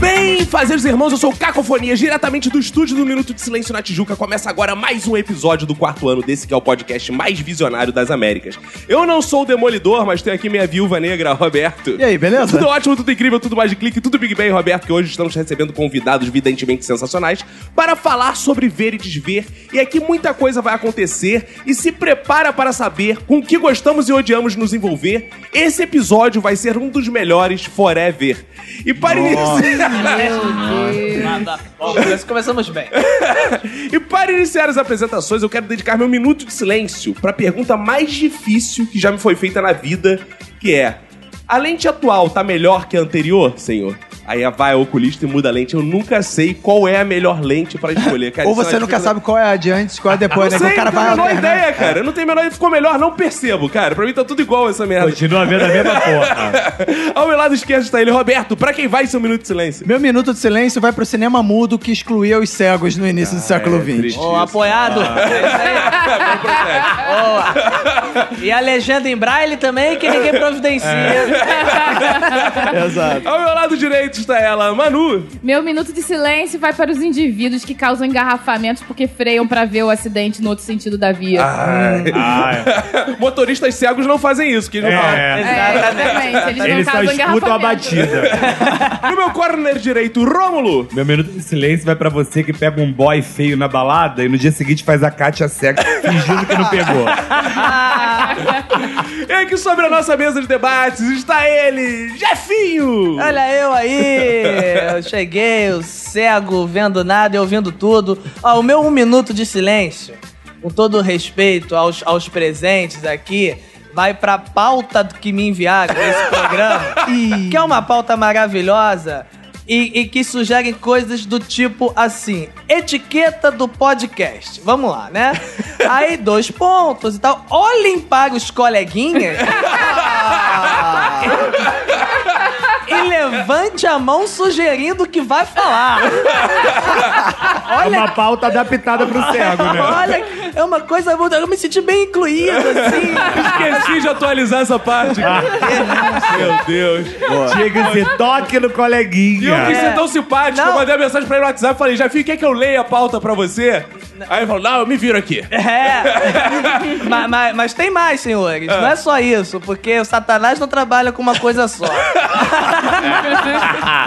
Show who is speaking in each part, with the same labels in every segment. Speaker 1: Bem, fazeres irmãos, eu sou o Cacofonia, diretamente do estúdio do Minuto de Silêncio na Tijuca. Começa agora mais um episódio do quarto ano desse que é o podcast mais visionário das Américas. Eu não sou o Demolidor, mas tenho aqui minha viúva negra, Roberto.
Speaker 2: E aí, beleza?
Speaker 1: Tudo ótimo, tudo incrível, tudo mais de clique, tudo Big Bang, Roberto, que hoje estamos recebendo convidados evidentemente sensacionais para falar sobre ver e desver. E aqui muita coisa vai acontecer e se prepara para saber com o que gostamos e odiamos nos envolver. Esse episódio vai ser um dos melhores forever. E para iniciar...
Speaker 3: Nada. Ó, começa- começamos bem.
Speaker 1: E para iniciar as apresentações, eu quero dedicar meu minuto de silêncio para a pergunta mais difícil que já me foi feita na vida, que é: a lente atual tá melhor que a anterior, senhor? Aí vai ao oculista e muda a lente. Eu nunca sei qual é a melhor lente para escolher. Cara,
Speaker 2: Ou
Speaker 1: isso é
Speaker 2: você
Speaker 1: uma
Speaker 2: nunca
Speaker 1: dificuldade.
Speaker 2: sabe qual é a de antes, qual é a depois, né?
Speaker 1: Não sei, então
Speaker 2: que o cara
Speaker 1: não tenho
Speaker 2: vai É.
Speaker 1: a menor
Speaker 2: alternando.
Speaker 1: ideia, cara. Eu não tenho a menor ideia. Ficou melhor, não percebo, cara. Pra mim tá tudo igual essa merda.
Speaker 4: Continua vendo a mesma porra.
Speaker 1: Ao meu lado esquerdo está ele, Roberto. Pra quem vai, seu minuto de silêncio.
Speaker 2: Meu minuto de silêncio vai pro cinema mudo que excluía os cegos no início do século XX.
Speaker 1: Ah, é triste. Ah.
Speaker 3: Ó, apoiado. É isso aí. Boa. E a legenda em braille também, que ninguém providencia. É.
Speaker 2: Exato.
Speaker 1: Ao meu lado direito está ela, Manu.
Speaker 5: Meu minuto de silêncio vai para os indivíduos que causam engarrafamentos porque freiam para ver o acidente no outro sentido da via.
Speaker 4: Ah,
Speaker 1: Motoristas cegos não fazem isso, que não falam.
Speaker 4: é. é.
Speaker 5: É, exatamente. Eles,
Speaker 4: Eles
Speaker 5: não
Speaker 4: só
Speaker 5: causam
Speaker 4: escutam a
Speaker 5: engarrafamentos.
Speaker 4: batida.
Speaker 1: No meu corner direito, Rômulo.
Speaker 4: Meu minuto de silêncio vai pra você que pega um boy feio na balada e no dia seguinte faz a Kátia cega fingindo que não pegou.
Speaker 5: Ah.
Speaker 1: E aqui sobre a nossa mesa de debates está ele, Jefinho.
Speaker 3: Olha eu aí. Eu cheguei, eu cego, vendo nada e ouvindo tudo. Ó, o meu um minuto de silêncio, com todo o respeito aos, aos presentes aqui, vai pra pauta do que me enviaram nesse programa. que é uma pauta maravilhosa e, e que sugerem coisas do tipo assim: etiqueta do podcast. Vamos lá, né? Aí, dois pontos e tal. Olhem para os coleguinhas. Ah. E levante a mão sugerindo o que vai falar.
Speaker 4: É
Speaker 3: Olha
Speaker 4: uma pauta adaptada pro cego, né?
Speaker 3: Olha, é uma coisa muito. Eu me senti bem incluído, assim.
Speaker 1: Esqueci de atualizar essa parte.
Speaker 4: Ah.
Speaker 1: Meu Deus.
Speaker 4: Chega e se toque no
Speaker 1: E eu me
Speaker 4: coleguinha.
Speaker 1: senti tão simpático,
Speaker 3: Não.
Speaker 1: eu mandei a mensagem pra ele no WhatsApp e falei, Jefinho, quer que eu leia a pauta pra você? Aí ele falou, não, eu me viro aqui.
Speaker 3: É. Ma- ma- mas, tem mais, senhores. Não é só isso, porque o Satanás não trabalha com uma coisa só.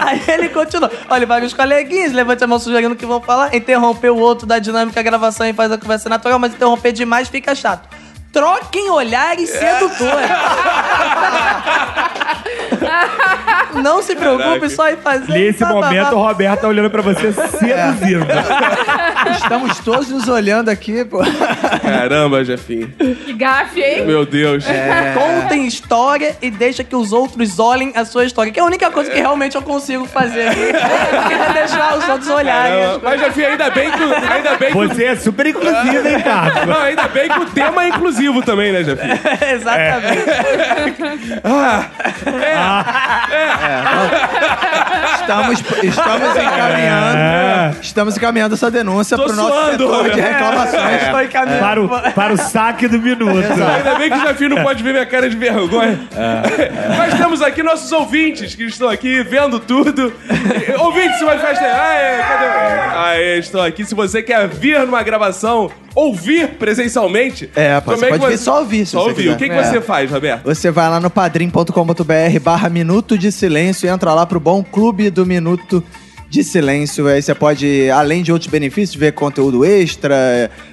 Speaker 3: Aí ele continua. Olha, vai os coleguinhas, levante a mão sugerindo o que vão falar, interromper o outro da dinâmica da gravação e faz a conversa natural, mas interromper demais fica chato. Troquem olhares sedutores. Não se preocupe, só em fazer.
Speaker 4: Nesse
Speaker 3: bababá.
Speaker 4: momento, o Roberto tá olhando pra você seduzindo.
Speaker 2: É. Estamos todos nos olhando aqui, pô.
Speaker 1: Caramba, Jefinho.
Speaker 5: Que gafe, hein?
Speaker 1: Meu Deus.
Speaker 4: É.
Speaker 3: Contem história e deixa que os outros olhem a sua história. Que é a única coisa que realmente eu consigo fazer aqui. é deixar os outros olharem.
Speaker 1: Caramba. Mas, Jefinho, ainda bem que... o- Ainda bem que... o-
Speaker 4: Você é super inclusiva, hein, Tato?
Speaker 1: Não, ainda bem que o tema é inclusivo também, né, É. Jefinho?
Speaker 3: Exatamente.
Speaker 1: Ah.
Speaker 4: Ah.
Speaker 2: Estamos, estamos encaminhando. Estamos encaminhando essa denúncia
Speaker 1: É. Tô
Speaker 2: pro nosso
Speaker 1: suando,
Speaker 2: setor de
Speaker 1: Roberto. É.
Speaker 2: reclamações.
Speaker 3: Estou encaminhando.
Speaker 4: Para o, para o saque do minuto.
Speaker 1: Ainda bem que o Jefinho não pode ver minha cara de vergonha.
Speaker 2: É,
Speaker 1: Mas temos aqui nossos ouvintes que estão aqui vendo tudo. Ouvintes se manifestem. Aê, cadê? Aê, estou aqui. Se você quer vir numa gravação, ouvir presencialmente.
Speaker 2: É, pô, você
Speaker 1: como é que
Speaker 2: pode vir só ouvir, se
Speaker 1: Só
Speaker 2: você
Speaker 1: ouvir.
Speaker 2: quiser.
Speaker 1: O que, que
Speaker 2: É.
Speaker 1: você faz, Roberto?
Speaker 2: Você vai lá no padrim.com.br barra Minuto de Silêncio e entra lá pro bom clube do Minuto de Silêncio. Aí você pode, além de outros benefícios, ver conteúdo extra,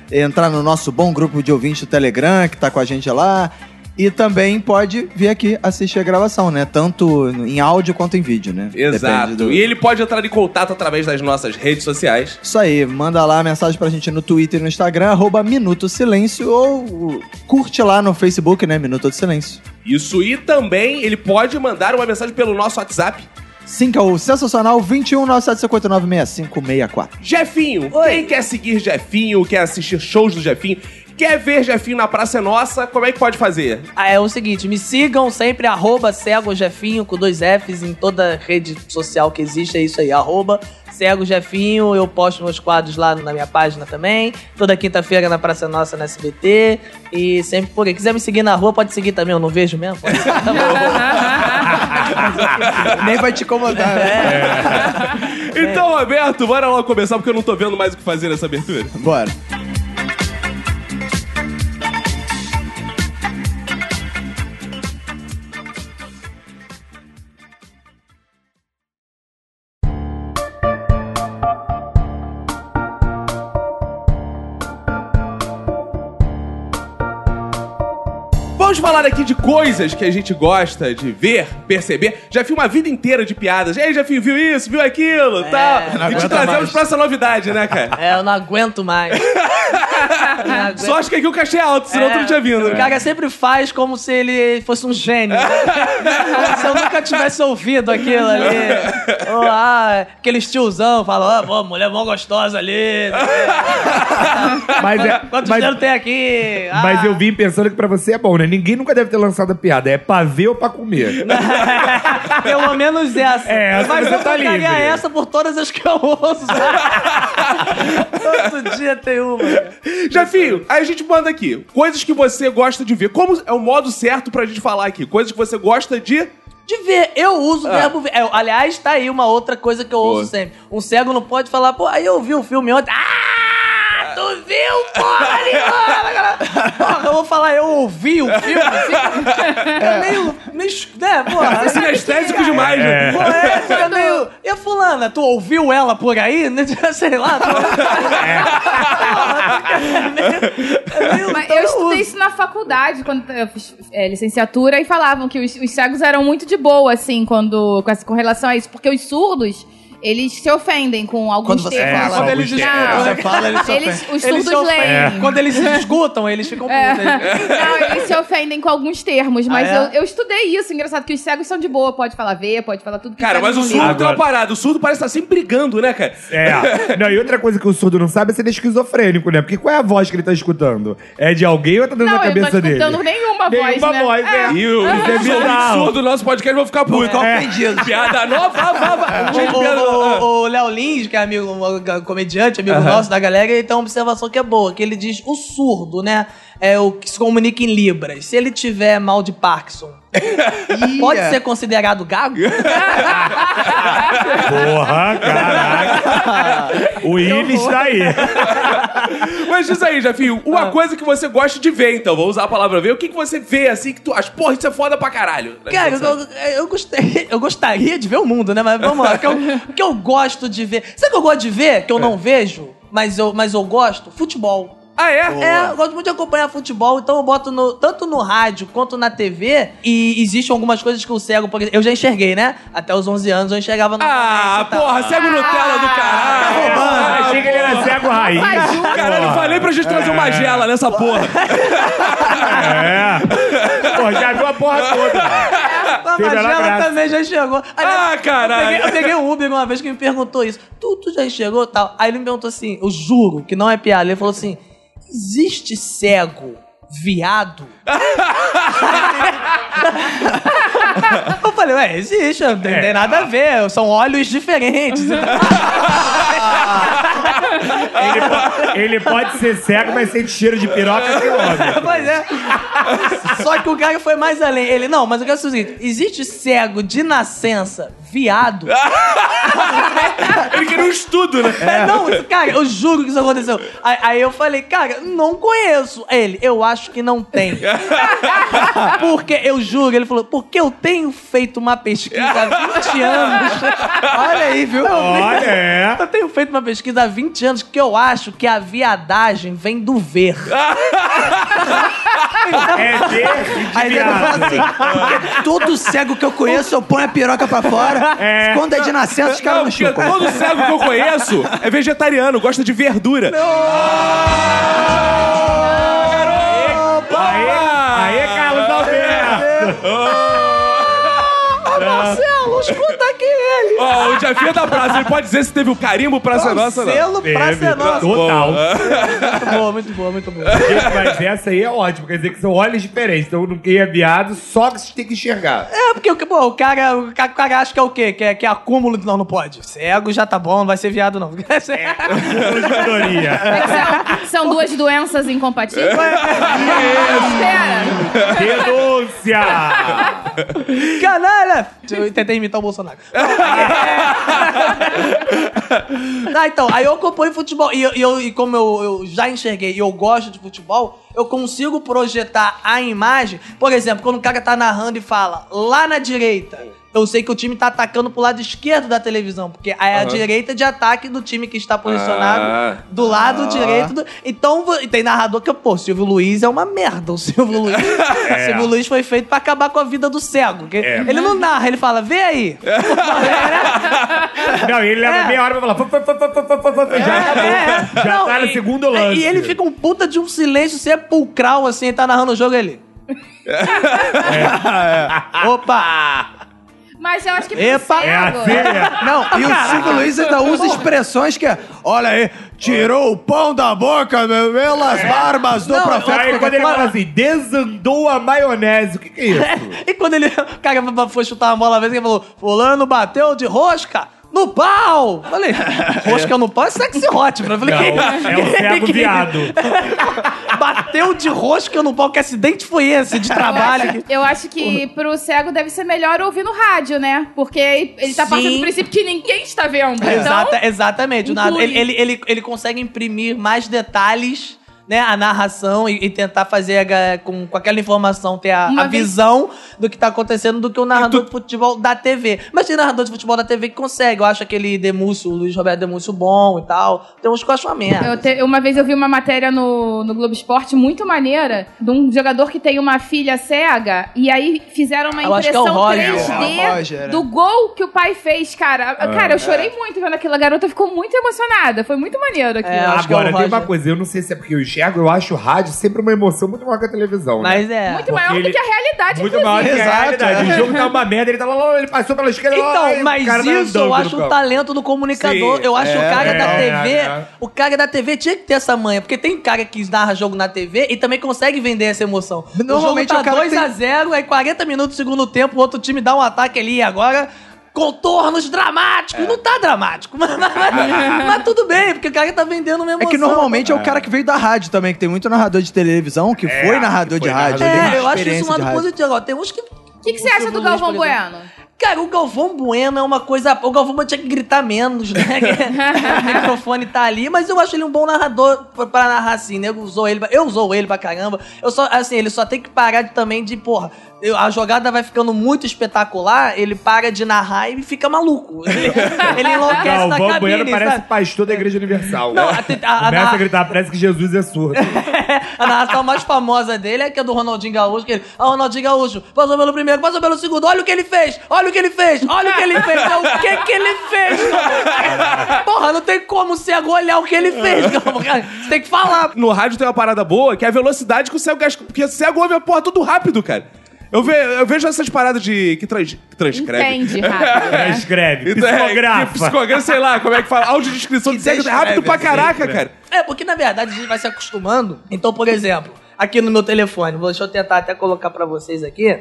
Speaker 2: é, entrar no nosso bom grupo de ouvintes do Telegram, que tá com a gente lá. E também pode vir aqui assistir a gravação, né? Tanto em áudio quanto em vídeo, né?
Speaker 1: Exato.
Speaker 2: Depende do-
Speaker 1: E ele pode entrar em contato através das nossas redes sociais.
Speaker 2: Isso aí, manda lá a mensagem pra gente no Twitter e no Instagram, arroba Minuto Silêncio, ou curte lá no Facebook, né? Minuto de Silêncio.
Speaker 1: Isso. E também ele pode mandar uma mensagem pelo nosso WhatsApp.
Speaker 2: Cinco é o sensacional 21 975896564.
Speaker 1: Jefinho, quem quer seguir Jefinho, quer assistir shows do Jefinho, quer ver Jefinho na Praça é Nossa, como é que pode fazer?
Speaker 3: Ah, É o seguinte, me sigam sempre, arroba cego Jefinho, com dois Fs em toda rede social que existe, é isso aí, arroba cego Jefinho, eu posto meus quadros lá na minha página também, toda quinta-feira na Praça Nossa, na SBT, e sempre por aí. Quiser me seguir na rua, pode seguir também, eu não vejo mesmo. Pode seguir.
Speaker 2: Nem vai te incomodar. né?
Speaker 1: Então, Roberto, bora lá começar, porque eu não tô vendo mais o que fazer nessa abertura.
Speaker 2: Bora.
Speaker 1: Vamos falar aqui de coisas que a gente gosta de ver, perceber. Já vi uma vida inteira de piadas. Ei, já viu isso, viu aquilo, tal. E te
Speaker 2: É, aguenta
Speaker 1: trazemos
Speaker 2: mais.
Speaker 1: pra essa novidade, né, cara?
Speaker 3: É, eu não aguento mais. Eu não aguento.
Speaker 1: Só acho que aqui o cachê é alto, senão tu não tinha vindo. né?
Speaker 3: O cara sempre faz como se ele fosse um gênio. Como se eu nunca tivesse ouvido aquilo ali. Ou, ah, aqueles tiozão falam, ah, pô, mulher mó gostosa ali.
Speaker 4: Mas, é,
Speaker 3: Quanto
Speaker 4: mas,
Speaker 3: dinheiro tem aqui? Ah.
Speaker 4: mas eu vim pensando que pra você é bom, né? Ninguém nunca deve ter lançado a piada. É pra ver ou pra comer.
Speaker 3: Pelo menos essa.
Speaker 4: É, essa
Speaker 3: mas
Speaker 4: você
Speaker 3: eu
Speaker 4: tá
Speaker 3: trocaria
Speaker 4: livre.
Speaker 3: essa por todas as que eu ouço. Todo dia tem uma.
Speaker 1: Jafinho, aí a gente manda aqui. Coisas que você gosta de ver. Como é o modo certo pra gente falar aqui? Coisas que você gosta de. Ah,
Speaker 3: De ver, eu uso o verbo ver. É, aliás, tá aí uma outra coisa que eu ouço sempre. Um cego não pode falar, pô, aí eu vi o filme ontem. Ah! Tu viu, porra, nenhuma! Porra, eu vou falar, eu ouvi o filme, assim. É meio. meio es- né, porra?
Speaker 1: Isso é estético demais, né?
Speaker 3: Pô, é, fica meio. E a fulana, tu ouviu ela por aí? Sei lá. Tu... Porra, é meio, é meio-
Speaker 5: Mas
Speaker 3: então
Speaker 5: eu estudei
Speaker 3: uso.
Speaker 5: isso na faculdade, quando eu fiz é, licenciatura, e falavam que os, os cegos eram muito de boa, assim, quando, com, essa- com relação a isso, porque os surdos. Eles se ofendem com alguns
Speaker 2: Quando você
Speaker 5: termos.
Speaker 2: fala,
Speaker 5: Não,
Speaker 4: alguns
Speaker 2: termos. Você fala, eles se
Speaker 5: eles- Os
Speaker 3: Eles se
Speaker 5: surdos
Speaker 3: ofendem.
Speaker 5: leem.
Speaker 3: Quando eles se escutam, eles ficam
Speaker 5: É.
Speaker 3: putos. eles-
Speaker 5: Não, eles se ofendem com alguns termos, mas
Speaker 3: Ah, é?
Speaker 5: eu, eu estudei isso. Engraçado que os cegos são de boa, pode falar ver, pode falar tudo que
Speaker 1: Cara,
Speaker 5: cego
Speaker 1: mas o
Speaker 5: não
Speaker 1: surdo
Speaker 5: liga.
Speaker 1: tem uma
Speaker 4: Agora-
Speaker 1: parada. O surdo parece estar sempre brigando, né, cara?
Speaker 4: É. Não, e outra coisa que o surdo não sabe é se ele é esquizofrênico, né? Porque qual é a voz que ele tá escutando? É de alguém ou tá dentro
Speaker 5: Não,
Speaker 4: da
Speaker 5: eu não tô
Speaker 4: cabeça dele?
Speaker 5: escutando nenhuma voz,
Speaker 4: Nenhuma
Speaker 5: né?
Speaker 4: voz,
Speaker 5: É.
Speaker 4: né?
Speaker 1: E o
Speaker 4: Isso é
Speaker 1: os ouvintes
Speaker 4: bizarro.
Speaker 1: surdos do nosso podcast vão ficar putos.
Speaker 2: Tô
Speaker 4: É.
Speaker 2: ofendido.
Speaker 1: Piada nova, vá, vá. Gente,
Speaker 3: O,
Speaker 1: piada
Speaker 3: o-
Speaker 1: nova.
Speaker 3: o- o Léo Lins, que é amigo, um comediante, amigo nosso da galera, ele tem uma observação que é boa, que ele diz o surdo, né? É o que se comunica em libras. Se ele tiver mal de Parkinson, pode ser considerado gago?
Speaker 4: Porra, caraca. o Iris tá aí.
Speaker 1: Mas diz aí, Jafinho, uma
Speaker 3: Ah.
Speaker 1: coisa que você gosta de ver, então. Vou usar a palavra ver. O que, que você vê, assim, que tu acha? Porra, isso é foda pra caralho.
Speaker 3: Cara, eu, eu- eu gostei- eu gostaria de ver o mundo, né? Mas vamos lá. O que, eu, o que eu gosto de ver... Sabe o que eu gosto de ver, que eu não vejo, mas eu, mas eu gosto? Futebol.
Speaker 1: É. Ah, é?
Speaker 3: É, eu gosto muito de acompanhar futebol, então eu boto no- tanto no rádio quanto na TV. E existem algumas coisas que o cego, por exemplo, eu já enxerguei, né? Até os 11 anos eu enxergava no
Speaker 1: Ah, porra, cego Nutella do
Speaker 3: tá
Speaker 1: caralho.
Speaker 4: Ah, achei que ele era cego raiz.
Speaker 5: Faz um-
Speaker 1: Caralho, eu falei pra gente trazer uma gela nessa porra.
Speaker 4: É. Pô, já viu a porra
Speaker 3: um
Speaker 4: toda.
Speaker 3: A
Speaker 4: Filha da
Speaker 3: Magela
Speaker 4: graça.
Speaker 3: também já enxergou. Aí,
Speaker 1: Ah, caralho.
Speaker 3: Eu peguei, eu peguei um Uber uma vez que me perguntou isso. Tu, tu já enxergou tal? Aí ele me perguntou assim, eu juro que não é piada. Ele falou assim, existe cego viado? eu falei, ué, existe, não
Speaker 4: É.
Speaker 3: tem, tem nada a ver, são olhos diferentes.
Speaker 4: Ele, po- ele pode ser cego, mas sente cheiro de piroca que homem.
Speaker 3: Pois é. Só que o cara foi mais além. Ele, não, mas eu quero saber o seguinte: existe cego de nascença, viado?
Speaker 1: Ele queria um estudo, né?
Speaker 3: É, Não, isso- cara, eu juro que isso aconteceu. Aí, aí eu falei, cara, não conheço. Aí Ele, eu acho que não tem. Porque, eu juro, ele falou, porque eu tenho feito uma pesquisa há 20 anos. Olha aí, viu?
Speaker 4: Olha, é.
Speaker 3: Eu tenho feito uma pesquisa há 20 anos que eu acho que a viadagem vem do ver.
Speaker 4: É ver e de
Speaker 2: Aí ele
Speaker 4: viado.
Speaker 2: fala assim: porque todo cego que eu conheço, eu ponho a piroca pra fora.
Speaker 4: É.
Speaker 2: Quando é de nascença, os caras
Speaker 1: Não,
Speaker 2: não
Speaker 1: porque
Speaker 2: chucam.
Speaker 1: todo cego que eu conheço é vegetariano, gosta de verdura.
Speaker 4: Aê, aê, Carlos Alberto.
Speaker 1: Marcelo!
Speaker 3: vamos contar quem é ele.
Speaker 1: Ó, o tá- desafio da praça, ele pode dizer se teve o carimbo
Speaker 2: um
Speaker 1: Praça Nossa, não.
Speaker 3: Selo pra
Speaker 4: Teve.
Speaker 3: ser nosso.
Speaker 4: Total.
Speaker 3: Muito boa, muito boa, muito boa.
Speaker 4: Gente, Mas essa aí é ótima, quer dizer que são olhos diferentes. Então, no que é viado, só que vocês têm que enxergar.
Speaker 3: É, porque o que- pô, o cara, o ca- o cara acha que é o quê? Que é, que é acúmulo de não, não pode. Cego já tá bom, não vai ser viado, não.
Speaker 4: Sabedoria.
Speaker 5: É que são, são duas doenças incompatíveis? Espera.
Speaker 4: Denúncia!
Speaker 3: Canalha! É. Eu tentei imitar o Bolsonaro. ah, então, aí eu acompanho futebol. E, eu- e eu- e como eu, eu já enxerguei e eu gosto de futebol, eu consigo projetar a imagem. Por exemplo, quando o cara tá narrando e fala lá na direita. Eu sei que o time tá atacando pro lado esquerdo da televisão, porque é a direita de ataque do time que está posicionado
Speaker 1: Ah.
Speaker 3: do lado direito. do- Então, vo- e tem narrador que, pô, Silvio Luiz é uma merda. O Silvio Luiz.
Speaker 4: É.
Speaker 3: Silvio Luiz foi feito pra acabar com a vida do cego. que
Speaker 4: É.
Speaker 3: Ele não narra, ele fala, vê aí.
Speaker 4: Não, ele leva
Speaker 3: É.
Speaker 4: meia hora pra falar. "Fô, fô, fô, fô, fô, fô, fô, fô", Já acabou.
Speaker 3: É, é.
Speaker 4: Já
Speaker 3: Não,
Speaker 4: tá no
Speaker 3: e-
Speaker 4: segundo lance.
Speaker 3: E ele fica um puta de um silêncio sepulcral, assim, ele tá narrando o jogo ele. É. Opa!
Speaker 5: Mas eu acho que.
Speaker 3: Epa.
Speaker 4: É
Speaker 5: cego-
Speaker 4: assim, é.
Speaker 2: Não, e o
Speaker 3: tipo
Speaker 2: Silvio Luiz ainda usa expressões que é. Olha aí, tirou o pão da boca, meu, pelas barbas do
Speaker 3: É. Não,
Speaker 2: profeta.
Speaker 4: É. Aí quando ele fala assim, desandou a maionese, o que que é isso?
Speaker 3: E quando ele. O cara foi chutar uma bola uma vez, ele falou: Fulano bateu de rosca no pau! Falei, rosca no pau é sexy hot, mano. Eu Falei,
Speaker 4: Não,
Speaker 3: que-
Speaker 4: é o cego
Speaker 3: que-
Speaker 4: viado.
Speaker 3: Bateu de rosca no pau, que acidente foi esse de
Speaker 5: Eu
Speaker 3: trabalho?
Speaker 5: acho, eu acho que pro cego deve ser melhor ouvir no rádio, né? Porque ele ele tá partindo
Speaker 3: Sim.
Speaker 5: do princípio que ninguém está vendo.
Speaker 3: Exata- exatamente. o narra-
Speaker 5: Então, inclui.
Speaker 3: Ele, ele, ele, ele consegue imprimir mais detalhes, né? A narração e, e tentar fazer a ga- com, com aquela informação, ter a,
Speaker 5: Uma
Speaker 3: a
Speaker 5: vez-
Speaker 3: visão do que tá acontecendo do que o narrador de futebol da TV. Mas tem narrador de futebol da TV que consegue. Eu acho aquele Demúcio, o Luiz Roberto Demúcio bom e tal. Tem uns que eu acho uma merda.
Speaker 5: Eu te- uma vez eu vi uma matéria no, no Globo Esporte muito maneira de um jogador que tem uma filha cega e aí fizeram uma
Speaker 3: Eu acho que é o
Speaker 5: impressão
Speaker 3: Roger.
Speaker 2: É, é o Roger,
Speaker 5: 3D
Speaker 2: né?
Speaker 5: do gol que o pai fez, cara. Cara, eu chorei muito vendo aquela garota, ficou muito emocionada. Foi muito maneiro aquilo.
Speaker 3: É, acho que é o
Speaker 4: Agora, tem
Speaker 3: Roger.
Speaker 4: uma coisa, eu não sei se é porque eu enxergo, eu acho o rádio sempre uma emoção muito maior que a televisão, né?
Speaker 3: Mas é.
Speaker 5: muito maior
Speaker 4: ele-
Speaker 5: do que a realidade,
Speaker 4: Muito
Speaker 5: inclusive.
Speaker 4: maior que a
Speaker 2: Exato,
Speaker 4: realidade.
Speaker 2: é.
Speaker 4: O jogo tá uma merda, ele tá lá, lá, ele passou pela esquerda, lá, lá, e
Speaker 3: Então,
Speaker 4: o
Speaker 3: mas
Speaker 4: cara tá
Speaker 3: isso
Speaker 4: andando
Speaker 3: eu
Speaker 4: pelo
Speaker 3: acho o
Speaker 4: campo.
Speaker 3: talento do comunicador.
Speaker 1: Sim,
Speaker 3: eu acho o
Speaker 2: é,
Speaker 3: cara
Speaker 2: é,
Speaker 3: da
Speaker 4: é,
Speaker 3: TV.
Speaker 4: é.
Speaker 3: O cara da TV tinha que ter essa manha, porque tem cara que narra jogo na TV e também consegue vender essa emoção.
Speaker 2: Normalmente
Speaker 3: o
Speaker 2: o
Speaker 3: jogo tá
Speaker 2: cara que
Speaker 3: 2 a 0 aí 40 minutos do segundo tempo, o outro time dá um ataque ali e agora. Contornos dramáticos. Não tá dramático, mas, mas- mas- mas tudo bem, porque o cara tá vendendo uma
Speaker 2: É
Speaker 3: emoção.
Speaker 2: que normalmente é o cara que veio da rádio também, que tem muito narrador de televisão, que
Speaker 4: É,
Speaker 2: foi narrador
Speaker 4: que
Speaker 2: de
Speaker 4: foi
Speaker 2: rádio.
Speaker 4: narrador.
Speaker 2: tem
Speaker 3: É, eu acho
Speaker 2: experiência
Speaker 3: isso um
Speaker 2: de
Speaker 3: lado
Speaker 2: rádio.
Speaker 3: positivo. Ó, Tem uns que.
Speaker 5: O que, que você acha do Galvão Bueno?
Speaker 3: Cara, o Galvão Bueno é uma coisa. O Galvão Bueno tinha que gritar menos, né? o microfone tá ali, mas eu acho ele um bom narrador pra- pra narrar assim, né? Eu usou ele, pra- eu usou ele pra caramba. Eu só, assim, ele só tem que parar de, também de, porra, eu- a jogada vai ficando muito espetacular, ele para de narrar e fica maluco. Ele, ele enlouquece na
Speaker 4: Galvão
Speaker 3: cabine,
Speaker 4: Bueno parece
Speaker 3: sabe?
Speaker 4: pastor da Igreja Universal.
Speaker 3: Não,
Speaker 4: É.
Speaker 3: a te- a- a-
Speaker 4: Começa
Speaker 3: a-
Speaker 4: a gritar, parece que Jesus é surdo.
Speaker 3: A narração mais famosa dele é que é do Ronaldinho Gaúcho, que ele, ah, Ronaldinho Gaúcho, passou pelo primeiro, passou pelo segundo, olha o que ele fez, olha o que ele fez, olha o que ele fez, é o que que ele fez, cara? Porra, não tem como o cego olhar o que ele fez, cara. Você tem que falar.
Speaker 1: No rádio tem uma parada boa, que é a velocidade que o cego gasta. Porque o cego ouve a porra tudo rápido, cara. Eu, ve- eu vejo essas paradas de. que, trans- que transcreve.
Speaker 5: Entende, rápido. né?
Speaker 4: Escreve,
Speaker 1: Então, é,
Speaker 4: psicografa.
Speaker 1: que Psicografa, sei lá, como é que fala. Audiodescrição de cego é rápido pra caraca, cara.
Speaker 3: É, porque na verdade a gente vai se acostumando. Então, por exemplo, aqui no meu telefone, vou- deixa eu tentar até colocar pra vocês aqui.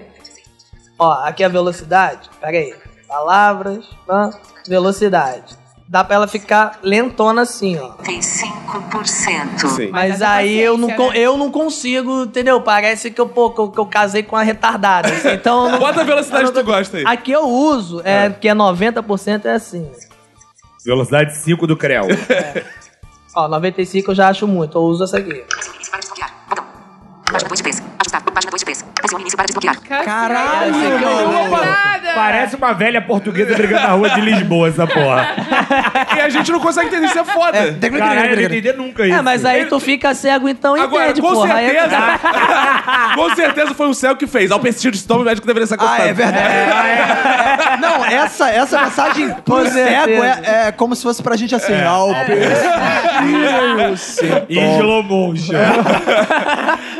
Speaker 3: Ó, aqui é a velocidade. Pera aí. Palavras, pã, velocidade. Dá pra ela ficar lentona assim, ó.
Speaker 6: 35%.
Speaker 1: Sim.
Speaker 3: Mas
Speaker 5: Mas essa
Speaker 3: aí eu não,
Speaker 5: paciência,
Speaker 3: con-
Speaker 5: né?
Speaker 3: eu não consigo, entendeu? Parece que eu, pô, que eu, que eu casei com uma retardada. assim, Então eu não-
Speaker 1: Bota a velocidade
Speaker 3: eu não
Speaker 1: que tu gosta aí.
Speaker 3: Aqui eu uso, é, que é 90% é assim.
Speaker 4: Velocidade 5 do Creu.
Speaker 3: Ó, 95 eu já acho muito, eu uso essa aqui.
Speaker 6: Página 2 vezes. Ajustar. Página 2 vezes. Pressione início para desbloquear.
Speaker 3: Caralho, mano.
Speaker 5: Nada.
Speaker 4: Parece uma velha portuguesa brigando na rua de Lisboa, essa porra.
Speaker 1: E a gente não consegue entender, isso é foda.
Speaker 4: Caralho, eu não entendi nunca isso.
Speaker 3: É, mas aí tu fica cego então e
Speaker 1: Agora,
Speaker 3: entende,
Speaker 1: com
Speaker 3: porra. Aí é-
Speaker 1: certeza. com certeza foi o céu que fez. Ao persistir de sintoma, o médico deveria ser
Speaker 2: Ah,
Speaker 1: acostado.
Speaker 2: é verdade. É. Não, essa, essa mensagem pro cego
Speaker 3: certeza.
Speaker 2: é, é como se fosse pra gente assim, ao persistir o É.
Speaker 4: E slow motion.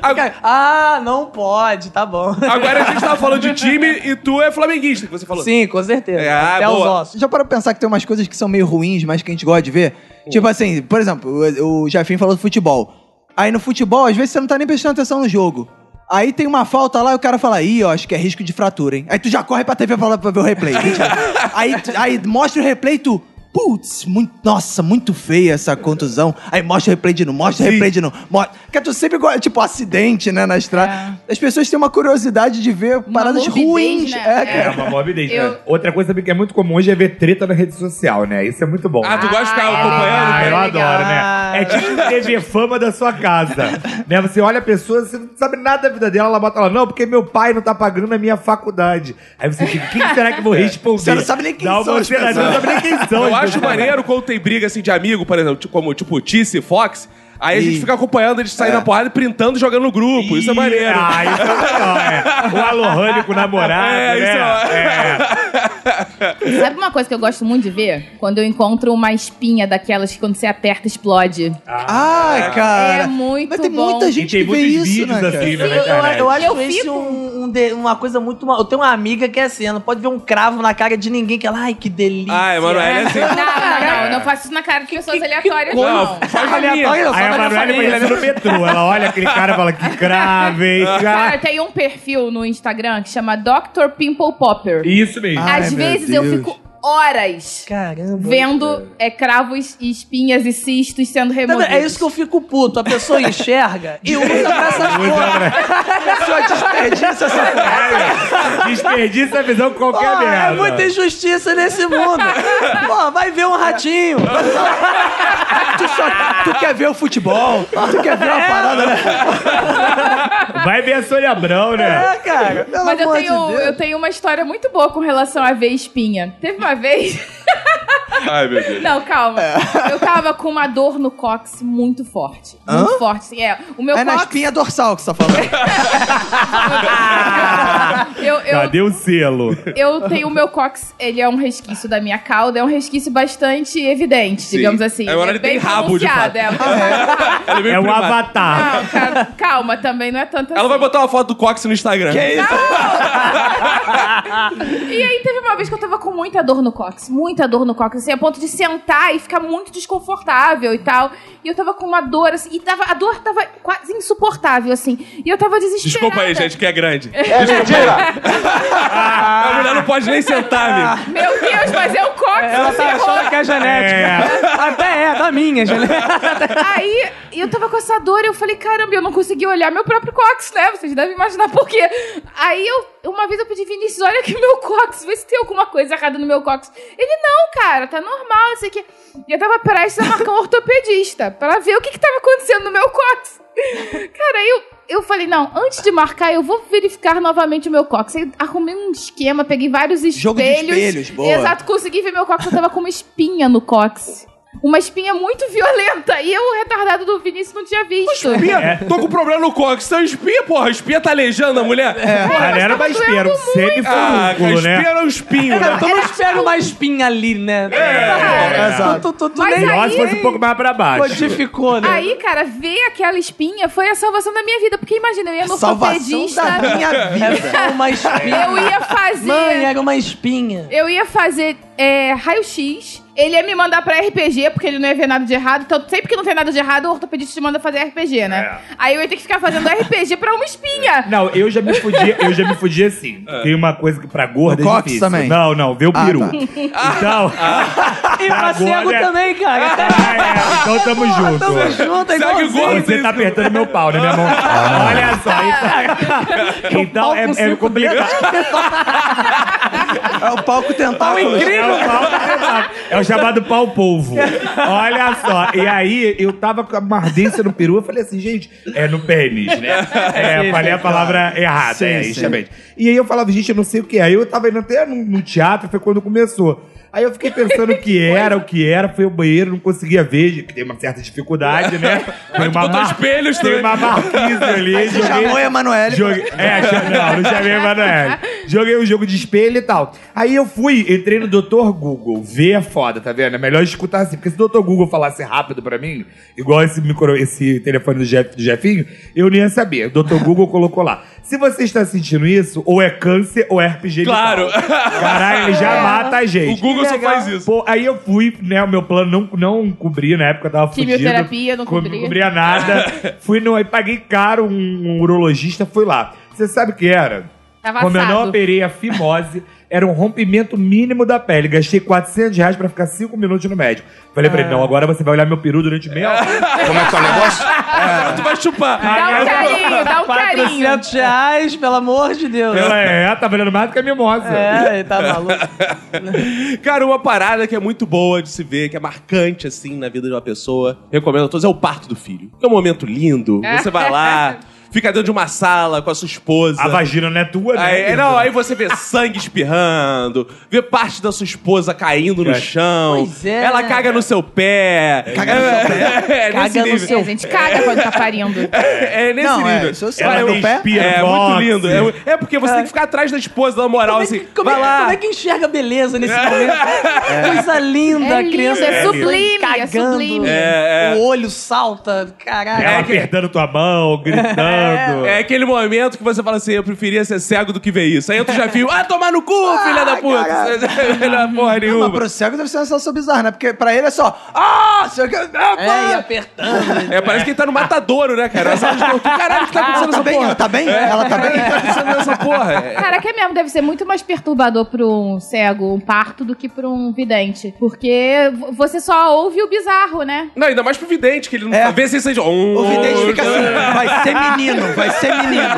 Speaker 1: Agora,
Speaker 3: Ah, não pode, tá bom.
Speaker 1: agora a gente tava falando de time e tu é flamenguista, que você falou.
Speaker 3: Sim, com certeza.
Speaker 1: É, ah,
Speaker 3: Até os
Speaker 1: boa.
Speaker 3: ossos.
Speaker 2: Já parou pra pensar que tem umas coisas que são meio ruins, mas que a gente gosta de ver? Tipo assim, por exemplo, o, o Jafim falou do futebol. Aí no futebol, às vezes você não tá nem prestando atenção no jogo. Aí tem uma falta lá e o cara fala, ih, ó, acho que é risco de fratura, hein? Aí tu já corre pra TV pra, lá pra ver o replay. aí, tu- aí mostra o replay e tu... Putz, muito, nossa, muito feia essa contusão. Aí mostra o replay de novo, mostra o replay de novo. Mostra, porque tu sempre gosta, tipo, acidente, né, na estrada. As pessoas têm uma curiosidade de ver paradas
Speaker 5: É. morbidez,
Speaker 2: ruins.
Speaker 5: né?
Speaker 2: É,
Speaker 4: É uma morbidez,
Speaker 5: Eu-
Speaker 4: né? Outra coisa também que é muito comum hoje é ver treta na rede social, né? Isso é muito bom.
Speaker 1: Ah, tu gosta de ficar
Speaker 5: Ah, é
Speaker 1: acompanhando?
Speaker 4: Ah,
Speaker 5: legal,
Speaker 4: eu
Speaker 5: é legal.
Speaker 4: adoro, né? É tipo TV fama da sua casa. né? Você olha a pessoa, você não sabe nada da vida dela, ela bota lá, não, porque meu pai não tá pagando a minha faculdade. Aí você fica, quem será que eu vou responder?
Speaker 2: É. Você não sabe nem quem
Speaker 4: Dá uma
Speaker 2: são as
Speaker 4: ansiedade, Você não sabe nem quem são.
Speaker 1: É. Eu
Speaker 4: as
Speaker 1: acho
Speaker 4: pessoas.
Speaker 1: maneiro quando tem briga assim de amigo, por exemplo, tipo- como tipo Tice e Fox. Aí a gente
Speaker 2: Ih.
Speaker 1: fica acompanhando eles
Speaker 2: É.
Speaker 1: saindo na porrada e printando e jogando no grupo. Isso é maneiro.
Speaker 4: Ah, isso é legal, é. O Alohane com o namorado,
Speaker 1: É,
Speaker 4: né?
Speaker 1: isso é-
Speaker 5: Sabe uma coisa que eu gosto muito de ver? Quando eu encontro uma espinha daquelas que quando você aperta explode.
Speaker 2: Ah, cara.
Speaker 5: É muito
Speaker 2: Mas tem
Speaker 5: bom.
Speaker 2: muita
Speaker 4: E
Speaker 2: gente
Speaker 4: tem
Speaker 2: que vê
Speaker 4: muitos
Speaker 2: isso,
Speaker 4: vídeos
Speaker 2: né, cara?
Speaker 4: assim, né?
Speaker 3: Eu,
Speaker 4: na internet.
Speaker 3: eu, eu acho
Speaker 5: Eu
Speaker 3: esse
Speaker 5: fico-
Speaker 3: um, um de- uma coisa muito. ma- Eu tenho uma amiga que é assim, ela não pode ver um cravo na cara de ninguém, que ela, ai, que delícia.
Speaker 1: Ai, Manoel, é assim.
Speaker 5: Não, não, eu não faço isso na cara de pessoas aleatórias, não.
Speaker 1: faz na minha.
Speaker 3: Aleatório, só
Speaker 4: Aí
Speaker 3: da
Speaker 4: a
Speaker 3: minha
Speaker 4: Manuela vai
Speaker 3: família.
Speaker 4: entrar no metrô. Ela olha aquele cara e fala, que crave, hein?
Speaker 5: Cara,
Speaker 4: cara.
Speaker 5: tem um perfil no Instagram que chama Dr. Pimple Popper.
Speaker 4: Isso mesmo.
Speaker 2: Ai,
Speaker 5: Às
Speaker 2: meu
Speaker 5: vezes eu
Speaker 2: Deus.
Speaker 5: fico horas
Speaker 3: Caramba.
Speaker 5: vendo é, cravos e espinhas e cistos sendo
Speaker 3: Tá vendo?
Speaker 5: removidos.
Speaker 3: É isso que eu fico puto. A pessoa enxerga e usa pra essas coisas.
Speaker 2: Só desperdícia essa porra.
Speaker 4: É, Desperdiça a visão com qualquer
Speaker 3: Porra,
Speaker 4: merda.
Speaker 3: é muita injustiça nesse mundo. Pô, vai ver um ratinho.
Speaker 2: Tu, só, tu quer ver o futebol? Tu quer ver uma
Speaker 3: É.
Speaker 2: parada, né?
Speaker 4: Vai ver a Sônia Abrão, né?
Speaker 3: É, cara. Pelo
Speaker 5: Mas eu
Speaker 3: amor de
Speaker 5: tenho,
Speaker 3: Deus.
Speaker 5: eu tenho uma história muito boa com relação a ver espinha. Teve uma vez.
Speaker 1: Ai, meu Deus.
Speaker 5: Não, calma.
Speaker 4: É.
Speaker 5: Eu tava com uma dor no cóccix muito forte. Muito forte. assim, É, o meu
Speaker 2: É na
Speaker 5: cóccix.
Speaker 2: espinha dorsal que você tá falando.
Speaker 5: Eu, eu,
Speaker 4: Cadê o selo?
Speaker 5: eu tenho o meu cox, ele é um resquício da minha cauda, é um resquício bastante evidente, digamos assim.
Speaker 1: É, agora
Speaker 5: é
Speaker 1: ele tem
Speaker 5: bem
Speaker 1: rabo, de
Speaker 5: pronunciado, é.
Speaker 1: Ela meio
Speaker 4: É o
Speaker 1: privada.
Speaker 4: Avatar.
Speaker 5: Não, cara, calma, também não é tanto
Speaker 1: Ela
Speaker 5: assim.
Speaker 1: vai botar uma foto do Cox no Instagram.
Speaker 2: Que isso?
Speaker 5: E aí teve uma vez que eu tava com muita dor no cóccix, muita dor no cóccix, assim, a ponto de sentar e ficar muito desconfortável e tal. E eu tava com uma dor, assim, e tava, a dor tava quase insuportável, assim. E eu tava desesperada.
Speaker 1: Desculpa aí, gente, que é grande. É mentira! A mulher não pode nem sentar, amigo.
Speaker 5: Ah, Meu Deus, mas é o cóccix,
Speaker 3: Ela
Speaker 5: ferrou.
Speaker 3: tá achando que é genética. Até é, da minha, genética.
Speaker 5: Aí eu tava com essa dor e eu falei, caramba, eu não consegui olhar meu próprio cox, né? Vocês devem imaginar por quê. Aí eu, uma vez eu pedi, Vinícius, olha aqui meu cox, vê se tem alguma coisa errada no meu cox. Ele, não, cara, tá normal, isso aqui. E eu tava prestes a marcar um ortopedista pra ver o que que tava acontecendo no meu cox. Cara, aí eu, eu falei, não, antes de marcar, eu vou verificar novamente o meu cox. Aí arrumei um esquema, peguei vários espelhos.
Speaker 2: Jogo de espelhos, boa.
Speaker 5: Exato, consegui ver meu cox, eu tava com uma espinha no cox. Uma espinha muito violenta. E eu, o retardado do Vinícius, não tinha visto.
Speaker 1: Espia?
Speaker 4: É.
Speaker 1: Tô com problema no Cox. Então espia, porra. Espia tá aleijando a mulher.
Speaker 3: É.
Speaker 4: Porra, a galera
Speaker 5: tava
Speaker 4: vai espiar um
Speaker 5: doendo
Speaker 1: é Ah, cara,
Speaker 4: semifolículo, né?
Speaker 1: espia é um espinho, né?
Speaker 3: Tu não espera uma espinha ali, né?
Speaker 2: é.
Speaker 3: Tu, tu, tu, tu
Speaker 5: Mas
Speaker 3: nem
Speaker 5: aí-
Speaker 4: Nossa, fosse um pouco mais pra baixo.
Speaker 3: modificou, né?
Speaker 5: Aí, cara, ver aquela espinha foi a salvação da minha vida. Porque imagina, eu ia no
Speaker 2: Salvação
Speaker 5: ortopedista.
Speaker 2: da minha
Speaker 3: É
Speaker 2: vida.
Speaker 3: só uma espinha.
Speaker 5: Eu ia fazer.
Speaker 3: Mãe, era uma espinha.
Speaker 5: Eu ia fazer é, raio-x. Ele ia me mandar pra RPG, porque ele não ia ver nada de errado. Então, sempre que não tem nada de errado, o ortopedista te manda fazer RPG, né?
Speaker 1: É.
Speaker 5: Aí eu ia ter que ficar fazendo RPG pra uma espinha.
Speaker 4: Não, eu já me fudi, eu já me fudi assim. Tem uma coisa que pra gorda
Speaker 2: No
Speaker 4: é
Speaker 2: cox
Speaker 4: difícil.
Speaker 2: também?
Speaker 4: Não, não, vê o
Speaker 2: Ah,
Speaker 4: peru.
Speaker 2: tá.
Speaker 4: Então,
Speaker 3: E pra
Speaker 4: Agora- é-
Speaker 3: cego também, cara.
Speaker 4: Ah, é, então tamo junto.
Speaker 3: Tamo junto, é
Speaker 1: Segue o
Speaker 3: igualzinho.
Speaker 1: gordo.
Speaker 4: Você tá apertando meu pau, né, minha mão?
Speaker 1: Ah,
Speaker 4: Olha só. Então, então
Speaker 3: pau
Speaker 4: é,
Speaker 3: com
Speaker 4: é
Speaker 3: cinco
Speaker 4: complicado.
Speaker 2: É o palco tentáculo.
Speaker 4: É o, pau pesado. É o chamado pau polvo. Olha só. E aí, eu tava com uma ardência no peru. Eu falei assim, gente, é no pênis, né? É,
Speaker 3: Sim,
Speaker 4: falei a
Speaker 3: sim,
Speaker 4: palavra errada.
Speaker 2: Sim,
Speaker 4: é,
Speaker 2: sim.
Speaker 4: justamente. E aí eu falava, gente, eu não sei o que é. Aí eu tava indo até no, no teatro, foi quando começou. Aí eu fiquei pensando o que era, o que era. Fui ao banheiro, não conseguia ver. Tem uma certa dificuldade, né? Tem uma
Speaker 1: botou
Speaker 4: mar-
Speaker 1: espelhos
Speaker 4: Tem
Speaker 1: também.
Speaker 4: uma marquise ali.
Speaker 2: Você
Speaker 4: joguei-
Speaker 2: chamou a Emanuele.
Speaker 4: É, Joguei... É, não, não chamei a Emanuele. Joguei um jogo de espelho e tal. Aí eu fui, entrei no Dr. Google. Ver é foda, tá vendo? É melhor escutar assim. Porque se o Dr. Google falasse rápido pra mim, igual esse, micro, esse telefone do, Jeff, do Jefinho, eu não ia saber. O Dr. Google colocou lá. Se você está sentindo isso, ou é câncer ou é herpes genital.
Speaker 1: Claro. É.
Speaker 4: Caralho, ele já mata a
Speaker 1: O
Speaker 4: gente.
Speaker 1: Google só
Speaker 3: legal.
Speaker 1: faz isso.
Speaker 4: Pô, aí eu fui, né? O meu plano não, não cobria, na época eu tava fudido.
Speaker 5: Quimioterapia, não
Speaker 4: Co-
Speaker 5: cobria.
Speaker 4: Não cobria nada. fui no, aí paguei caro um, um urologista, fui lá. Você sabe o que era?
Speaker 5: Tava
Speaker 4: Como eu não
Speaker 5: assado.
Speaker 4: operei a fimose, era um rompimento mínimo da pele. Gastei 400 reais pra ficar 5 minutos no médico. Falei pra ele, não, agora você vai olhar meu peru durante meia hora.
Speaker 7: Como é que é o negócio?
Speaker 1: Tu vai chupar.
Speaker 5: Dá um carinho, dá um carinho.
Speaker 3: 400 reais, pelo amor de Deus.
Speaker 4: Ela é, tá valendo mais do que a mimosa.
Speaker 3: É, ele tá maluco.
Speaker 1: Cara, uma parada que é muito boa de se ver, que é marcante, assim, na vida de uma pessoa. Recomendo a todos, é o parto do filho. É um momento lindo.
Speaker 3: É.
Speaker 1: Você vai lá, fica dentro de uma sala com a sua esposa.
Speaker 4: A vagina não é tua, né?
Speaker 1: Aí,
Speaker 4: querido?
Speaker 1: não, aí você vê sangue espirrando, vê parte da sua esposa caindo no
Speaker 4: Cara.
Speaker 1: chão.
Speaker 3: Pois é.
Speaker 1: Ela caga no seu pé. Caga no seu pé. É, nesse
Speaker 3: Caga no
Speaker 1: nível.
Speaker 5: É, a gente caga quando tá parindo.
Speaker 1: É, é nesse
Speaker 2: Não, é,
Speaker 1: nível.
Speaker 2: isso eu sei.
Speaker 1: Cara,
Speaker 4: Ela
Speaker 1: eu-
Speaker 4: tem espirro,
Speaker 1: é, muito
Speaker 4: boxe.
Speaker 1: lindo. É, é porque você tem que ficar atrás da esposa, na moral,
Speaker 3: Como é
Speaker 1: assim.
Speaker 3: que- como, é,
Speaker 1: vai lá. É.
Speaker 3: como é que enxerga beleza nesse momento? Coisa
Speaker 5: É
Speaker 3: linda, a
Speaker 5: lindo,
Speaker 3: criança. assim,
Speaker 5: é sublime, é
Speaker 3: cagando,
Speaker 5: sublime.
Speaker 1: É, é.
Speaker 3: O olho salta, caralho.
Speaker 4: Ela
Speaker 1: É que-
Speaker 4: apertando tua mão, gritando.
Speaker 1: É aquele momento que você fala assim, eu preferia ser cego do que ver isso. Aí entra o Jefinho, ah, tomar no cu, filha da puta. Melhor porra
Speaker 2: Não, mas
Speaker 1: nenhuma.
Speaker 2: pro cego deve ser uma sensação bizarra, né? Porque pra ele é só. Ah! Sei o que. Ah, pá!
Speaker 3: É, e apertando.
Speaker 1: É, parece que ele tá no matadouro, né, cara? Essa de tortura. Caralho, o que tá acontecendo
Speaker 2: Tá
Speaker 1: nessa
Speaker 2: bem?
Speaker 1: porra?
Speaker 2: Ela tá bem? Ela tá
Speaker 1: Caralho, o
Speaker 2: bem?
Speaker 1: que tá acontecendo nessa porra? É.
Speaker 5: Cara, que é mesmo, deve ser muito mais perturbador pra um cego, um parto, do que pra um vidente. Porque v- você só ouve o bizarro, né?
Speaker 1: Não, ainda mais pro vidente, que ele não
Speaker 2: É.
Speaker 1: vê se ele seja... Um, né?
Speaker 2: O vidente fica assim. Vai ser menino, vai ser menino.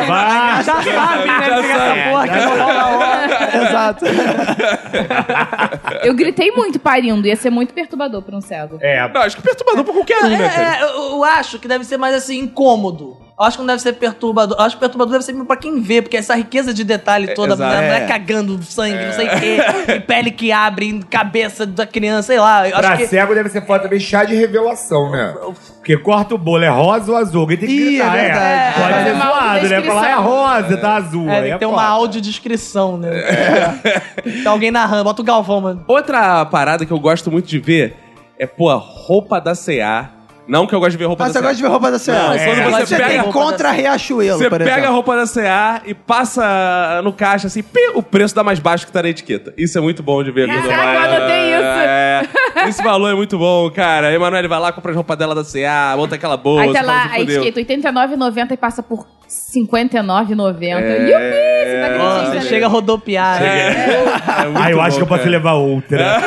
Speaker 3: Já
Speaker 4: Vai.
Speaker 3: sabe, né?
Speaker 1: Já
Speaker 3: que essa
Speaker 1: sabe.
Speaker 3: porra que eu vou falar.
Speaker 2: Exato.
Speaker 5: Eu gritei muito parindo, ia ser muito perturbador pra um cego.
Speaker 4: É,
Speaker 1: Não, acho que perturbador pra qualquer um, né, cara?
Speaker 3: É, é, eu, eu acho que deve ser mais assim, incômodo. Eu acho que não deve ser perturbador. Eu acho que perturbador deve ser mesmo pra quem vê, porque essa riqueza de detalhe toda,
Speaker 1: exato.
Speaker 3: a mulher
Speaker 2: É.
Speaker 3: cagando sangue, não sei o quê, e pele que abre, e cabeça da criança, sei lá. Eu
Speaker 4: pra
Speaker 3: acho que...
Speaker 4: cego deve ser foda também chá de revelação, né? Porque corta o bolo, é rosa ou azul? Alguém tem que
Speaker 2: Ih,
Speaker 4: gritar,
Speaker 2: é
Speaker 4: é.
Speaker 2: verdade.
Speaker 4: Pode
Speaker 5: É.
Speaker 4: ser zoado, né? Falar é rosa, tá azul.
Speaker 3: É,
Speaker 4: aí
Speaker 3: tem
Speaker 4: é
Speaker 3: que ter uma
Speaker 4: foda.
Speaker 3: audiodescrição, né? Tem alguém narrando, bota o Galvão, mano.
Speaker 1: Outra parada que eu gosto muito de ver é, pô, a roupa da C&A. Não que eu gosto de ver roupa
Speaker 2: Ah,
Speaker 1: da
Speaker 2: você
Speaker 1: C&A.
Speaker 2: gosta de ver roupa da Ceará.
Speaker 1: Não,
Speaker 2: É.
Speaker 1: quando você
Speaker 2: Você
Speaker 1: pega
Speaker 2: tem
Speaker 3: roupa
Speaker 2: contra
Speaker 3: da-
Speaker 2: Riachuelo,
Speaker 1: Você
Speaker 2: por
Speaker 1: pega a
Speaker 2: exemplo.
Speaker 1: roupa da CA e passa no caixa assim, pi, o preço dá mais baixo que tá na etiqueta. Isso é muito bom de ver.
Speaker 5: Caraca,
Speaker 1: quando vai-
Speaker 5: eu anotei
Speaker 1: É, esse valor é muito bom, cara. A Emanuele vai lá, compra as roupas dela da CA, monta aquela bolsa.
Speaker 5: Aí tá
Speaker 1: fala
Speaker 5: lá,
Speaker 1: assim,
Speaker 5: aí
Speaker 1: "Fudeu."
Speaker 5: escrito 89,90 e passa por 59,90. É... Yupi, você não
Speaker 3: Nossa,
Speaker 5: acredita, né?
Speaker 3: chega a rodopiar.
Speaker 1: É.
Speaker 3: né?
Speaker 1: É muito
Speaker 4: Ah, eu acho
Speaker 1: bom,
Speaker 4: que eu posso
Speaker 1: cara.
Speaker 4: levar outra.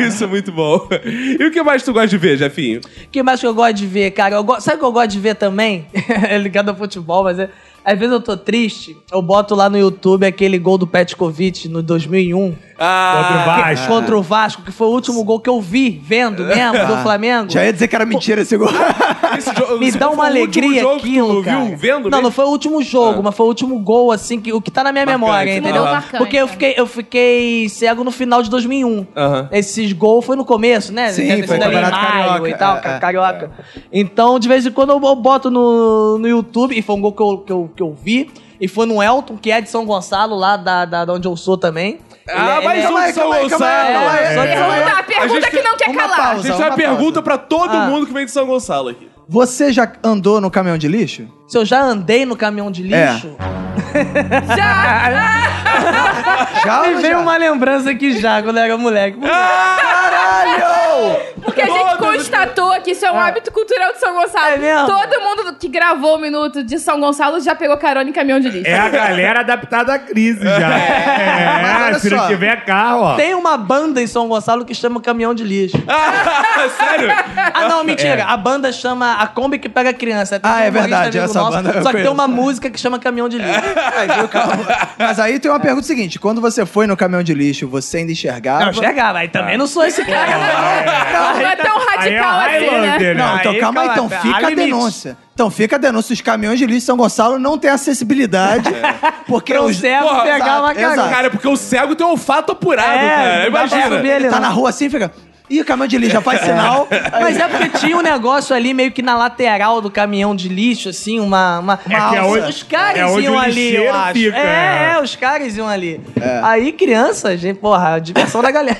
Speaker 1: Isso é muito bom. E o que mais tu gosta de ver, Jefinho?
Speaker 3: O que mais que eu gosto de ver, cara? Eu go- Sabe o que eu gosto de ver também? é ligado ao futebol, mas é... Às vezes eu tô triste, eu boto lá no YouTube aquele gol do Petkovic no 2001.
Speaker 4: Contra o
Speaker 1: Ah,
Speaker 3: que-
Speaker 4: Vasco.
Speaker 3: Contra o Vasco, que foi o último gol que eu vi vendo mesmo,
Speaker 4: Ah.
Speaker 3: do Flamengo.
Speaker 2: Ah. Já ia dizer que era mentira esse gol.
Speaker 1: Ah, esse jogo,
Speaker 3: Me
Speaker 1: esse
Speaker 3: dá
Speaker 1: foi
Speaker 3: uma
Speaker 1: o último
Speaker 3: alegria
Speaker 1: jogo que tu
Speaker 3: aquilo, cara.
Speaker 1: Viu? Vendo
Speaker 3: não,
Speaker 1: mesmo?
Speaker 3: não foi o último jogo, mas foi o último gol, assim, que, o que tá na minha
Speaker 1: Marcante,
Speaker 3: memória, entendeu?
Speaker 1: aham.
Speaker 5: Marcante,
Speaker 3: Porque eu
Speaker 5: né?
Speaker 3: fiquei, eu fiquei cego no final de 2001.
Speaker 1: Aham.
Speaker 3: Esses gols foi no começo, né?
Speaker 2: Sim,
Speaker 3: Deve ter
Speaker 2: foi
Speaker 3: sido ali em
Speaker 2: Campeonato
Speaker 3: maio
Speaker 2: Carioca,
Speaker 3: e tal,
Speaker 2: é,
Speaker 3: ca-
Speaker 2: é.
Speaker 3: carioca. Então, de vez em quando, eu boto no, no YouTube, e foi um gol que eu, que, eu, que eu vi, e foi no Elton, que é de São Gonçalo, lá da, da, da onde eu sou também.
Speaker 1: Ah,
Speaker 3: Ele é-
Speaker 1: mais
Speaker 3: ele é-
Speaker 1: um de São Gonçalo.
Speaker 2: aí, calma aí, calma aí.
Speaker 5: é. Tá, Pergunta,
Speaker 1: A
Speaker 5: pergunta
Speaker 1: gente
Speaker 5: que não quer
Speaker 2: uma
Speaker 5: calar.
Speaker 1: A
Speaker 2: pausa.
Speaker 1: gente tem uma
Speaker 2: Uma
Speaker 1: é
Speaker 2: pausa.
Speaker 1: pergunta pra todo
Speaker 3: Ah.
Speaker 1: mundo que vem de São Gonçalo aqui.
Speaker 2: Você já andou no caminhão de lixo?
Speaker 3: Se eu já andei no caminhão de
Speaker 2: É.
Speaker 3: lixo...
Speaker 2: Já ou
Speaker 3: Me
Speaker 2: não
Speaker 3: veio
Speaker 2: já?
Speaker 3: uma lembrança aqui já, quando eu era moleque.
Speaker 2: Caralho!
Speaker 5: Porque a gente constatou que isso é um hábito cultural de São Gonçalo.
Speaker 3: Ah. É mesmo?
Speaker 5: Todo mundo que gravou o minuto de São Gonçalo já pegou carona em caminhão de lixo.
Speaker 4: É a galera adaptada à crise já.
Speaker 2: Mas
Speaker 4: É,
Speaker 2: olha
Speaker 4: se não
Speaker 2: só.
Speaker 4: tiver carro, ó.
Speaker 3: Tem uma banda em São Gonçalo que chama Caminhão de Lixo.
Speaker 1: Ah, sério?
Speaker 3: Ah, não, mentira. A banda chama A Kombi que Pega Criança. Tem
Speaker 2: Ah,
Speaker 3: um
Speaker 2: é
Speaker 3: humorista
Speaker 2: verdade,
Speaker 3: amigo
Speaker 2: essa banda eu
Speaker 3: Só que tem
Speaker 2: conheço.
Speaker 3: uma música que chama Caminhão de Lixo.
Speaker 2: Aí, viu, calma. Mas aí tem uma pergunta seguinte: quando você foi no caminhão de lixo, você ainda enxergava?
Speaker 3: Não, chega, vai. Também não sou esse cara, não.
Speaker 5: Não é tão
Speaker 4: Aí é
Speaker 5: radical assim, né?
Speaker 4: Highlander,
Speaker 2: Não,
Speaker 4: né?
Speaker 2: então
Speaker 3: Aí,
Speaker 2: calma aí,
Speaker 3: calma,
Speaker 2: então
Speaker 3: há
Speaker 2: fica a
Speaker 3: limites.
Speaker 2: denúncia. Então fica a denúncia, os caminhões de lixo de São Gonçalo não têm acessibilidade, porque
Speaker 3: Pra um
Speaker 2: os...
Speaker 3: cego
Speaker 1: Porra,
Speaker 3: pegar uma
Speaker 2: exato, exato.
Speaker 3: cagada. É,
Speaker 1: Cara, porque o cego tem um olfato apurado, cara.
Speaker 3: não dá pra
Speaker 1: Imagina.
Speaker 3: subir ali,
Speaker 2: tá
Speaker 3: não.
Speaker 2: na rua assim, fica... Ih, o caminhão de lixo já faz sinal.
Speaker 3: Mas é porque tinha um negócio ali meio que na lateral do caminhão de lixo, assim, uma. uma, uma
Speaker 4: que é
Speaker 3: alça.
Speaker 4: onde-
Speaker 3: os caras
Speaker 4: é onde
Speaker 3: iam
Speaker 4: o
Speaker 3: ali, eu
Speaker 4: lixeiro
Speaker 3: acho.
Speaker 4: fica,
Speaker 3: é,
Speaker 4: é.
Speaker 3: é, os caras iam ali. Aí crianças, gente, porra, a diversão da galera.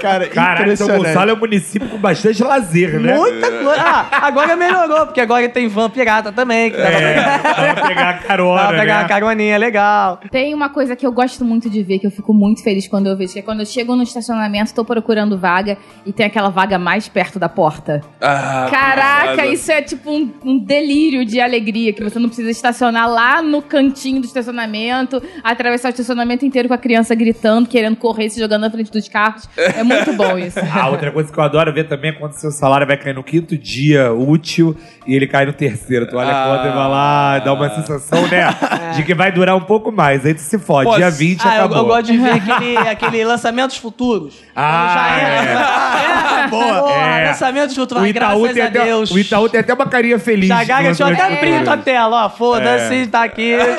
Speaker 2: Cara,
Speaker 4: Caralho, São então Gonçalo é um município com bastante lazer, né?
Speaker 3: Muita coisa. Ah, agora melhorou, porque agora tem van pirata também, que dá pra
Speaker 4: É,
Speaker 3: pegar,
Speaker 4: dá pra pegar a
Speaker 3: dá
Speaker 4: carona,
Speaker 3: pra pegar
Speaker 4: né?
Speaker 3: uma caroninha é legal.
Speaker 5: Tem uma coisa que eu gosto muito de ver, que eu fico muito feliz quando eu vejo, que é quando eu chego no estacionamento, tô procurando vaga e tem aquela vaga mais perto da porta.
Speaker 1: Ah,
Speaker 5: Caraca,
Speaker 1: cara.
Speaker 5: isso é tipo um, um delírio de alegria, que você não precisa estacionar lá no cantinho do estacionamento, atravessar o estacionamento inteiro com a criança gritando, querendo correr, se jogando na frente dos carros. É muito bom isso.
Speaker 4: Ah, outra coisa que eu adoro ver também é quando seu salário vai cair no quinto dia útil e ele cai no terceiro. Tu olha
Speaker 1: Ah.
Speaker 4: a conta e vai lá, dá uma sensação, né?
Speaker 3: É.
Speaker 4: De que vai durar um pouco mais. Aí tu se fode.
Speaker 1: Posso?
Speaker 4: Dia 20
Speaker 3: Ah, eu,
Speaker 4: acabou.
Speaker 3: eu gosto de ver aquele, aquele lançamentos futuros.
Speaker 4: Ah,
Speaker 3: já
Speaker 4: é.
Speaker 3: era. É,
Speaker 4: Boa.
Speaker 3: Porra,
Speaker 4: É.
Speaker 3: lançamentos futuros.
Speaker 4: o
Speaker 3: Ah,
Speaker 4: Itaú,
Speaker 3: graças
Speaker 4: tem
Speaker 3: a
Speaker 4: até,
Speaker 3: Deus.
Speaker 4: o Itaú tem até uma carinha feliz.
Speaker 3: Jagaga
Speaker 4: no-
Speaker 3: tinha
Speaker 4: no-
Speaker 3: até print a tela, ó. Foda-se, tá aqui.
Speaker 1: É.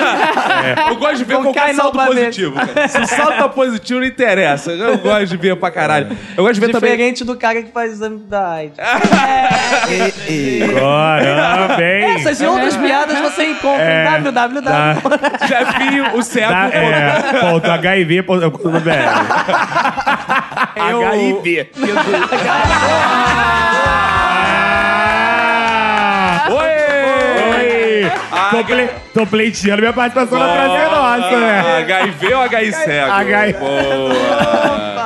Speaker 1: Eu gosto de ver
Speaker 3: Não
Speaker 1: qualquer
Speaker 3: cai não
Speaker 1: saldo
Speaker 3: pra ver.
Speaker 1: positivo. cara. Se o saldo tá positivo, não interessa. Eu gosto de ver pra caralho. Eu gosto de ver também.
Speaker 3: Diferente do cara que faz exame da AIDS.
Speaker 1: É.
Speaker 4: Caramba, hein?
Speaker 3: Essas e outras piadas você encontra
Speaker 4: É.
Speaker 3: em www.
Speaker 4: Dá-
Speaker 1: Já vi o cego.
Speaker 4: dá- é, ponto HIV, ponto, ponto BR.
Speaker 1: Eu-
Speaker 4: HIV. Ah!
Speaker 1: Oi!
Speaker 4: Oi! Tô, ple... tô pleiteando minha participação na frase é nossa,
Speaker 1: Ah,
Speaker 4: né?
Speaker 1: HIV ou HI cego?
Speaker 4: H I.
Speaker 1: Boa.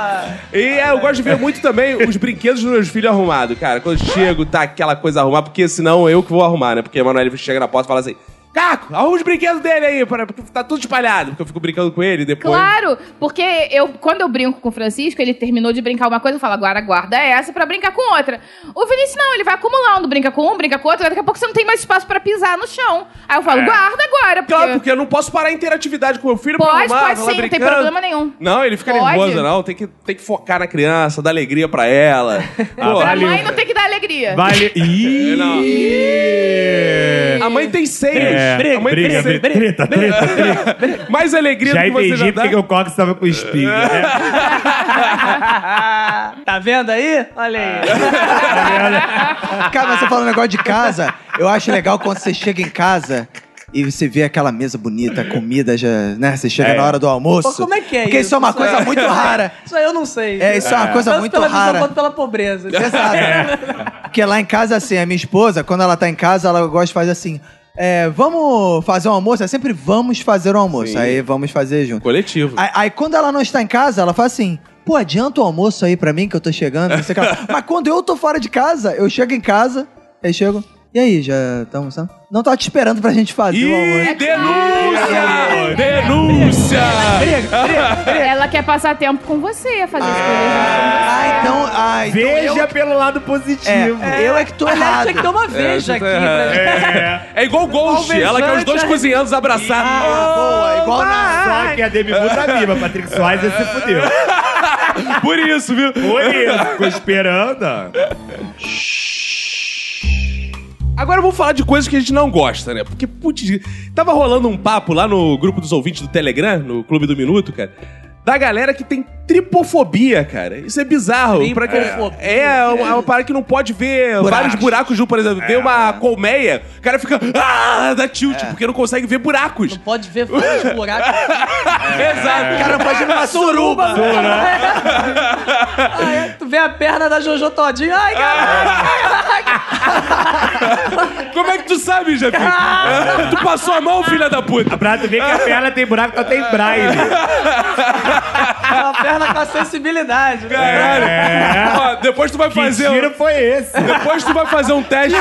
Speaker 1: E é, eu gosto de ver muito também os brinquedos dos meus filhos arrumados, cara. Quando eu chego, tá aquela coisa arrumada, porque senão eu que vou arrumar, né? Porque a Manoel chega na porta e fala assim: Caco, arruma os brinquedos dele aí, pra- porque tá tudo espalhado. Porque eu fico brincando com ele depois.
Speaker 5: Claro, porque eu, quando eu brinco com o Francisco, ele terminou de brincar uma coisa, eu falo, agora guarda essa pra brincar com outra. O Vinícius não, ele vai acumulando, brinca com um, brinca com outro, daqui a pouco você não tem mais espaço pra pisar no chão. Aí eu falo, guarda agora, porque...
Speaker 1: Claro, porque eu não posso parar a interatividade com o meu filho pra
Speaker 5: Pode,
Speaker 1: arrumar,
Speaker 5: pode
Speaker 1: falar
Speaker 5: sim, não tem
Speaker 1: brincando.
Speaker 5: problema nenhum.
Speaker 1: Não, ele fica
Speaker 5: Pode.
Speaker 1: nervoso, não. Tem que, tem que focar na criança, dar alegria pra ela. Pô,
Speaker 5: Pra
Speaker 4: Valeu.
Speaker 5: mãe não tem que dar alegria.
Speaker 4: Vale. Ih!
Speaker 1: Não. A mãe tem um seios.
Speaker 4: É,
Speaker 1: a mãe
Speaker 4: briga,
Speaker 1: tem seios.
Speaker 4: briga, treta, treta, treta.
Speaker 1: Mais alegria
Speaker 4: Já
Speaker 1: do que você já
Speaker 4: entendi
Speaker 1: dá. É.
Speaker 4: porque que o Cox tava com espinha. né?
Speaker 3: tá vendo aí? Olha aí.
Speaker 1: É.
Speaker 2: Cara, mas você falou um negócio de casa. Eu acho legal quando você chega em casa e você vê aquela mesa bonita, a comida já, né? Você chega
Speaker 4: É.
Speaker 2: na hora do almoço.
Speaker 3: Pô, como é que é
Speaker 2: Porque
Speaker 3: isso?
Speaker 2: isso é uma
Speaker 3: Isso
Speaker 2: coisa
Speaker 3: é-
Speaker 2: muito rara.
Speaker 3: Isso aí eu não sei.
Speaker 2: É, isso é uma coisa
Speaker 3: Tanto
Speaker 2: muito
Speaker 3: pela
Speaker 2: rara.
Speaker 3: quanto pela pobreza.
Speaker 2: Exato.
Speaker 1: É.
Speaker 2: Porque lá em casa, assim, a minha esposa, quando ela tá em casa, ela gosta de fazer assim. é, vamos fazer um almoço? É sempre vamos fazer um almoço.
Speaker 1: Sim.
Speaker 2: Aí vamos fazer junto.
Speaker 1: Coletivo.
Speaker 2: Aí, aí quando ela não está em casa, ela fala assim: pô, adianta o almoço aí pra mim que eu tô chegando. não sei o que lá. Mas quando eu tô fora de casa, eu chego em casa, aí chego. E aí, já tá almoçando? Não tava te esperando pra gente fazer o
Speaker 1: Ih,
Speaker 2: almoço.
Speaker 1: denúncia! Denúncia!
Speaker 5: Ela quer passar tempo com você, fazer as coisas.
Speaker 2: Ah, então. Ah, então eu,
Speaker 4: Veja pelo lado positivo.
Speaker 2: é, eu é que tô
Speaker 3: Aliás,
Speaker 2: errado.
Speaker 3: tinha que ter uma veja aqui. pra gente.
Speaker 4: É.
Speaker 1: É igual Ghost.
Speaker 3: Alvejante,
Speaker 1: Ela quer os dois
Speaker 3: né?
Speaker 1: cozinhados
Speaker 2: Ah,
Speaker 1: abraçados.
Speaker 2: boa, igual na.
Speaker 4: Só que a Demi Moore tá viva, Patrick Swayze se fudeu.
Speaker 1: Por isso, viu?
Speaker 4: Por isso, ficou esperando.
Speaker 1: Agora eu vou falar de coisas que a gente não gosta, né? Porque, putz, tava rolando um papo lá no grupo dos ouvintes do Telegram, no Clube do Minuto, cara. Da galera que tem tripofobia, cara. Isso é bizarro. Pra
Speaker 3: Tripofobia.
Speaker 1: que... É, é uma, é uma parada que não pode ver
Speaker 2: Buracos.
Speaker 1: vários buracos juntos. Por exemplo, vê
Speaker 4: É.
Speaker 1: uma colmeia, o cara fica. Ah, dá tilt, porque não consegue ver buracos.
Speaker 3: É. Não pode ver vários buracos.
Speaker 1: Exato.
Speaker 2: O cara não pode ir numa suruba.
Speaker 1: né?
Speaker 3: Ah, é? Tu vê a perna da Jojo todinha. Ai, caralho.
Speaker 1: Como é que tu sabe, Jeff? tu passou a mão, filha da puta.
Speaker 4: Pra tu ver que a perna tem buraco, tá até em braille.
Speaker 3: Uma perna com a sensibilidade. né?
Speaker 1: Caralho.
Speaker 4: É.
Speaker 1: Ó, depois tu vai
Speaker 4: Que
Speaker 1: fazer. um-
Speaker 4: tiro foi esse?
Speaker 1: Depois tu vai fazer um teste.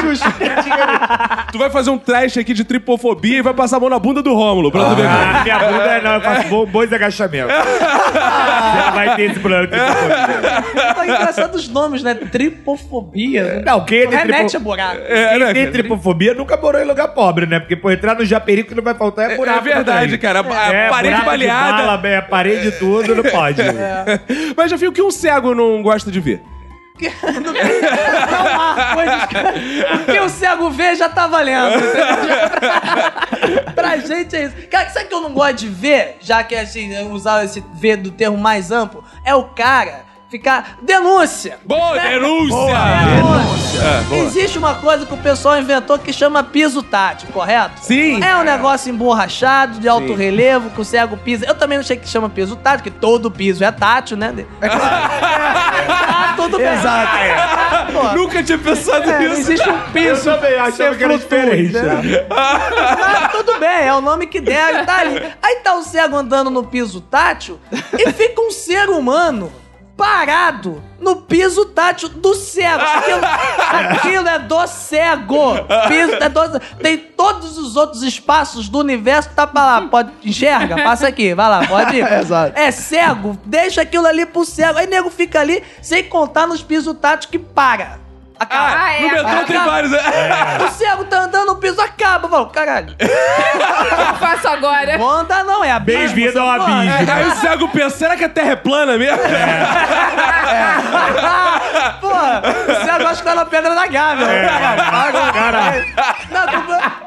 Speaker 1: tu vai fazer um teste aqui de tripofobia e vai passar a mão na bunda do Rômulo pra tu ver. como-
Speaker 4: Ah, minha bunda é não, eu faço bo- bons agachamentos. Você vai ter esse problema.
Speaker 3: Tá engraçado os nomes, né? Tripofobia.
Speaker 4: Não, quem tem,
Speaker 3: Remete a
Speaker 4: tripo...
Speaker 3: buraco.
Speaker 1: É, né,
Speaker 4: quem tem
Speaker 1: cara?
Speaker 4: tripofobia nunca morou em lugar pobre, né? Porque, pô, entrar no Japeri que não vai faltar é buraco.
Speaker 1: É verdade,
Speaker 4: também.
Speaker 1: cara. A- a
Speaker 4: É,
Speaker 1: parede
Speaker 4: buraco de
Speaker 1: baleada.
Speaker 4: bala, é, parede e tudo, não pode.
Speaker 3: É.
Speaker 1: Mas já viu que um cego não gosta de ver?
Speaker 3: Não há coisas que- O que o cego vê já tá valendo. entendeu? pra gente é isso. Cara, sabe o que eu não gosto de ver? Já que assim, usar esse ver do termo mais amplo, é o cara ficar. Denúncia!
Speaker 1: Boa, denúncia!
Speaker 3: Denúncia.
Speaker 1: É, boa.
Speaker 3: Existe uma coisa que o pessoal inventou que chama piso tático, correto?
Speaker 1: Sim.
Speaker 3: É um negócio emborrachado, de alto relevo, que o cego pisa. Eu também não sei que chama piso tático, que todo piso é tátil, né? É claro. tudo bem.
Speaker 2: Exato.
Speaker 3: Ah, pô.
Speaker 1: Nunca tinha pensado
Speaker 3: É,
Speaker 1: nisso.
Speaker 3: existe um piso.
Speaker 4: Eu também, achava
Speaker 3: Você
Speaker 4: que
Speaker 3: flutua,
Speaker 4: era diferente,
Speaker 3: né? Mas tudo bem, é o nome que der, tá ali. Aí tá o cego andando no piso tátil e fica um ser humano parado no piso tátil do cego. Aquilo, aquilo é do cego. Piso é do, tem todos os outros espaços do universo, tá pra lá, pode, enxerga, passa aqui, vai lá, pode ir.
Speaker 2: Exato.
Speaker 3: É cego, deixa aquilo ali pro cego. Aí nego fica ali, sem contar nos pisos tátil que para. Acaba.
Speaker 5: Ah, é.
Speaker 1: no metrô
Speaker 5: agora É.
Speaker 1: tem vários. né?
Speaker 3: O cego tá andando, no piso acaba, mano. Caralho.
Speaker 5: eu faço agora.
Speaker 3: Vou andar não, é a bispo,
Speaker 4: Bem-vindo
Speaker 3: seu
Speaker 4: ao
Speaker 3: porra.
Speaker 4: abismo.
Speaker 1: Aí o cego pensa, será que a terra é plana mesmo?
Speaker 3: Porra, Ah, o cego acha que tá na pedra da Gávea.
Speaker 4: É, Cara,
Speaker 3: Não, tu,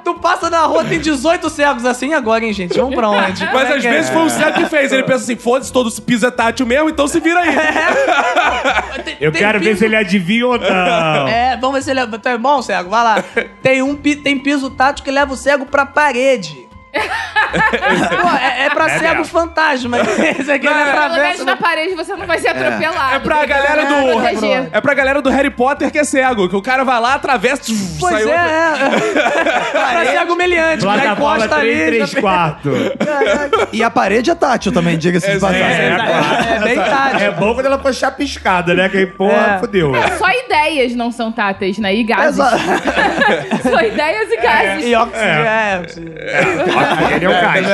Speaker 3: tu passa na rua, tem 18 cegos assim e agora, hein, gente? Vamos pra onde? Como
Speaker 1: Mas
Speaker 3: é
Speaker 1: às
Speaker 3: que é?
Speaker 1: vezes foi o cego que fez. Ele pensa assim, foda-se, todo esse piso é tátil mesmo, então se vira aí.
Speaker 3: Tem-
Speaker 4: eu
Speaker 3: tem
Speaker 4: quero ver
Speaker 3: piso-
Speaker 4: se ele adivinha ou não.
Speaker 3: É, vamos ver se ele é... Tu é bom, cego? Vai lá. Tem, um, pi- tem piso tático que leva o cego pra parede. Pô, é, é pra
Speaker 4: É
Speaker 3: cego
Speaker 4: mesmo.
Speaker 3: fantasma. Esse aqui ele
Speaker 5: Se você
Speaker 3: atravessa.
Speaker 5: atravessa na parede, você não vai ser atropelado. então, né?
Speaker 1: É pra galera do.
Speaker 5: Proteger.
Speaker 1: É pra galera do Harry Potter que é cego. Que o cara vai lá, atravessa. tchum,
Speaker 3: Pois
Speaker 1: sai
Speaker 3: é,
Speaker 1: outro.
Speaker 3: é. é. pra cego meliante. Já
Speaker 4: Plataforma
Speaker 3: encosta ali.
Speaker 4: 3,
Speaker 3: já-
Speaker 4: 3, 4.
Speaker 2: E a parede é tátil também, diga-se de passagem.
Speaker 3: É, é, é bem tático.
Speaker 4: É bom quando ela for chapiscada, né? Que aí, porra,
Speaker 3: É.
Speaker 4: fodeu.
Speaker 5: Só ideias não são táteis, né? E gases.
Speaker 2: Exa-
Speaker 5: Só ideias
Speaker 1: É.
Speaker 5: e gases.
Speaker 3: E óxido. É.
Speaker 4: Ele é um
Speaker 3: É.
Speaker 4: caixa.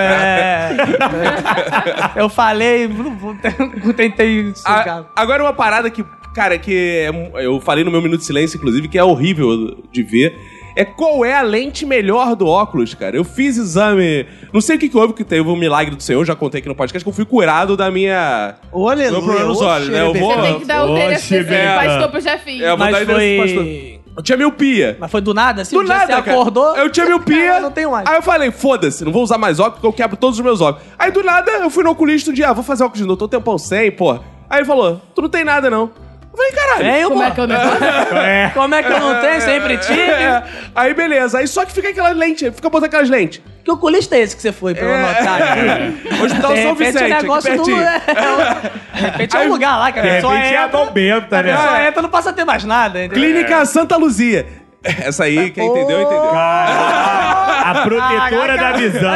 Speaker 3: Eu falei, não vou- eu tentei
Speaker 1: A-
Speaker 3: sugar.
Speaker 1: agora uma parada que, cara, que é mu- eu falei no meu minuto de silêncio, inclusive, que é horrível de ver. É qual é a lente melhor do óculos, cara? Eu fiz exame. Não sei o que, que houve, que teve um milagre do Senhor, já contei aqui no podcast, que eu fui curado da minha.
Speaker 2: Olha,
Speaker 1: Meu problema nos
Speaker 2: oxe,
Speaker 1: olhos, né? Eu
Speaker 2: bebê.
Speaker 1: vou-
Speaker 5: Você tem que dar o
Speaker 4: Oxe,
Speaker 5: endereço desse
Speaker 4: velho.
Speaker 5: pastor pro Jefinho.
Speaker 1: É, eu vou
Speaker 3: Mas
Speaker 1: dar ideia
Speaker 3: foi-
Speaker 1: desse pastor. Eu tinha miopia.
Speaker 3: Mas foi do nada, assim?
Speaker 1: Do
Speaker 3: um dia
Speaker 1: nada,
Speaker 3: você
Speaker 1: cara.
Speaker 3: acordou.
Speaker 1: Eu tinha miopia.
Speaker 3: Cara, não tenho mais.
Speaker 1: Aí eu falei, foda-se, não vou usar mais óculos porque eu quebro todos os meus óculos. Aí do nada eu fui no oculista um dia, ah, vou fazer óculos de novo, tô um tempão sem, porra. Aí ele falou, tu não tem nada não. Eu falei, caralho.
Speaker 3: Tenho,
Speaker 5: Como
Speaker 3: pô.
Speaker 5: é que eu não
Speaker 4: É.
Speaker 3: Como é que eu não tenho? Sempre tive.
Speaker 1: É. Aí beleza, aí só que fica aquelas lentes, fica botando aquelas lentes.
Speaker 3: Que oculista é esse que você foi, pra eu anotar?
Speaker 1: Hospital
Speaker 3: De
Speaker 1: tá São
Speaker 3: repente,
Speaker 1: Vicente,
Speaker 3: o negócio
Speaker 1: aqui
Speaker 3: do...
Speaker 1: pertinho.
Speaker 3: De repente é
Speaker 1: Aí-
Speaker 3: um lugar lá,
Speaker 4: De
Speaker 3: cara. Só
Speaker 4: repente é a
Speaker 3: entra,
Speaker 1: tá
Speaker 4: bombenta, né?
Speaker 3: só é entra, não passa a ter mais nada. entendeu?
Speaker 4: É.
Speaker 1: Clínica Santa Luzia. Essa aí, quem entendeu, entendeu.
Speaker 4: Cara, a
Speaker 3: Ah,
Speaker 4: protetora da visão.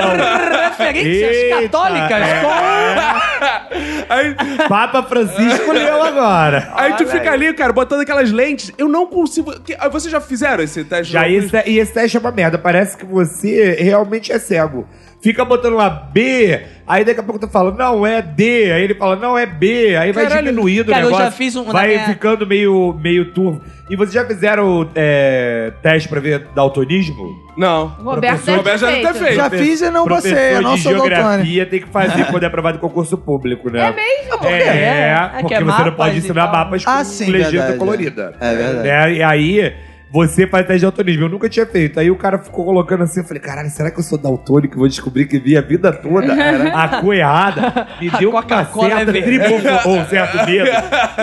Speaker 3: Referências
Speaker 4: Eita,
Speaker 3: católicas
Speaker 4: é.
Speaker 3: com...
Speaker 1: Aí,
Speaker 4: Papa Francisco leu agora.
Speaker 1: aí tu fica ali, cara, botando aquelas lentes. Eu não consigo. que- ah, Vocês já fizeram esse teste?
Speaker 4: Já
Speaker 1: de óculos?
Speaker 4: esse, e esse teste é uma merda. Parece que você realmente é cego. Fica botando lá B, aí daqui a pouco tu fala, não é D, aí ele fala, não é B, aí vai
Speaker 1: Caralho.
Speaker 4: diminuindo
Speaker 3: Cara,
Speaker 4: o
Speaker 3: eu
Speaker 4: negócio.
Speaker 3: já fiz um-
Speaker 4: Vai
Speaker 3: na minha-
Speaker 4: ficando meio, meio turvo. E vocês já fizeram é, teste pra ver daltonismo?
Speaker 1: Não.
Speaker 5: Roberto
Speaker 1: O Roberto já deve ter feito.
Speaker 2: Já fiz e não
Speaker 4: Professor
Speaker 2: passei, eu não
Speaker 4: de
Speaker 2: sou doutor.
Speaker 4: geografia tem que fazer quando é aprovado em concurso público, né?
Speaker 5: É mesmo?
Speaker 4: É,
Speaker 3: É que é
Speaker 4: porque você
Speaker 3: mapas
Speaker 4: não pode
Speaker 3: e
Speaker 4: ensinar
Speaker 3: tal.
Speaker 4: mapas com
Speaker 2: Ah, sim,
Speaker 4: legenda
Speaker 2: verdade, é.
Speaker 4: colorida.
Speaker 2: É verdade.
Speaker 4: Né? E aí, você faz teste de daltonismo. Eu nunca tinha feito. Aí o cara ficou colocando assim, eu falei, caralho, será que eu sou daltônico e vou descobrir que vi a vida toda Tá a cor errada? Me deu uma
Speaker 3: Coca-Cola é
Speaker 4: certa
Speaker 3: verde.
Speaker 4: tribufo, ou um certo medo.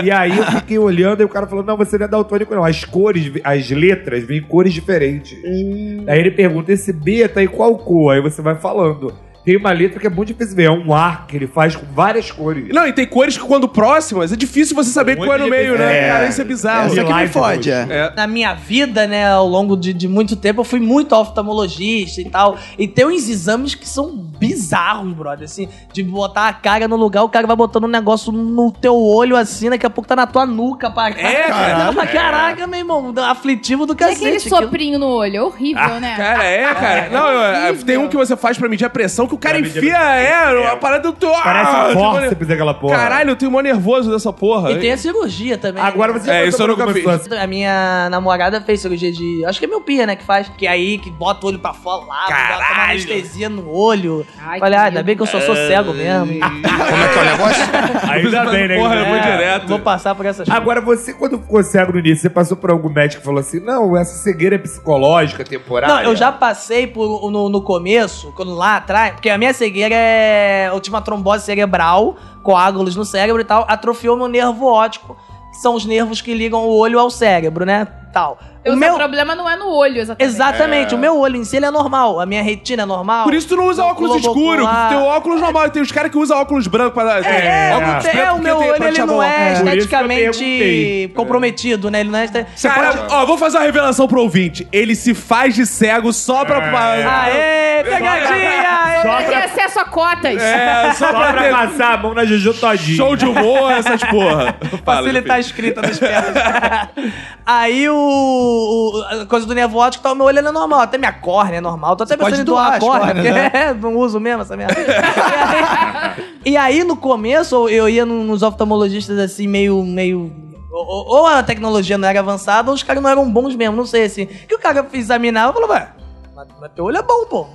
Speaker 4: E aí eu fiquei olhando e o cara falou, não, você não é daltônico não. As cores, as letras vêm em cores diferentes. Aí ele pergunta, esse B tá em qual cor? Aí você vai falando. Tem uma letra que é muito difícil ver, é um ar que ele faz com várias cores.
Speaker 1: Não, e tem cores que quando próximas é difícil você saber
Speaker 4: Muito
Speaker 1: qual é no meio,
Speaker 4: difícil.
Speaker 1: né?
Speaker 4: É.
Speaker 1: Cara, isso é bizarro.
Speaker 4: É,
Speaker 2: Essa aqui me
Speaker 4: Live
Speaker 2: fode, é.
Speaker 1: É.
Speaker 3: Na minha vida, né, ao longo de, de muito tempo, eu fui muito oftalmologista e tal. E tem uns exames que são bizarros, brother. Assim, de botar a cara no lugar, o cara vai botando um negócio no teu olho, assim, daqui a pouco tá na tua nuca, pá.
Speaker 1: É, cara.
Speaker 3: Caraca, meu irmão, aflitivo do
Speaker 5: E
Speaker 3: é cacete. Ah,
Speaker 5: aquele
Speaker 3: aquilo.
Speaker 5: soprinho no olho, é horrível, né?
Speaker 1: Cara, é, cara. Não, eu-
Speaker 5: horrível.
Speaker 1: tem um que você faz pra medir a pressão que o cara
Speaker 4: Pra medir a
Speaker 1: enfia, é, a parada do teu.
Speaker 4: Parece
Speaker 1: Ah,
Speaker 4: um
Speaker 1: eu tô mane-
Speaker 4: fórceps aquela porra.
Speaker 1: Caralho, eu tenho mó nervoso dessa porra.
Speaker 3: E tem a cirurgia também.
Speaker 4: Agora
Speaker 3: né?
Speaker 4: você
Speaker 1: É,
Speaker 4: já
Speaker 1: isso
Speaker 4: passou
Speaker 1: eu nunca
Speaker 4: por uma
Speaker 1: fiz.
Speaker 4: situação-
Speaker 3: A minha namorada fez cirurgia é de. Acho que é miopia, né? Que faz. Que aí que bota o olho pra fora lá, bota uma
Speaker 1: Caralho! É,
Speaker 3: anestesia no olho.
Speaker 5: Ai,
Speaker 3: Falei, ah,
Speaker 5: que
Speaker 3: ainda bem que eu só sou cego mesmo. e
Speaker 7: Como é que é o negócio?
Speaker 4: Ainda bem, né?
Speaker 1: Porra,
Speaker 4: Guilherme?
Speaker 1: eu vou
Speaker 3: é,
Speaker 1: direto.
Speaker 3: Vou passar por essas coisas.
Speaker 4: Agora, você, quando ficou cego no início, você passou por algum médico que falou assim: não, essa cegueira é psicológica, temporária?
Speaker 3: Não, eu já passei por, no, no começo, quando lá atrás, porque a minha cegueira é. Eu tive uma trombose cerebral, coágulos no cérebro e tal, atrofiou meu nervo óptico, que são os nervos que ligam o olho ao cérebro, né? Tal.
Speaker 5: O
Speaker 3: o
Speaker 5: seu
Speaker 3: meu.
Speaker 5: problema não é no olho, exatamente.
Speaker 3: Exatamente, o meu olho em si ele é normal, a minha retina é normal.
Speaker 1: Por isso tu não usa óculos
Speaker 3: Globo
Speaker 1: escuro.
Speaker 3: ocular.
Speaker 1: Tem óculos normal. Tem os caras que usam óculos branco pra dar.
Speaker 3: É,
Speaker 1: óculos
Speaker 3: é,
Speaker 1: preto
Speaker 3: o
Speaker 1: porque
Speaker 3: meu
Speaker 1: tem-
Speaker 3: olho
Speaker 1: pra
Speaker 3: ele
Speaker 1: chamar
Speaker 3: não é
Speaker 4: óculos. Por isso que eu
Speaker 3: esteticamente
Speaker 2: É.
Speaker 4: perguntei.
Speaker 3: comprometido, né? Ele não é. este-
Speaker 1: Cara, ó, vou fazer uma revelação pro ouvinte. Ele se faz de cego só pra.
Speaker 4: É.
Speaker 3: Ah, Aê, pegadinha!
Speaker 4: Só
Speaker 5: Ele tem
Speaker 4: pra,
Speaker 5: acesso a cotas.
Speaker 1: É, só
Speaker 4: só
Speaker 1: pra
Speaker 4: pra
Speaker 1: ter
Speaker 4: passar a mão na Juju todinha.
Speaker 1: show de humor, essas porra. Fala,
Speaker 3: Facilitar a
Speaker 1: Leopoldo.
Speaker 3: escrita dos pernas. Aí o, o- A coisa do nervo óptico e tal, meu olho ele é normal. Até minha córnea é normal. Tô até
Speaker 2: Você
Speaker 3: pensando em
Speaker 2: pode doar
Speaker 3: doar a
Speaker 2: as
Speaker 3: córnea,
Speaker 2: córneas, né?
Speaker 3: porque é, não uso mesmo essa merda. e, aí, e aí, no começo, eu- eu ia num- nos oftalmologistas assim, meio. meio ou, ou a tecnologia não era avançada, ou os caras não eram bons mesmo, não sei assim. Que o cara examinava e falou, ué, mas, mas teu olho é bom, pô.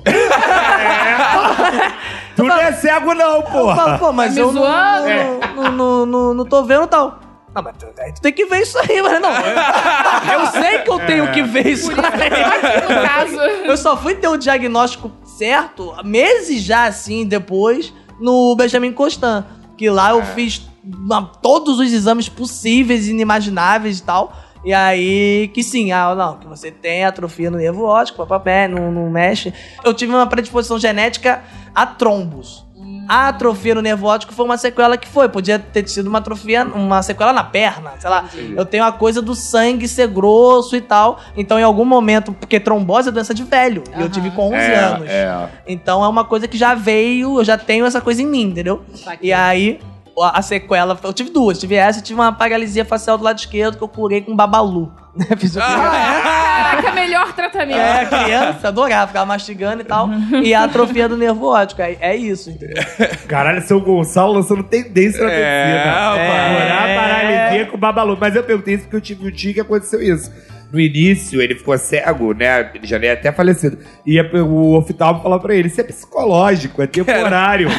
Speaker 4: Tu não é cego, não,
Speaker 3: Eu falo,
Speaker 4: porra.
Speaker 3: pô, mas
Speaker 5: Tá me
Speaker 3: eu não,
Speaker 5: zoando?
Speaker 3: não, não, não, não- não tô vendo tal. Não, mas tu, aí tu tem que ver isso aí, mas não. Eu, eu sei que eu tenho que ver isso aí.
Speaker 5: No caso.
Speaker 3: Eu só fui ter o diagnóstico certo, meses já assim, depois, no Benjamin Constant. Que lá
Speaker 4: É.
Speaker 3: eu fiz uma- todos os exames possíveis, inimagináveis e tal. E aí, que sim, ah, não, que você tem atrofia no nervo óptico, papapé, não, não mexe. Eu tive uma predisposição genética a trombos. A atrofia no nervo óptico foi uma sequela que foi. Podia ter sido uma atrofia, uma sequela na perna, sei lá. Eu tenho a coisa do sangue ser grosso e tal. Então, em algum momento, porque trombose é doença de velho. E eu tive com 11
Speaker 4: É,
Speaker 3: anos.
Speaker 4: é.
Speaker 3: Então é uma coisa que já veio, eu já tenho essa coisa em mim, entendeu? E aí, a, a sequela. Eu tive duas, tive essa e tive uma paralisia facial do lado esquerdo que eu curei com babalu. Né? Fiz o
Speaker 5: Caraca, melhor tratamento.
Speaker 3: é, criança, adorava, ficava mastigando e tal. E a atrofia do nervo óptico. É, é isso, entendeu?
Speaker 4: Caralho, seu Gonçalo lançando tendência na
Speaker 1: É,
Speaker 4: medicina.
Speaker 1: rapaz.
Speaker 4: Curar paralisia com babalu. Mas eu perguntei isso porque eu tive um tio que aconteceu isso. No início, ele ficou cego, né? Ele já é até falecido. E a- o oftalmo falou pra ele: Isso é psicológico, é temporário.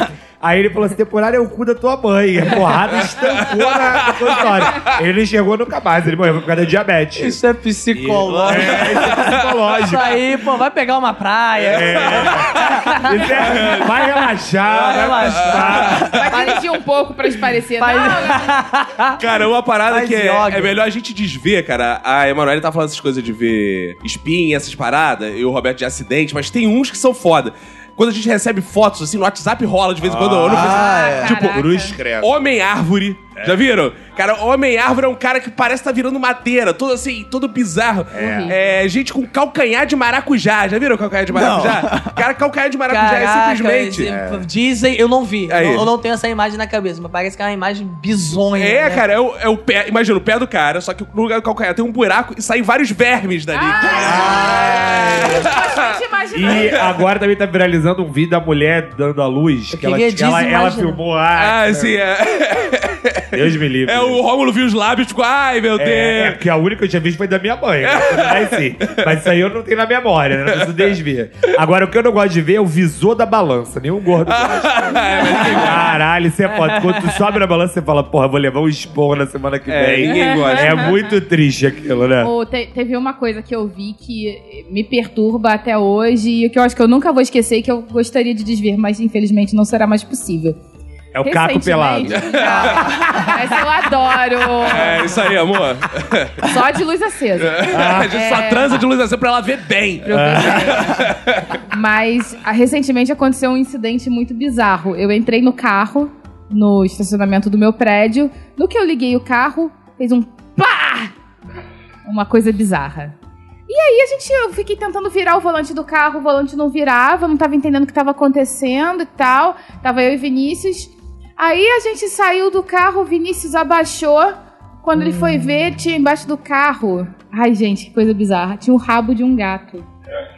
Speaker 4: Aí ele falou assim: temporário é o cu da tua mãe. A porrada estampou na na consultório. Ele não chegou nunca mais, ele morreu por causa da diabetes.
Speaker 3: Isso é psicológico.
Speaker 4: É, isso é psicológico.
Speaker 3: Isso aí, pô, vai pegar uma praia.
Speaker 4: Isso é- vai relaxar,
Speaker 3: Vai
Speaker 4: vai,
Speaker 3: relaxar.
Speaker 4: relaxar.
Speaker 5: Vai dirigir um pouco pra esparecer.
Speaker 3: Faz-
Speaker 5: Não,
Speaker 1: Cara, uma parada
Speaker 3: Faz
Speaker 1: que é,
Speaker 3: yoga.
Speaker 1: é melhor a gente desver, cara. A Emanuele tá falando essas coisas de ver espinha, essas paradas, e o Roberto de acidente, mas tem uns que são foda. Quando a gente recebe fotos, assim, no WhatsApp rola de vez em quando. eu não preciso-
Speaker 5: Ah,
Speaker 1: Tipo,
Speaker 5: caraca.
Speaker 4: Cruz credo. É.
Speaker 1: Homem árvore. Já viram? Cara, homem árvore é um cara que parece que tá virando madeira, todo assim, todo bizarro. É. gente com calcanhar de maracujá. Já viram calcanhar de maracujá? Cara, calcanhar de maracujá é simplesmente.
Speaker 3: esse- Dizem, eu não vi.
Speaker 1: Aí.
Speaker 3: Eu, eu não tenho essa imagem na cabeça, mas parece que é uma imagem bizonha.
Speaker 1: É,
Speaker 3: né?
Speaker 1: cara, é o, é o pé. Imagina, o pé do cara, só que no lugar do calcanhar tem um buraco e saem vários vermes dali.
Speaker 5: Ah, Bastante imaginar.
Speaker 4: E agora também tá viralizando um vídeo da mulher dando a luz.
Speaker 3: Eu
Speaker 4: Que ela,
Speaker 3: queria
Speaker 4: ela, ela
Speaker 3: desimaginar.
Speaker 4: filmou. Ah,
Speaker 1: Ah, assim, é.
Speaker 4: Deus me livre.
Speaker 1: É o Rômulo viu os lábios, ficou, ai meu
Speaker 4: É, é,
Speaker 1: Deus.
Speaker 4: porque a única que eu tinha visto foi da minha mãe. né? Mas, sim. Mas isso aí eu não tenho na memória, né? Não preciso desver. Agora, o que eu não gosto de ver é o visor da balança. Nenhum gordo gosta.
Speaker 1: É,
Speaker 4: Caralho, isso é foda. Quando tu sobe na balança, você fala, porra, vou levar um esporro na semana que
Speaker 1: É,
Speaker 4: vem.
Speaker 1: ninguém gosta.
Speaker 4: É muito triste
Speaker 1: tipo,
Speaker 4: aquilo, né?
Speaker 5: Ou te- teve uma coisa que eu vi que me perturba até hoje e que eu acho que eu nunca vou esquecer e que eu gostaria de desver, mas infelizmente não será mais possível.
Speaker 4: É o caco pelado.
Speaker 5: Recentemente- Não, mas eu adoro.
Speaker 1: É isso aí,
Speaker 5: Ah.
Speaker 1: amor.
Speaker 5: Só de luz acesa. É,
Speaker 1: a gente só transa de luz acesa pra ela ver bem.
Speaker 5: Pra eu ver bem. Mas ah, recentemente aconteceu um incidente muito bizarro. Eu entrei no carro, no estacionamento do meu prédio. No que eu liguei o carro, fez um plá! Uma coisa bizarra. E aí a gente, eu fiquei tentando virar o volante do carro, o volante não virava, não tava entendendo o que tava acontecendo e tal. Tava eu e Vinícius. Aí a gente saiu do carro, o Vinícius abaixou.
Speaker 2: Hum.
Speaker 5: Quando ele foi ver, tinha embaixo do carro. Ai, gente, que coisa bizarra. Tinha o rabo de um gato.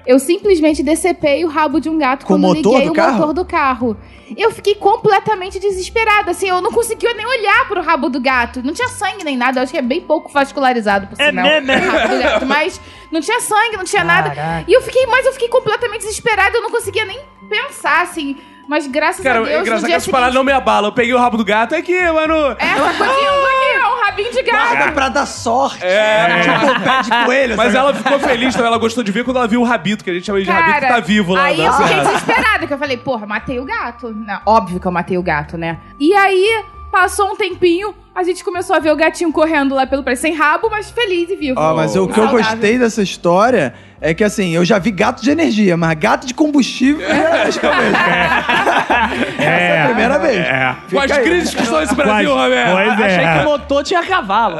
Speaker 5: Eu simplesmente decepei o rabo de um gato
Speaker 2: Com o
Speaker 5: quando
Speaker 2: motor
Speaker 5: liguei
Speaker 2: do
Speaker 5: o
Speaker 2: carro?
Speaker 5: motor do carro. Eu fiquei completamente desesperada, assim, eu não conseguia nem olhar pro rabo do gato. Não tinha sangue nem nada, eu acho que é bem pouco vascularizado,
Speaker 1: É,
Speaker 5: por sinal,
Speaker 1: né,
Speaker 5: o rabo do gato. Ah, Mas não tinha sangue, não tinha nada.
Speaker 3: Caraca.
Speaker 5: E eu fiquei, mas eu fiquei completamente desesperada, eu não conseguia nem pensar, assim. Mas graças
Speaker 1: Cara,
Speaker 5: a
Speaker 1: é
Speaker 5: Deus, no
Speaker 1: engraçado que
Speaker 5: dia
Speaker 1: essas
Speaker 5: seguinte...
Speaker 1: paradas não me abala. Eu peguei o rabo do gato. É que, mano.
Speaker 5: É, tá cozinhando aqui, ó, um rabinho de gato.
Speaker 2: Nada pra dar sorte.
Speaker 1: É.
Speaker 2: Tipo o pé de coelho.
Speaker 1: Mas
Speaker 2: sabe?
Speaker 1: ela ficou feliz também. Ela gostou de ver quando ela viu o rabito, que a gente chama de rabito, tá vivo lá.
Speaker 5: Aí
Speaker 1: na
Speaker 5: eu fiquei
Speaker 1: serra.
Speaker 5: desesperada, que eu falei, porra, matei o gato. Não, óbvio que eu matei o gato, né? E aí, passou um tempinho, a gente começou a ver o gatinho correndo lá pelo prédio, sem rabo, mas feliz e vivo.
Speaker 1: Ah,
Speaker 2: Ó, Ah, mas o que eu
Speaker 5: Saudável.
Speaker 2: gostei dessa história é que, assim, eu já vi gato de energia, mas gato de combustível é a primeira vez que eu vejo, cara. Essa é a primeira vez.
Speaker 4: É.
Speaker 1: Com as crises que estão nesse Brasil,
Speaker 4: Quase.
Speaker 1: Roberto.
Speaker 4: Pois
Speaker 3: Achei que
Speaker 4: é.
Speaker 3: o motor tinha cavalo.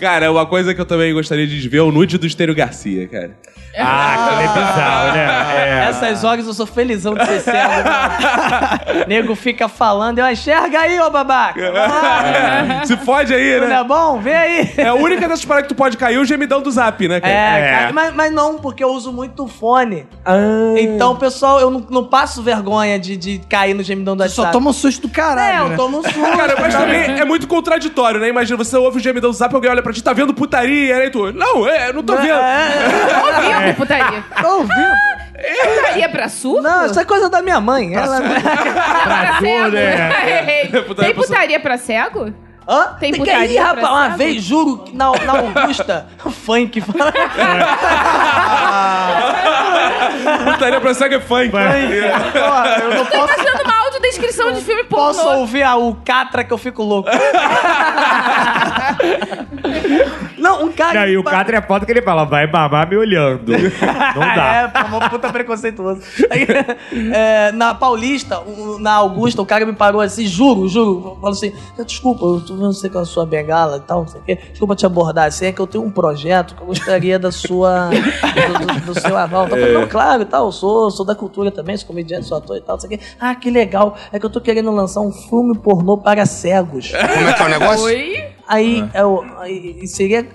Speaker 1: Cara, uma coisa que eu também gostaria de ver é o nude do Estênio Garcia, cara.
Speaker 4: Ah, que é bizarro, né? É.
Speaker 3: Essas horas eu sou felizão de ser cego. Nego fica falando, eu enxerga aí, ô babaca. Vai lá.
Speaker 1: Se fode aí,
Speaker 3: Não é
Speaker 1: né?
Speaker 3: bom? Vem aí.
Speaker 1: É a única dessas paradas que tu pode cair é o gemidão do zap, né,
Speaker 3: É,
Speaker 1: cara?
Speaker 3: cara, mas, mas não, porque eu uso muito fone. Então, pessoal, eu não, não passo vergonha de, de cair no gemidão do
Speaker 2: Eu só
Speaker 3: WhatsApp.
Speaker 2: toma um susto do
Speaker 3: É,
Speaker 2: caralho,
Speaker 3: eu
Speaker 2: né?
Speaker 3: tomo um susto.
Speaker 1: Cara, mas também é muito contraditório, né? Imagina, você ouve o gemidão do zap, alguém olha pra ti, tá vendo putaria, né? E tu, não, é, não tô vendo.
Speaker 3: É,
Speaker 5: Ao vivo, putaria.
Speaker 3: tô ouvindo.
Speaker 5: Putaria pra surdo?
Speaker 3: Não, isso é coisa da minha mãe. Ela...
Speaker 5: pra cego.
Speaker 4: né?
Speaker 5: Errei.
Speaker 1: Putaria
Speaker 5: Tem
Speaker 1: pra
Speaker 5: putaria pra cego?
Speaker 3: Hã?
Speaker 5: Tem
Speaker 3: que aí,
Speaker 5: putaria
Speaker 3: rapaz,
Speaker 5: pra
Speaker 3: uma
Speaker 5: cego?
Speaker 3: vez, juro, que na, na Augusta, funk. fala- Ah.
Speaker 1: Putaria pra cego é funk.
Speaker 3: Porra, eu não posso,
Speaker 5: Fazendo uma audiodescrição de filme pornô.
Speaker 3: posso ouvir a, o Catra que eu fico louco. não, um cara...
Speaker 4: Não, e o Catra é foda que ele fala, vai mamar me olhando. Não
Speaker 3: É,
Speaker 4: dá.
Speaker 3: pô, uma puta preconceituoso. Aí, é, na Paulista, um- na Augusta, o cara me parou assim, juro, juro. Falou assim: desculpa, eu tô vendo você com a sua bengala e tal, não sei o quê. Desculpa te abordar assim, é que eu tenho um projeto que eu gostaria da sua. do, do- do seu aval. Tá
Speaker 1: É.
Speaker 3: falando, "Não, claro e tal, eu sou, sou da cultura também, sou comediante, sou ator e tal, não sei o quê. Ah, que legal, é que eu tô querendo lançar um filme pornô para cegos.
Speaker 7: Como é que é o negócio?
Speaker 5: Oi?
Speaker 3: Aí,
Speaker 1: Ah.
Speaker 3: eu, aí seria.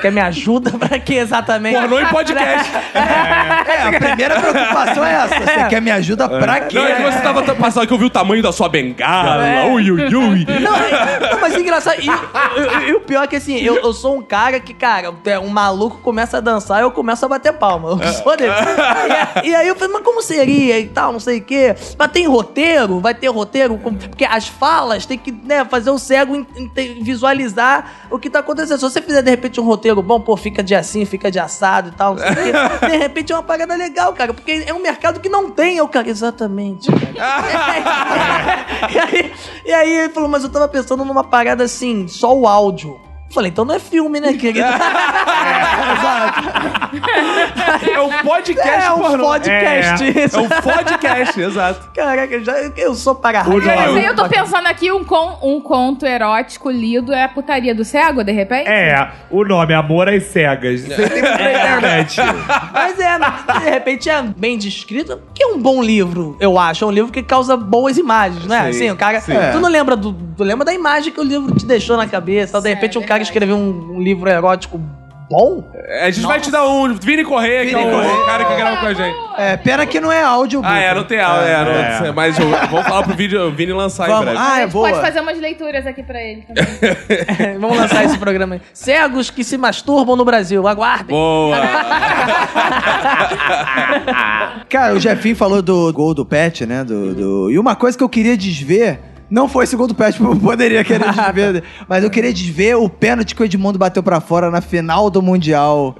Speaker 3: Quer me ajuda pra que exatamente?
Speaker 1: Pornô em podcast.
Speaker 2: É, a primeira preocupação é essa. Você quer me ajuda pra quê?
Speaker 1: Não, é que você tava t- passando que eu vi o tamanho da sua bengala.
Speaker 3: É.
Speaker 1: Ui, ui, ui.
Speaker 3: Não, é- não, mas é engraçado. E, e- e o pior é que assim, eu, eu sou um cara que, cara, é, um maluco começa a dançar eu começo a bater palma. Eu sou dele. E, e aí eu falei, mas como seria e tal, não sei o quê. Mas tem roteiro? Vai ter roteiro? Com- Porque as falas tem que né, fazer o cego en- ente- visualizar o que tá acontecendo. Se você fizer, de repente, um roteiro bom, pô, fica de assim, fica de assado e tal, não sei o quê. De repente é uma parada legal, cara. Porque é um mercado que não tem, eu, cara. Exatamente. e, aí, e aí ele falou, mas eu tava pensando numa parada assim, só o áudio. Eu Falei, então não é filme, né, querido?
Speaker 1: É um podcast
Speaker 3: é um
Speaker 1: pornô.
Speaker 3: podcast.
Speaker 1: É um podcast, exato.
Speaker 3: Caraca, eu já, eu sou para
Speaker 5: Mas
Speaker 4: Olha lá.
Speaker 5: aí eu tô pensando aqui, um, con- um conto erótico lido é a putaria do cego, de repente?
Speaker 4: É, o nome Amor às Cegas. Você tem na internet.
Speaker 3: Mas é, de repente é bem descrito, que é um bom livro, eu acho. É um livro que causa boas imagens, né? Assim, o cara. Tu não lembra do. Tu lembra da imagem que o livro te deixou na cabeça. De
Speaker 5: é
Speaker 3: repente, um cara
Speaker 5: verdade.
Speaker 3: escreveu um, um livro erótico bom.
Speaker 1: A gente vai te dar um. Vini Correia, que é o cara que grava com a gente.
Speaker 2: É, pena que não é áudio.
Speaker 1: Ah, é, não tem aula, é, não,
Speaker 4: É.
Speaker 1: mas eu, vamos falar pro vídeo, o Vini lançar em
Speaker 2: Vamos.
Speaker 1: breve.
Speaker 2: Ah,
Speaker 5: A
Speaker 2: é
Speaker 5: gente
Speaker 2: boa.
Speaker 5: pode fazer umas leituras aqui pra ele também.
Speaker 3: Vamos lançar esse programa aí. Cegos que se masturbam no Brasil, aguardem.
Speaker 1: Boa!
Speaker 2: Cara, o Jefinho falou do gol do Pet, né? Do, do- E uma coisa que eu queria desver. Não foi esse gol do Pet, eu poderia querer desver. mas eu queria desver o pênalti que o Edmundo bateu pra fora na final do Mundial.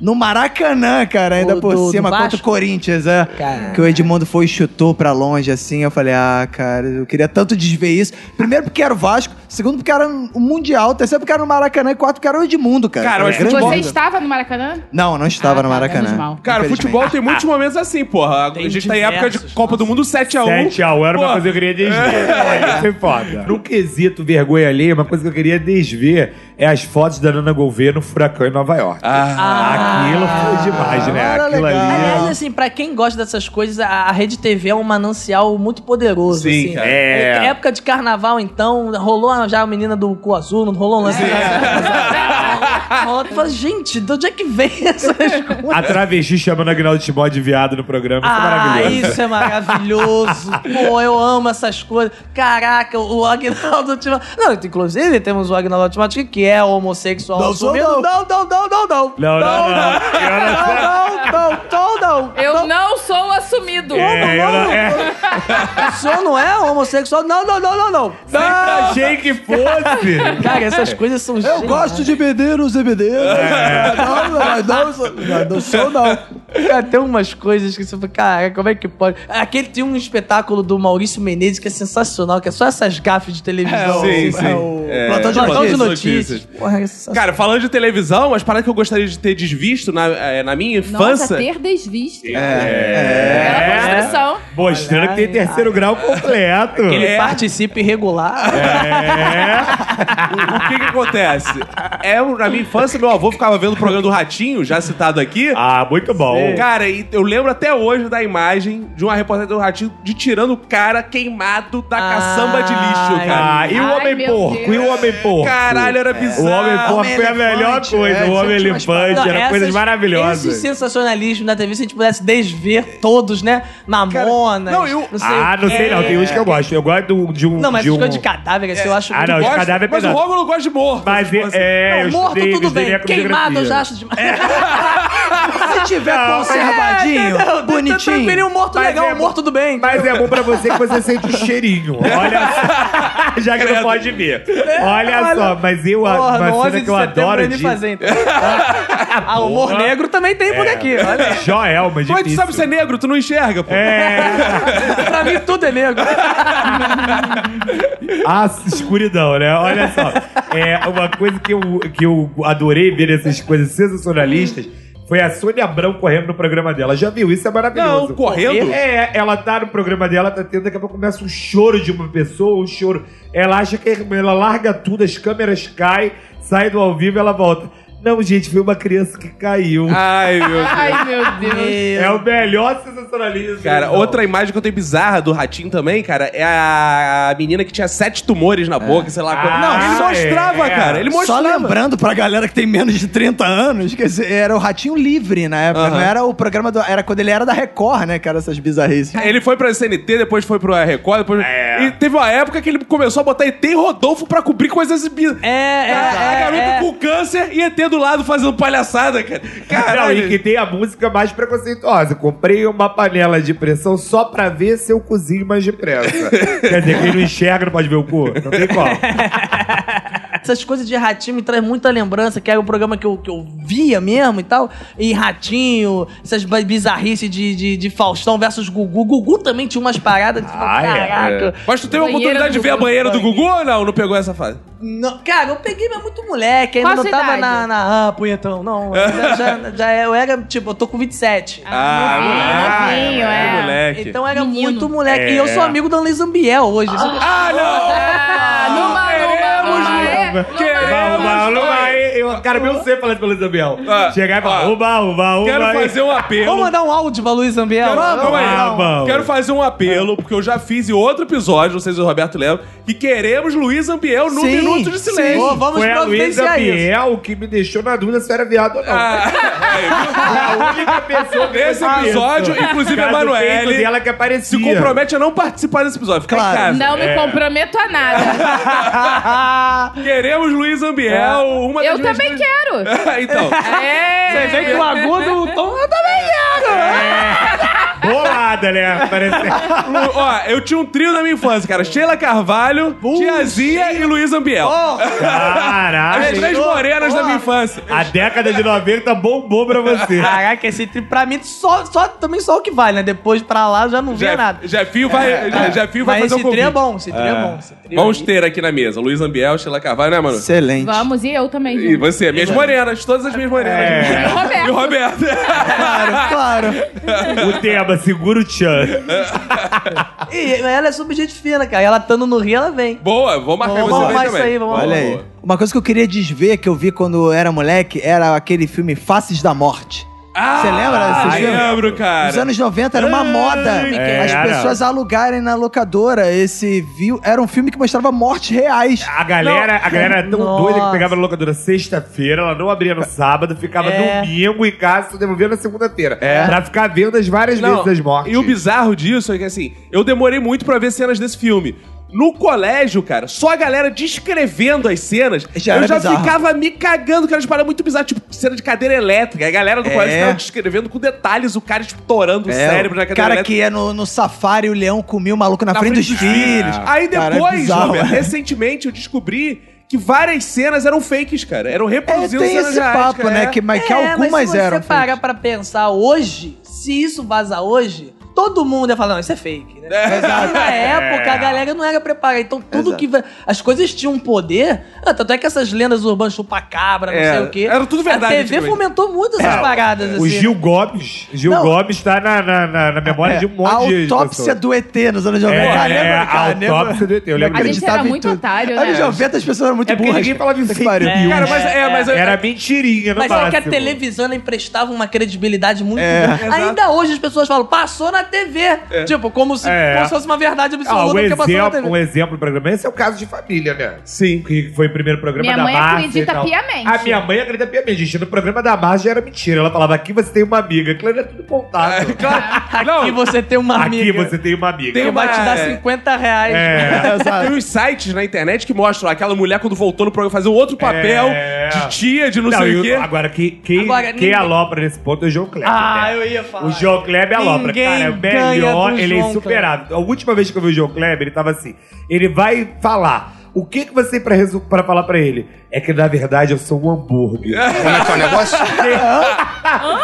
Speaker 2: No Maracanã, cara, ainda
Speaker 3: O
Speaker 2: por
Speaker 3: do- do
Speaker 2: cima, contra o
Speaker 3: Vasco?
Speaker 2: Corinthians, é.
Speaker 3: Caraca.
Speaker 2: Que o Edmundo foi e chutou pra longe, assim. Eu falei, ah, cara, eu queria tanto desver isso. Primeiro porque era o Vasco, segundo porque era o Mundial, terceiro porque era no Maracanã e quarto porque era o Edmundo, cara.
Speaker 1: Cara, mas
Speaker 2: Grande
Speaker 5: Você
Speaker 1: futebol-
Speaker 2: merda.
Speaker 5: estava no Maracanã?
Speaker 2: Não, eu não estava
Speaker 5: Ah,
Speaker 2: no
Speaker 5: tá,
Speaker 2: Maracanã.
Speaker 5: menos mal.
Speaker 1: Cara,
Speaker 2: infelizmente. Ah.
Speaker 1: futebol tem muitos momentos assim, porra.
Speaker 3: Tem
Speaker 1: a gente tá em época de
Speaker 3: diversos,
Speaker 1: Copa do Mundo 7x1.
Speaker 4: 7x1 era uma
Speaker 1: Pô,
Speaker 4: coisa que eu queria desver. Isso é foda. No quesito vergonha ali, uma coisa que eu queria desver é as fotos da Nana Gouveia no furacão em Nova York.
Speaker 3: Ah.
Speaker 4: Aquilo foi demais, né?
Speaker 2: Era
Speaker 4: Aquilo
Speaker 2: Ah, legal.
Speaker 4: ali.
Speaker 3: Aliás, assim, pra quem gosta dessas coisas, a a Rede TV é um manancial muito poderoso.
Speaker 1: Sim,
Speaker 3: assim.
Speaker 1: cara.
Speaker 4: É.
Speaker 3: É, Época de carnaval, então, né? rolou já a menina do cu azul, não rolou um lance. foto. Eu falo, gente, de onde é que vem essas coisas?
Speaker 4: A travesti chamando Agnaldo Timó de viado no programa. Isso é
Speaker 3: Ah,
Speaker 4: maravilhoso.
Speaker 3: isso é maravilhoso. Pô, eu amo essas coisas. Caraca, o Agnaldo Timóteo. Não, inclusive temos o Agnaldo Timóteo que é homossexual.
Speaker 2: Não sou,
Speaker 3: assumido.
Speaker 2: não.
Speaker 3: não, não, não, não.
Speaker 4: Não, não, não. Eu não sei.
Speaker 3: Não, não, não, não.
Speaker 5: Eu não sou assumido.
Speaker 4: É, eu não- é.
Speaker 3: O senhor não é homossexual? Não, não, não, não, não. É.
Speaker 4: Achei que fosse.
Speaker 3: Cara, essas coisas são
Speaker 2: Eu gosto de beber os bebedeiros. Não, não, mas não, sou- não, não sou, não.
Speaker 3: Cara, tem umas coisas que você fala, cara, como é que pode? Aquele tem um espetáculo do Maurício Menezes que é sensacional, que é só essas gafes de televisão.
Speaker 1: sim,
Speaker 3: assim,
Speaker 1: sim.
Speaker 3: o-
Speaker 1: É,
Speaker 3: Plantão de
Speaker 1: plantão de
Speaker 3: notícias.
Speaker 1: notícias.
Speaker 3: Porra, é sensacional.
Speaker 1: Cara, falando de televisão, as paradas que eu gostaria de ter desvisto na, eh, na minha
Speaker 5: Nossa,
Speaker 1: infância.
Speaker 5: ter desvisto.
Speaker 3: é.
Speaker 4: É.
Speaker 5: Aquela construção.
Speaker 4: Mostrando que tem terceiro grau completo.
Speaker 3: ele
Speaker 1: é.
Speaker 3: participa irregular.
Speaker 1: O que que acontece? É, na minha infância, meu avô ficava vendo o programa do Ratinho, já citado aqui.
Speaker 4: Ah, muito bom.
Speaker 1: Cara, e eu lembro até hoje da imagem de uma reportagem do Ratinho de tirando o cara queimado da
Speaker 3: Ah,
Speaker 1: caçamba de lixo, cara.
Speaker 4: Ah, e o
Speaker 5: Ai,
Speaker 4: homem
Speaker 5: meu
Speaker 4: porco?
Speaker 5: Deus.
Speaker 4: E o homem porco? É.
Speaker 1: Caralho,
Speaker 3: É.
Speaker 1: era
Speaker 4: O
Speaker 1: bizarro.
Speaker 4: homem porco foi a
Speaker 2: Homem
Speaker 4: melhor
Speaker 2: elefante,
Speaker 4: coisa.
Speaker 2: é,
Speaker 4: o homem
Speaker 2: tinha umas
Speaker 4: elefante,
Speaker 3: Não,
Speaker 4: era
Speaker 3: essas-
Speaker 4: coisas
Speaker 3: Esse
Speaker 4: maravilhosas.
Speaker 3: sensacionalismo na TV, se a gente pudesse desver todos, né? Mamonas.
Speaker 1: não, eu-
Speaker 3: sei.
Speaker 4: Ah, não sei não. Tem uns
Speaker 2: É.
Speaker 4: que eu gosto. Eu gosto do- de um.
Speaker 3: Não, mas
Speaker 4: de
Speaker 3: essas
Speaker 4: um...
Speaker 3: coisas de cadáver, assim, eu acho
Speaker 4: Ah,
Speaker 3: muito
Speaker 4: não,
Speaker 3: bom.
Speaker 4: os
Speaker 1: Gosto,
Speaker 4: cadáver é
Speaker 1: mas o
Speaker 4: pesado.
Speaker 1: Rômulo gosta de morto.
Speaker 4: Mas
Speaker 1: tipo assim.
Speaker 4: é.
Speaker 3: Não,
Speaker 4: os
Speaker 3: morto
Speaker 4: deles,
Speaker 3: tudo
Speaker 4: ele é
Speaker 3: bem. Queimado eu já acho demais.
Speaker 2: Se tiver
Speaker 4: Não,
Speaker 3: É,
Speaker 2: conservadinho, bonitinho.
Speaker 3: Preferi um morto
Speaker 4: Mas
Speaker 3: legal,
Speaker 4: é
Speaker 3: um morto do bem.
Speaker 4: Mas é bom pra você que você sente o cheirinho. Olha só. Já que não pode ver. Olha, só, mas eu
Speaker 3: É, Porra, no
Speaker 4: uma
Speaker 3: 11
Speaker 4: cena
Speaker 3: de
Speaker 4: que eu
Speaker 3: setembro
Speaker 4: adoro
Speaker 3: ele
Speaker 4: de
Speaker 3: fazer, então. ah, humor
Speaker 4: Porra. É.
Speaker 3: negro também tem por aqui, olha.
Speaker 4: Joelma,
Speaker 1: Como é que tu
Speaker 4: difícil.
Speaker 1: sabe ser negro? Tu não enxerga, pô.
Speaker 4: É.
Speaker 3: pra mim tudo é negro.
Speaker 4: A Ah, escuridão, né? Olha só. É, uma coisa que eu, que eu adorei ver essas coisas sensacionalistas foi a Sônia Abrão correndo no programa dela. Já viu? Isso é maravilhoso.
Speaker 1: Não, correndo?
Speaker 4: É, ela tá no programa dela, tá tendo, daqui a pouco começa um choro de uma pessoa, um choro. Ela acha que ela larga tudo, as câmeras caem, sai do ao vivo e ela volta. Não, gente, foi uma criança que caiu.
Speaker 1: Ai, meu Deus.
Speaker 5: Ai, meu Deus.
Speaker 4: É o melhor sensacionalismo.
Speaker 1: Cara,
Speaker 4: Não.
Speaker 1: outra imagem que eu tenho bizarra do ratinho também, cara, é a menina que tinha sete tumores na boca, sei lá.
Speaker 4: Ah,
Speaker 1: quanto. não, ele
Speaker 4: é.
Speaker 1: mostrava, cara. Ele
Speaker 2: É. Só
Speaker 1: mostrava.
Speaker 2: lembrando pra galera que tem menos de 30 anos, que esse era o Ratinho Livre na época.
Speaker 1: Aham.
Speaker 2: Não era o programa do. Era quando ele era da Record, né, cara? Essas bizarrices.
Speaker 1: Ele foi pra CNT, depois foi pro Record, depois...
Speaker 4: É.
Speaker 1: E teve uma época que ele começou a botar ET e Rodolfo pra cobrir coisas bizarras.
Speaker 3: É, é,
Speaker 1: a
Speaker 3: é,
Speaker 1: garota
Speaker 3: é.
Speaker 1: com câncer e ET do lado fazendo palhaçada, cara.
Speaker 4: Não,
Speaker 1: Caralho.
Speaker 4: e que tem a música mais preconceituosa. Comprei uma panela de pressão só pra ver se eu cozinho mais depressa. Quer dizer, quem não enxerga não pode ver o cu. Não tem como.
Speaker 3: Essas coisas de ratinho me traz muita lembrança, que era um programa que eu, que eu via mesmo e tal. E ratinho, essas ba- bizarrices de, de, de Faustão versus Gugu. Gugu também tinha umas paradas. que você fala,
Speaker 4: Ah, é, é.
Speaker 3: Caraca.
Speaker 1: Mas tu teve a
Speaker 5: Banheira
Speaker 1: oportunidade
Speaker 5: do
Speaker 1: de ver a
Speaker 5: Gugu.
Speaker 1: banheira do Gugu ou não? Não pegou essa fase?
Speaker 3: Não, cara, eu peguei, mas muito moleque. Ainda
Speaker 5: Qual a
Speaker 3: não
Speaker 5: sua
Speaker 3: tava
Speaker 5: idade?
Speaker 3: na, na. Ah, punhetão. Não, já, já, já eu era, tipo, eu tô com 27.
Speaker 1: Ah,
Speaker 5: novinho, novinho,
Speaker 1: moleque,
Speaker 5: é.
Speaker 1: moleque. É.
Speaker 3: Então era
Speaker 5: Menino.
Speaker 3: muito moleque. E eu sou amigo do Anley Zambiel hoje.
Speaker 1: Ah,
Speaker 5: Ah,
Speaker 1: não!
Speaker 5: numa, numa, numa,
Speaker 1: Queremos,
Speaker 4: Uba, uba, uba,
Speaker 1: nós.
Speaker 4: eu, cara, meu sei falando pelo Isabel.
Speaker 1: Ah,
Speaker 4: Chegar e falar,
Speaker 1: ah.
Speaker 4: uba, uba, uba.
Speaker 1: Quero fazer um apelo.
Speaker 3: Vamos mandar um áudio pra Luiz Zambiel?
Speaker 1: Quero, calma aí.
Speaker 4: Ah, vamos.
Speaker 1: Quero fazer um apelo, porque eu já fiz em outro episódio, não sei se o Roberto lembra, que queremos Luiz Ambiel no
Speaker 3: Sim,
Speaker 1: É Minuto de
Speaker 3: sim.
Speaker 1: Silêncio.
Speaker 3: Pô, vamos
Speaker 4: Foi é a Luísa
Speaker 3: providenciar isso.
Speaker 4: Biel que me deixou na dúvida se era viado ou não. a
Speaker 1: Ah.
Speaker 4: única pessoa que
Speaker 1: Nesse
Speaker 4: fez isso.
Speaker 1: episódio, inclusive,
Speaker 4: Cara,
Speaker 1: a
Speaker 4: do
Speaker 1: Manoeli
Speaker 4: Ah, peito dela que
Speaker 1: Se
Speaker 4: aparecia. É.
Speaker 1: compromete a não participar desse episódio, fica
Speaker 2: Claro.
Speaker 1: em
Speaker 5: Não
Speaker 1: casa.
Speaker 5: me comprometo a nada.
Speaker 1: Queremos Luiz Ambiel, É
Speaker 3: É.
Speaker 1: uma
Speaker 5: Eu
Speaker 1: das minhas
Speaker 5: também quero.
Speaker 1: grandes- então,
Speaker 5: É.
Speaker 3: Você vem com o agudo, o tom. Eu também
Speaker 4: Bolada, né? Parece...
Speaker 1: Lu- ó, eu tinha um trio na minha infância, cara. Sheila Carvalho, Tiazinha e Luiz Ambiel. As
Speaker 4: Caralho.
Speaker 1: três morenas da minha infância.
Speaker 4: A década de 90 bombou pra você.
Speaker 3: Caraca, esse tri pra mim só, só, também só o que vale, né? Depois pra lá eu já não via nada. É.
Speaker 1: Jeff- Jeffinho vai, Je- Jefinho vai
Speaker 3: Mas
Speaker 1: fazer
Speaker 3: esse
Speaker 1: um
Speaker 3: tri
Speaker 1: convite.
Speaker 3: é bom, esse tri é, bom. Esse tri
Speaker 1: Vamos ter aqui na mesa Luiz Ambiel, Sheila Carvalho, né, mano?
Speaker 2: Excelente.
Speaker 5: Vamos, e eu também.
Speaker 1: E
Speaker 5: Ju.
Speaker 1: você, minhas morenas, todas as minhas morenas.
Speaker 5: E o
Speaker 4: É.
Speaker 1: E
Speaker 5: Roberto.
Speaker 1: o Roberto.
Speaker 2: Claro, claro.
Speaker 4: O tema, segura o tchan.
Speaker 3: E ela é sobre gente fina, cara. Ela estando no Rio, ela vem.
Speaker 1: Boa, vou marcar
Speaker 3: Vamos
Speaker 1: você
Speaker 3: arrumar
Speaker 1: bem
Speaker 3: isso
Speaker 1: também.
Speaker 3: aí, vamos
Speaker 2: Olha aí. Uma coisa que eu queria desver, que eu vi quando eu era moleque, era aquele filme Faces da Morte. Você lembra desse
Speaker 1: Ah,
Speaker 2: filme?
Speaker 1: lembro, cara.
Speaker 2: Nos anos 90 era uma moda
Speaker 4: é,
Speaker 2: as
Speaker 4: era.
Speaker 2: pessoas alugarem na locadora esse viu. Era um filme que mostrava mortes reais.
Speaker 4: A galera, a galera era tão
Speaker 3: Nossa.
Speaker 4: doida que pegava na locadora sexta-feira, ela não abria no sábado, ficava
Speaker 3: É.
Speaker 4: domingo em casa, só devolvia na segunda-feira. É. Pra ficar vendo as várias
Speaker 1: Não,
Speaker 4: vezes as mortes.
Speaker 1: E o bizarro disso é que, assim, eu demorei muito pra ver cenas desse filme. No colégio, cara, só a galera descrevendo as cenas,
Speaker 2: Já
Speaker 1: eu
Speaker 2: era
Speaker 1: já
Speaker 2: bizarro.
Speaker 1: ficava me cagando, cara, de parar muito bizarro, tipo cena de cadeira elétrica. A galera do
Speaker 2: É.
Speaker 1: colégio ficava descrevendo com detalhes o cara estourando o
Speaker 2: É,
Speaker 1: cérebro na
Speaker 2: o
Speaker 1: cadeira
Speaker 2: cara
Speaker 1: elétrica.
Speaker 2: que ia no, no safari, o leão comia o maluco na, frente, dos filhos.
Speaker 1: Aí
Speaker 2: Cara, é
Speaker 1: depois,
Speaker 2: bizarro,
Speaker 1: Roberto,
Speaker 2: é.
Speaker 1: recentemente eu descobri que várias cenas eram fakes, cara. Eram
Speaker 2: É,
Speaker 1: reproduzindo
Speaker 2: tem
Speaker 1: cenas
Speaker 2: esse
Speaker 1: reais,
Speaker 2: papo,
Speaker 1: cara.
Speaker 2: né?
Speaker 1: É.
Speaker 2: Que, mas que
Speaker 3: mas
Speaker 2: algumas
Speaker 3: se você
Speaker 2: eram.
Speaker 3: parar pra pensar hoje, se isso vazar hoje, todo mundo ia falar, não, isso é fake, né? Mas na época a galera não era preparada. Então tudo
Speaker 2: Exato.
Speaker 3: que... va- As coisas tinham um poder. Ah, tanto é que essas lendas urbanas, chupacabra, não
Speaker 1: É,
Speaker 3: sei o quê.
Speaker 1: era tudo verdade,
Speaker 3: A TV
Speaker 1: antigamente.
Speaker 3: fomentou muito essas
Speaker 4: É,
Speaker 3: paradas, assim.
Speaker 4: O Gil Gomes. Gil
Speaker 2: Não.
Speaker 4: Gomes tá na, na, na- na memória de um monte
Speaker 2: a
Speaker 4: de.
Speaker 2: autópsia do ET nos anos 90.
Speaker 4: É,
Speaker 2: Ah,
Speaker 4: é,
Speaker 2: lembra,
Speaker 4: a
Speaker 2: cara? Lembra?
Speaker 4: autópsia do ET, eu lembro
Speaker 5: A
Speaker 2: Acreditava
Speaker 5: gente era
Speaker 2: em
Speaker 5: muito
Speaker 2: tudo.
Speaker 5: otário, né?
Speaker 2: Anos 90 as pessoas eram muito
Speaker 4: É porque
Speaker 2: burras.
Speaker 4: ninguém falava em
Speaker 2: Puta que
Speaker 4: fake
Speaker 2: pariu.
Speaker 4: news.
Speaker 1: Cara, mas é, mas eu-
Speaker 4: Era mentirinha, não
Speaker 3: Mas é que a
Speaker 4: máximo.
Speaker 3: televisão ela emprestava uma credibilidade muito grande. Ainda hoje as pessoas falam, passou na TV. Tipo, como se,
Speaker 4: É.
Speaker 3: como se fosse uma verdade
Speaker 4: Ah,
Speaker 3: absoluta
Speaker 4: um,
Speaker 3: que passou na
Speaker 4: exemplo,
Speaker 3: TV.
Speaker 4: um exemplo do programa. Esse é o caso de família, né? Sim. Que foi o primeiro programa
Speaker 5: Minha
Speaker 4: da
Speaker 5: mãe
Speaker 4: Márcia.
Speaker 5: acredita
Speaker 4: e tal.
Speaker 5: piamente.
Speaker 4: A minha mãe acredita piamente. Gente, no programa da Márcia era mentira. Ela falava: aqui você tem uma amiga. Aquilo era tudo montado.
Speaker 1: Claro.
Speaker 3: Aqui você tem uma
Speaker 4: aqui
Speaker 3: amiga.
Speaker 4: você tem uma amiga.
Speaker 3: que
Speaker 1: Tem
Speaker 3: vai
Speaker 1: uma-
Speaker 3: te dar 50 reais.
Speaker 4: É.
Speaker 1: Tem uns sites na internet que mostram aquela mulher quando voltou no programa fazer outro papel
Speaker 4: É.
Speaker 1: de tia, de não,
Speaker 4: Não,
Speaker 1: sei
Speaker 4: e
Speaker 1: o
Speaker 4: o-
Speaker 1: quê.
Speaker 4: Agora, quem, quem,
Speaker 3: Agora,
Speaker 4: quem
Speaker 3: ninguém-
Speaker 4: alopra nesse ponto é o João Kleber.
Speaker 3: Ah,
Speaker 4: né?
Speaker 3: eu ia falar.
Speaker 4: O João Kleber alopra.
Speaker 3: Ninguém
Speaker 4: Cara, é o
Speaker 3: ganha
Speaker 4: melhor,
Speaker 3: do
Speaker 4: ele
Speaker 3: João
Speaker 4: é insuperável. A última vez que eu vi o João Kleber, ele tava assim. Ele vai falar. O que, que você tem pra, resu- pra falar pra ele? É que, na verdade, eu sou um hambúrguer.
Speaker 7: Como é que é o negócio?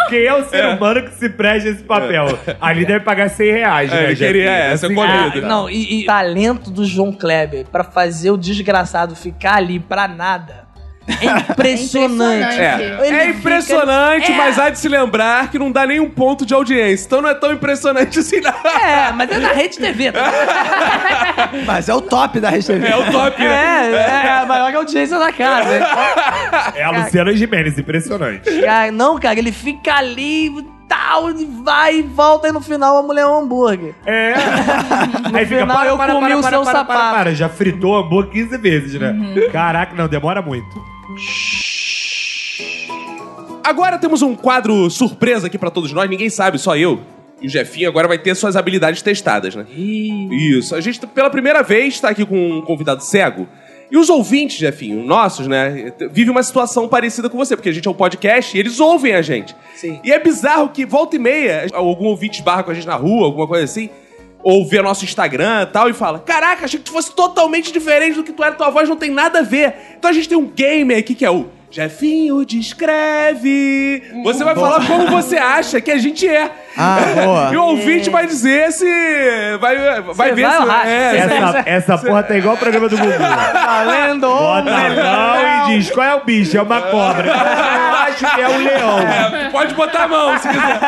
Speaker 4: Quem é o ser humano que se presta esse papel? Ali deve pagar 100 reais,
Speaker 1: É,
Speaker 4: né,
Speaker 1: ele queria
Speaker 4: Jefinho?
Speaker 1: essa
Speaker 4: Assim,
Speaker 3: Ah,
Speaker 1: corrida.
Speaker 3: não, e, e talento do João Kleber pra fazer o desgraçado ficar ali pra nada. É impressionante.
Speaker 5: É
Speaker 1: É.
Speaker 5: impressionante.
Speaker 3: Ele
Speaker 1: É
Speaker 3: fica-
Speaker 1: impressionante,
Speaker 3: É.
Speaker 1: mas há de se lembrar que não dá nenhum ponto de audiência. Então não é tão impressionante assim, não.
Speaker 3: É, mas é da Rede TV. Tá?
Speaker 2: Mas é o top da Rede TV.
Speaker 1: É o top,
Speaker 3: É,
Speaker 1: né?
Speaker 3: é a maior audiência da casa.
Speaker 4: É a Luciana Gimenez, impressionante.
Speaker 3: Cara, não, cara, ele fica ali e tal, e vai e volta, e no final a mulher é um hambúrguer.
Speaker 4: É. Aí fica,
Speaker 3: final,
Speaker 4: para,
Speaker 3: eu
Speaker 4: para,
Speaker 3: comi
Speaker 4: para,
Speaker 3: o
Speaker 4: para,
Speaker 3: seu
Speaker 4: para, para,
Speaker 3: sapato. Uhum.
Speaker 4: para. Já fritou o hambúrguer 15 vezes, né? Caraca, não, demora muito.
Speaker 1: Agora temos um quadro surpresa aqui pra todos nós. Ninguém sabe, só eu. E o Jefinho agora vai ter suas habilidades testadas, né? Isso. A gente, pela primeira vez, tá aqui com um convidado cego. E os ouvintes, Jefinho, nossos, né? Vivem uma situação parecida com você, porque a gente é um podcast e eles ouvem a gente.
Speaker 3: Sim.
Speaker 1: E é bizarro que volta e meia, algum ouvinte barra com a gente na rua, alguma coisa assim, ou vê nosso Instagram e tal, e fala: Caraca, achei que tu fosse totalmente diferente do que tu era, tua voz não tem nada a ver. Então a gente tem um gamer aqui que é o. Jefinho, descreve! Você vai falar como você acha que a gente é.
Speaker 2: Ah, boa.
Speaker 1: E o ouvinte vai dizer se. Vai, vai ver
Speaker 3: vai
Speaker 1: se.
Speaker 3: ou racha?
Speaker 1: é,
Speaker 3: Você
Speaker 4: Essa, essa porra tá igual o programa do Gugu.
Speaker 3: Valendo!
Speaker 4: Bota a mão e diz, qual é o bicho? É uma cobra. Eu acho que é um leão.
Speaker 1: É, pode botar a mão se quiser.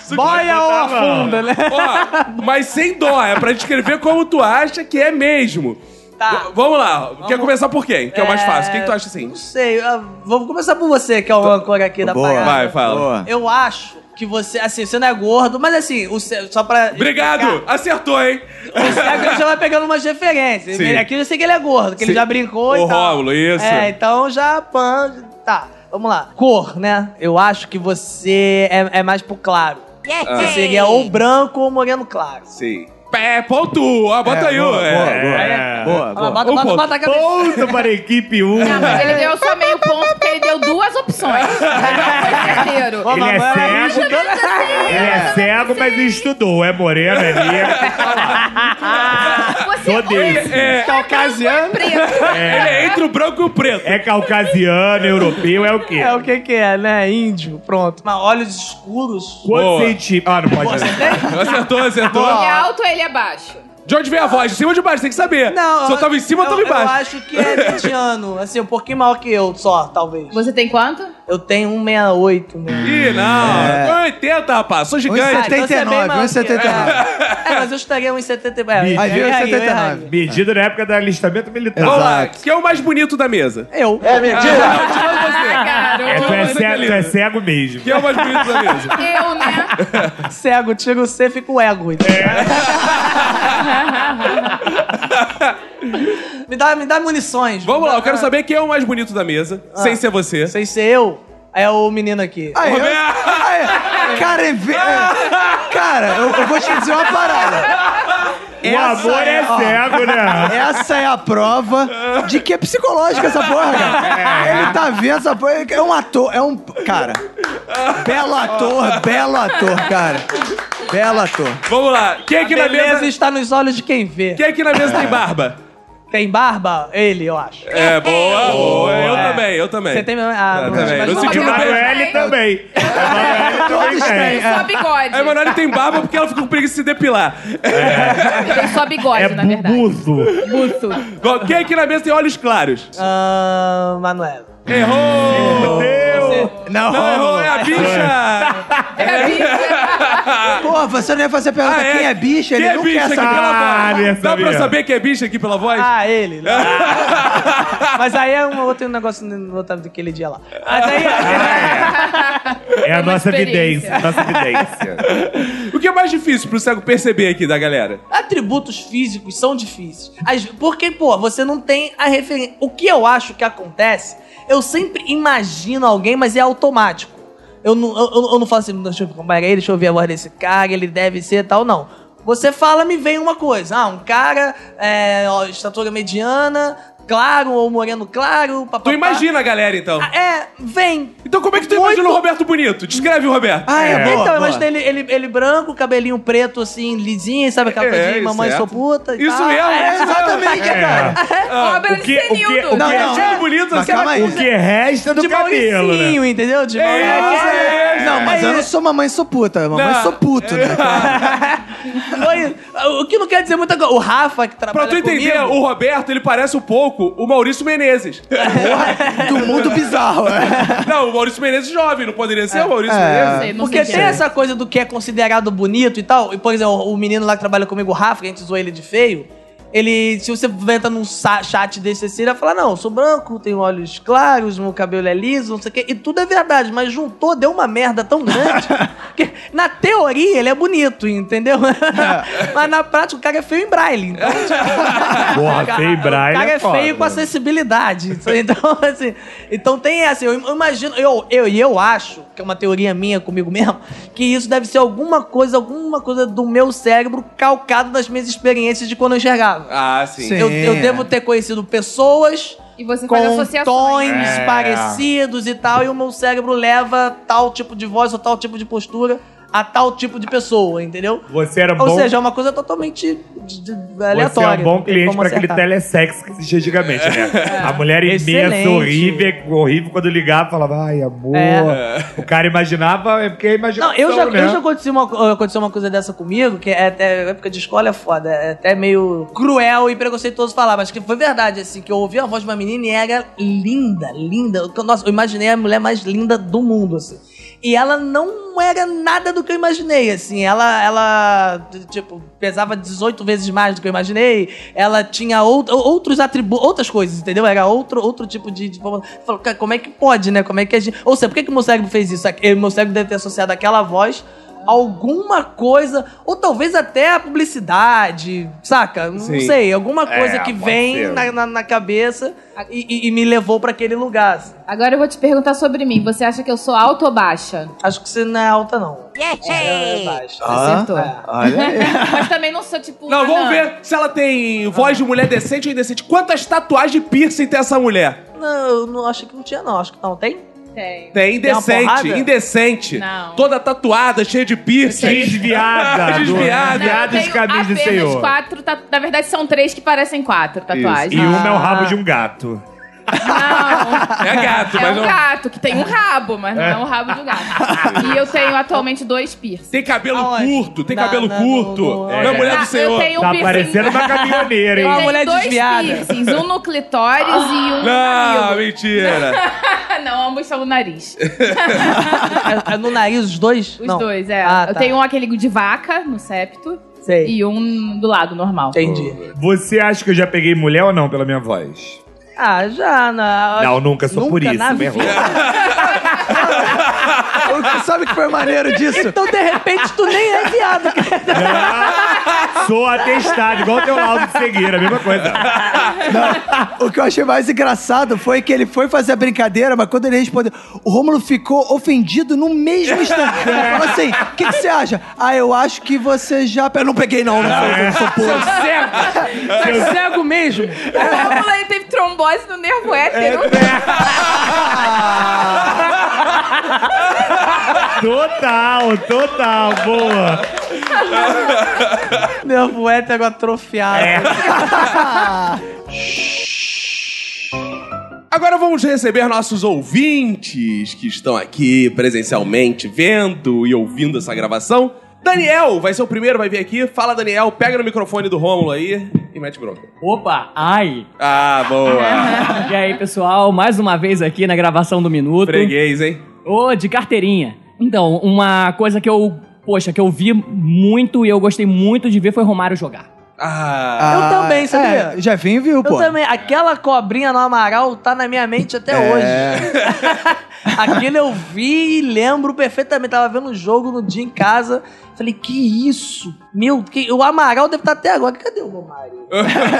Speaker 1: Se
Speaker 3: Boia ou
Speaker 4: Tá bom.
Speaker 3: afunda, né?
Speaker 1: Ó, mas sem dó, é pra descrever como tu acha que é mesmo.
Speaker 3: Tá.
Speaker 1: V- vamos lá, quer começar por quem? Que é o mais fácil. Quem tu acha assim?
Speaker 3: Não sei, ah, vamos começar por você, que é o âncora aqui da
Speaker 2: Boa.
Speaker 3: parada.
Speaker 1: Vai, fala.
Speaker 2: Boa.
Speaker 3: Eu acho que você, assim, você não é gordo, mas assim, o ce- só pra.
Speaker 1: Obrigado! Acertou, hein?
Speaker 3: O cego já vai pegando umas referências.
Speaker 1: Sim.
Speaker 3: Ele- Aqui eu sei que ele é gordo, que ele
Speaker 1: Sim.
Speaker 3: já brincou
Speaker 1: O
Speaker 3: e tal.
Speaker 1: Rômulo, isso.
Speaker 3: É, então já. pan- Tá, vamos lá. Cor, né? Eu acho que você é, é mais pro claro. Você seria ou branco ou moreno claro.
Speaker 1: Sim. Pé, ponto! um. Ó, bota aí, ó.
Speaker 2: boa,
Speaker 1: É.
Speaker 2: boa,
Speaker 4: É.
Speaker 2: boa,
Speaker 3: Olha
Speaker 2: boa.
Speaker 3: lá, bota,
Speaker 1: Um
Speaker 3: bota,
Speaker 1: ponto.
Speaker 3: bota a cabeça.
Speaker 4: Ponto para a equipe 1.
Speaker 5: Não, mas ele deu só meio ponto porque ele deu duas opções. Ele não foi certeiro.
Speaker 4: Ele é
Speaker 3: Mamãe, ela
Speaker 4: cego.
Speaker 3: me
Speaker 5: assim,
Speaker 3: ajudou.
Speaker 4: Ele é cego, mas estudou. É moreno, é negro.
Speaker 5: Você
Speaker 4: Sou desse.
Speaker 1: É,
Speaker 3: Caucasiano?
Speaker 5: preto.
Speaker 1: é entre o branco e o preto.
Speaker 4: É caucasiano, europeu, é o quê?
Speaker 3: É o que que é, né? Índio, pronto. Mas olhos escuros.
Speaker 1: Boa.
Speaker 4: Quantos centímetros? Ah, não pode. Não.
Speaker 1: Acertou, acertou.
Speaker 5: Ele é alto ou ele é baixo?
Speaker 1: De onde vem a voz? De cima ou de baixo? Tem que saber.
Speaker 3: Não,
Speaker 1: Se eu tava em cima ou tava
Speaker 3: Eu
Speaker 1: embaixo.
Speaker 3: acho que é mediano. Assim, um pouquinho maior que eu só, talvez.
Speaker 5: Você tem quanto?
Speaker 3: Eu tenho 168. Meu.
Speaker 1: Ih, não. É. 80, rapaz. Sou gigante.
Speaker 3: Ah, então você é bem
Speaker 2: 79,
Speaker 3: maior que eu.
Speaker 2: 79.
Speaker 3: É, É, mas eu estaria 1,79. É,
Speaker 2: Aí veio
Speaker 3: eu erraria, eu
Speaker 2: 79.
Speaker 4: Medido na época do alistamento militar.
Speaker 1: Vamos lá.
Speaker 2: Exato.
Speaker 1: Quem é o mais bonito da mesa?
Speaker 3: erraria. Eu.
Speaker 1: Não, de novo
Speaker 5: Ah,
Speaker 1: você.
Speaker 4: É, tu,
Speaker 5: garoto.
Speaker 4: é cego, tu é cego mesmo.
Speaker 1: Quem é o mais bonito da mesa?
Speaker 5: Eu, né?
Speaker 3: Cego, tira o C, fica o
Speaker 1: É.
Speaker 3: ego. me, dá, me dá munições.
Speaker 1: Vamos lá, eu quero
Speaker 3: Ah,
Speaker 1: saber quem é o mais bonito da mesa, sem ser você.
Speaker 3: Sem ser eu, é o menino aqui.
Speaker 2: Aí, eu-
Speaker 1: Roberto!
Speaker 2: aí, cara, Ah, é ve- é- cara eu, eu vou te dizer uma parada.
Speaker 4: O amor é
Speaker 2: ó,
Speaker 4: cego, né?
Speaker 2: Essa é a prova de que é psicológica essa porra, cara.
Speaker 4: É.
Speaker 2: Ele tá vendo essa porra. É um ator, é um. Cara. Belo ator, belo ator, cara. Belo ator.
Speaker 1: Vamos lá. Quem aqui na
Speaker 3: Beleza
Speaker 1: mesa...
Speaker 3: está nos olhos de quem vê.
Speaker 1: Quem aqui na mesa tem barba?
Speaker 3: Tem barba? Ele, eu acho.
Speaker 1: É, boa, boa.
Speaker 4: É.
Speaker 1: Eu também, eu também.
Speaker 3: Você tem mesmo. Ah,
Speaker 1: Eu
Speaker 3: não,
Speaker 1: também.
Speaker 3: mas-
Speaker 1: Eu senti
Speaker 4: O
Speaker 1: uma-
Speaker 3: É.
Speaker 4: Emanuele também.
Speaker 2: Todos
Speaker 1: É,
Speaker 2: têm.
Speaker 5: Só bigode.
Speaker 4: É
Speaker 1: A Emanuele tem barba porque ela ficou com preguiça de se depilar.
Speaker 5: Tem só bigode,
Speaker 4: É
Speaker 5: na verdade.
Speaker 4: bubuzo.
Speaker 5: Buço.
Speaker 1: Bom, Quem aqui na mesa tem olhos claros?
Speaker 3: Ah, Manuela.
Speaker 1: Errou!
Speaker 4: Eu.
Speaker 2: Não,
Speaker 1: Não, errou, é a bicha!
Speaker 5: É bicho.
Speaker 2: Porra, você não ia fazer a pergunta
Speaker 1: Ah, é?
Speaker 2: quem é bicha?
Speaker 1: Quem
Speaker 2: Ele
Speaker 1: é
Speaker 2: não
Speaker 1: bicha
Speaker 2: quer
Speaker 1: aqui
Speaker 2: saber.
Speaker 1: pela
Speaker 4: Ah, minha
Speaker 1: voz? Dá pra
Speaker 4: sabia.
Speaker 1: saber quem é bicha aqui pela voz?
Speaker 3: Ah, ele. não. Mas aí é um outro negócio no outro daquele dia lá. Mas aí.
Speaker 4: É a
Speaker 5: uma
Speaker 4: nossa
Speaker 5: experiência.
Speaker 4: vidência. Nossa vidência.
Speaker 1: O que é mais difícil pro cego perceber aqui da galera?
Speaker 3: Atributos físicos são difíceis. Às- Porque, pô, você não tem a referência. O que eu acho que acontece, eu sempre imagino alguém, mas é automático. Eu não, eu, eu- eu não falo assim, deixa eu comparar ele, deixa eu ver a voz desse cara, ele deve ser tal, não. Você fala, me vem uma coisa. Ah, um cara, é, ó, estatura mediana, claro ou moreno claro, papapá.
Speaker 1: Tu imagina a galera, então.
Speaker 3: Ah, É, vem.
Speaker 1: Então como é que tu
Speaker 3: Muito-
Speaker 1: imagina o Roberto Bonito? Descreve o Roberto.
Speaker 2: Ah, é,
Speaker 4: É.
Speaker 2: boa.
Speaker 3: então, eu
Speaker 2: boa.
Speaker 3: imagino ele, ele, ele branco, cabelinho preto, assim, lisinho, sabe aquela
Speaker 1: É,
Speaker 3: coisa
Speaker 1: é,
Speaker 3: de mamãe
Speaker 1: certo.
Speaker 3: sou puta e
Speaker 1: Isso
Speaker 3: tal.
Speaker 1: mesmo,
Speaker 3: É,
Speaker 1: isso mesmo.
Speaker 2: Exatamente, cara.
Speaker 5: Obra
Speaker 4: É. Ah, o
Speaker 5: de
Speaker 4: que- o que- é
Speaker 5: senildo.
Speaker 4: o
Speaker 2: Não,
Speaker 4: que-
Speaker 2: não.
Speaker 1: Achando bonito,
Speaker 2: Mas
Speaker 1: assim,
Speaker 2: calma aí.
Speaker 4: O que resta do
Speaker 3: de então.
Speaker 4: cabelo, né?
Speaker 3: Mauricinho, entendeu? De Mauricinho.
Speaker 1: é isso.
Speaker 2: Não, mas eu não sou mamãe, sou puta. Mamãe,
Speaker 1: Não.
Speaker 2: sou puto,
Speaker 4: É.
Speaker 2: né?
Speaker 3: Mauri- ah, O que não quer dizer muita coisa. O Rafa, que
Speaker 1: Pra
Speaker 3: trabalha
Speaker 1: tu entender,
Speaker 3: comigo,
Speaker 1: o Roberto, ele parece um pouco o Maurício Menezes.
Speaker 2: Porra, do mundo bizarro. né?
Speaker 1: Não, o Maurício Menezes jovem, não poderia ser o Maurício
Speaker 5: Não
Speaker 1: Menezes?
Speaker 5: sei, não
Speaker 3: Porque
Speaker 5: sei
Speaker 3: tem
Speaker 5: quem é.
Speaker 3: essa coisa do que é considerado bonito e tal. E, por exemplo, o menino lá que trabalha comigo, o Rafa, que a gente zoou ele de feio. Ele, se você entra num sa- chat desse assim, ele vai falar: Não, eu sou branco, tenho olhos claros, meu cabelo é liso, não sei o quê. E tudo é verdade, mas juntou, deu uma merda tão grande. que, na teoria, ele é bonito, entendeu? mas na prática, o cara é feio em braille. Então, tipo,
Speaker 4: Porra, feio Brian.
Speaker 3: O cara é
Speaker 4: foda.
Speaker 3: feio com acessibilidade. Então, assim. Então tem essa. Eu imagino. Eu, eu, e eu acho, que é uma teoria minha comigo mesmo, que isso deve ser alguma coisa, alguma coisa do meu cérebro calcado das minhas experiências de quando eu enxergava.
Speaker 1: Ah, sim.
Speaker 2: Sim.
Speaker 3: Eu, eu devo ter conhecido pessoas.
Speaker 5: E você faz
Speaker 3: Com
Speaker 5: associações.
Speaker 3: tons
Speaker 4: É.
Speaker 3: parecidos e tal, e o meu cérebro leva tal tipo de voz ou tal tipo de postura a tal tipo de pessoa, entendeu?
Speaker 4: Você era
Speaker 3: Ou
Speaker 4: bom.
Speaker 3: seja, é uma coisa totalmente de- de-
Speaker 4: Você
Speaker 3: aleatória.
Speaker 4: é um bom
Speaker 3: não tem
Speaker 4: cliente
Speaker 3: como
Speaker 4: pra aquele
Speaker 3: acertar.
Speaker 4: telesex que existia antigamente, né? A mulher
Speaker 3: Excelente.
Speaker 4: imensa, horrível, horrível, quando ligava, falava, ai, amor.
Speaker 3: É.
Speaker 4: O cara imaginava, é porque é imaginação,
Speaker 3: Não, eu já,
Speaker 4: né?
Speaker 3: eu já aconteceu, uma, eh, aconteceu uma coisa dessa comigo, que é até época de escola é foda, é até meio cruel e preconceituoso falar, mas que foi verdade, assim, que eu ouvi a voz de uma menina e era linda, linda. Nossa, eu imaginei a mulher mais linda do mundo, assim. E ela não era nada do que eu imaginei, assim. Ela, ela tipo, pesava 18 vezes mais do que eu imaginei. Ela tinha out- outros atributos, outras coisas, entendeu? Era outro, outro tipo de. de forma- Falou, cara, como é que pode, né? Como é que a gente. Ou seja, por que, que meu cérebro fez isso? Aque- Meu cérebro deve ter associado aquela voz a alguma coisa, ou talvez até a publicidade, saca? Não
Speaker 1: Sim.
Speaker 3: sei, alguma coisa que
Speaker 4: É, pode
Speaker 3: vem
Speaker 4: ser.
Speaker 3: na, na- na cabeça e, e- e me levou pra aquele lugar. assim.
Speaker 5: Agora eu vou te perguntar sobre mim. Você acha que eu sou alta ou baixa?
Speaker 3: Acho que você não é alta, não. É, é baixa.
Speaker 2: Ah,
Speaker 5: Acertou.
Speaker 2: olha aí.
Speaker 5: Mas também não sou tipo.
Speaker 1: Não, vamos
Speaker 5: anã.
Speaker 1: ver se ela tem voz de mulher decente ou indecente. Quantas tatuagens de piercing tem essa mulher?
Speaker 3: Não, eu não achei que não tinha, não. Acho que não tem.
Speaker 5: Tem.
Speaker 1: Tem
Speaker 3: Tem uma
Speaker 1: indecente,
Speaker 3: porrada?
Speaker 1: indecente.
Speaker 5: Não.
Speaker 1: Toda tatuada, cheia de piercing.
Speaker 4: Desviada. do-
Speaker 1: Desviada.
Speaker 4: Desviada
Speaker 5: eu
Speaker 4: de
Speaker 5: tenho
Speaker 4: cabeça de
Speaker 5: apenas
Speaker 4: senhor.
Speaker 5: quatro ta- Na verdade, são três que parecem quatro tatuagens.
Speaker 4: E uma é o
Speaker 3: Ah.
Speaker 4: rabo de um gato.
Speaker 5: Não.
Speaker 1: É gato,
Speaker 5: É
Speaker 1: mas
Speaker 5: um
Speaker 1: não.
Speaker 5: gato, que tem um rabo, mas não é um rabo de um gato. E eu tenho atualmente dois piercings.
Speaker 1: Tem cabelo
Speaker 3: Aonde?
Speaker 1: curto, tem
Speaker 3: Na-
Speaker 1: cabelo
Speaker 3: na-
Speaker 1: curto.
Speaker 3: no- no-
Speaker 1: é. Não é mulher
Speaker 5: Ah,
Speaker 1: do senhor.
Speaker 5: Eu tenho um
Speaker 4: Tá
Speaker 5: piercing-
Speaker 4: parecendo uma caminhoneira,
Speaker 5: Eu
Speaker 3: Uma
Speaker 4: hein?
Speaker 5: tenho
Speaker 3: mulher
Speaker 5: dois
Speaker 3: desviada.
Speaker 5: piercings, um no clitóris e um no
Speaker 1: Não,
Speaker 5: mamilo.
Speaker 1: mentira.
Speaker 5: Não, ambos são no nariz.
Speaker 3: É, é no nariz os dois?
Speaker 5: Os
Speaker 3: Não.
Speaker 5: dois, é.
Speaker 3: Ah,
Speaker 5: Eu
Speaker 3: tá.
Speaker 5: tenho um aquele de vaca no septo
Speaker 3: Sei.
Speaker 5: e um do lado normal.
Speaker 3: Entendi.
Speaker 4: Você acha que eu já peguei mulher ou não pela minha voz?
Speaker 3: Ah, já na.
Speaker 4: Não, nunca, sou por isso né,
Speaker 3: na
Speaker 4: mesmo.
Speaker 3: vida.
Speaker 2: O que sabe que foi maneiro disso?
Speaker 3: Então, de repente, tu nem é viado, cara.
Speaker 4: Sou atestado, igual teu laudo de cegueira, a mesma coisa.
Speaker 2: Não, o que eu achei mais engraçado foi que ele foi fazer a brincadeira, mas quando ele respondeu, o Rômulo ficou ofendido no mesmo instante. Ele falou assim: o que, que você acha? Ah, eu acho que você já. Eu não peguei, não, não foi,
Speaker 4: É.
Speaker 2: eu sou
Speaker 3: Seu
Speaker 2: puro.
Speaker 3: cego. Tu é cego mesmo.
Speaker 5: O Rômulo, ele teve trombose no nervo hétero.
Speaker 4: Total, total, boa.
Speaker 3: Nervo hétero é atrofiado.
Speaker 1: Agora vamos receber nossos ouvintes que estão aqui presencialmente vendo e ouvindo essa gravação. Daniel vai ser o primeiro, vai vir aqui. Fala, Daniel, pega no microfone do Rômulo aí e mete bronca.
Speaker 7: Opa, ai!
Speaker 1: Ah, boa.
Speaker 7: E aí, pessoal, mais uma vez aqui na gravação do Minuto.
Speaker 1: Freguês, hein?
Speaker 7: Ô, de carteirinha. Então, uma coisa que eu, poxa, que eu vi muito e eu gostei muito de ver foi Romário jogar.
Speaker 4: É.
Speaker 1: Ah,
Speaker 2: Ah,
Speaker 3: também,
Speaker 2: É,
Speaker 3: sabia?
Speaker 2: já vim e viu,
Speaker 3: Eu
Speaker 2: pô.
Speaker 3: também. Aquela cobrinha no Amaral tá na minha mente até
Speaker 2: É.
Speaker 3: hoje. Aquilo eu vi e lembro perfeitamente. Tava vendo um jogo no dia em casa. Falei, que isso? Meu, que... o Amaral deve estar até agora. Cadê o Romário?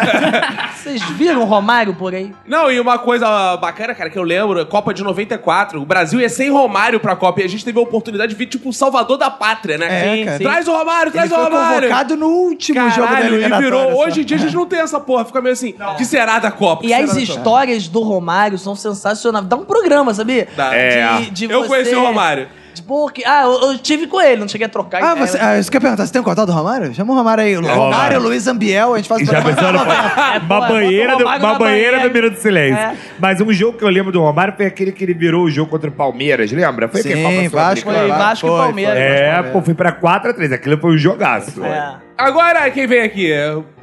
Speaker 3: Vocês viram o Romário por aí?
Speaker 1: Não, e uma coisa bacana, cara, que eu lembro, Copa de 94, o Brasil ia sem Romário pra Copa e a gente teve a oportunidade de vir, tipo, o salvador da pátria, né?
Speaker 2: É, Sim, cara. sim.
Speaker 1: Traz o Romário,
Speaker 2: Ele
Speaker 1: traz o
Speaker 2: foi
Speaker 1: Romário!
Speaker 2: convocado no último jogo da
Speaker 1: Caralho, e
Speaker 2: eliminatória,
Speaker 1: virou.
Speaker 2: só.
Speaker 1: Hoje em dia a gente não tem essa porra, fica meio assim, que
Speaker 3: é
Speaker 1: será da Copa?
Speaker 3: E
Speaker 1: que
Speaker 3: as
Speaker 1: será da Copa?
Speaker 3: histórias do Romário são sensacionais. Dá um programa, sabia?
Speaker 1: Dá.
Speaker 4: É.
Speaker 1: Eu conheci o Romário.
Speaker 3: De, pô, que- ah, eu, eu tive com ele, não cheguei a trocar.
Speaker 2: Ah,
Speaker 3: ideia.
Speaker 2: você, ah, isso que eu ia perguntar, você tem um contato do Romário? Chama o Romário aí. Romário,
Speaker 4: Romário.
Speaker 2: É um Luiz Ambiel, a gente faz
Speaker 4: E já pensou no... uma
Speaker 3: pô,
Speaker 4: banheira,
Speaker 3: bota
Speaker 4: do,
Speaker 3: o Romário
Speaker 4: uma
Speaker 3: na
Speaker 4: banheira
Speaker 3: banheira.
Speaker 4: do Minuto do Silêncio.
Speaker 3: É.
Speaker 4: Mas um jogo que eu lembro do Romário foi aquele que ele virou o jogo contra o Palmeiras, lembra? Foi aquele
Speaker 2: Sim,
Speaker 4: Copa
Speaker 2: Vasco,
Speaker 4: Sul-Americana.
Speaker 3: Foi Vasco e
Speaker 2: foi,
Speaker 3: Palmeiras.
Speaker 4: É, pô, foi pra 4x3. Aquilo foi um jogaço.
Speaker 3: É.
Speaker 1: Agora, quem vem aqui?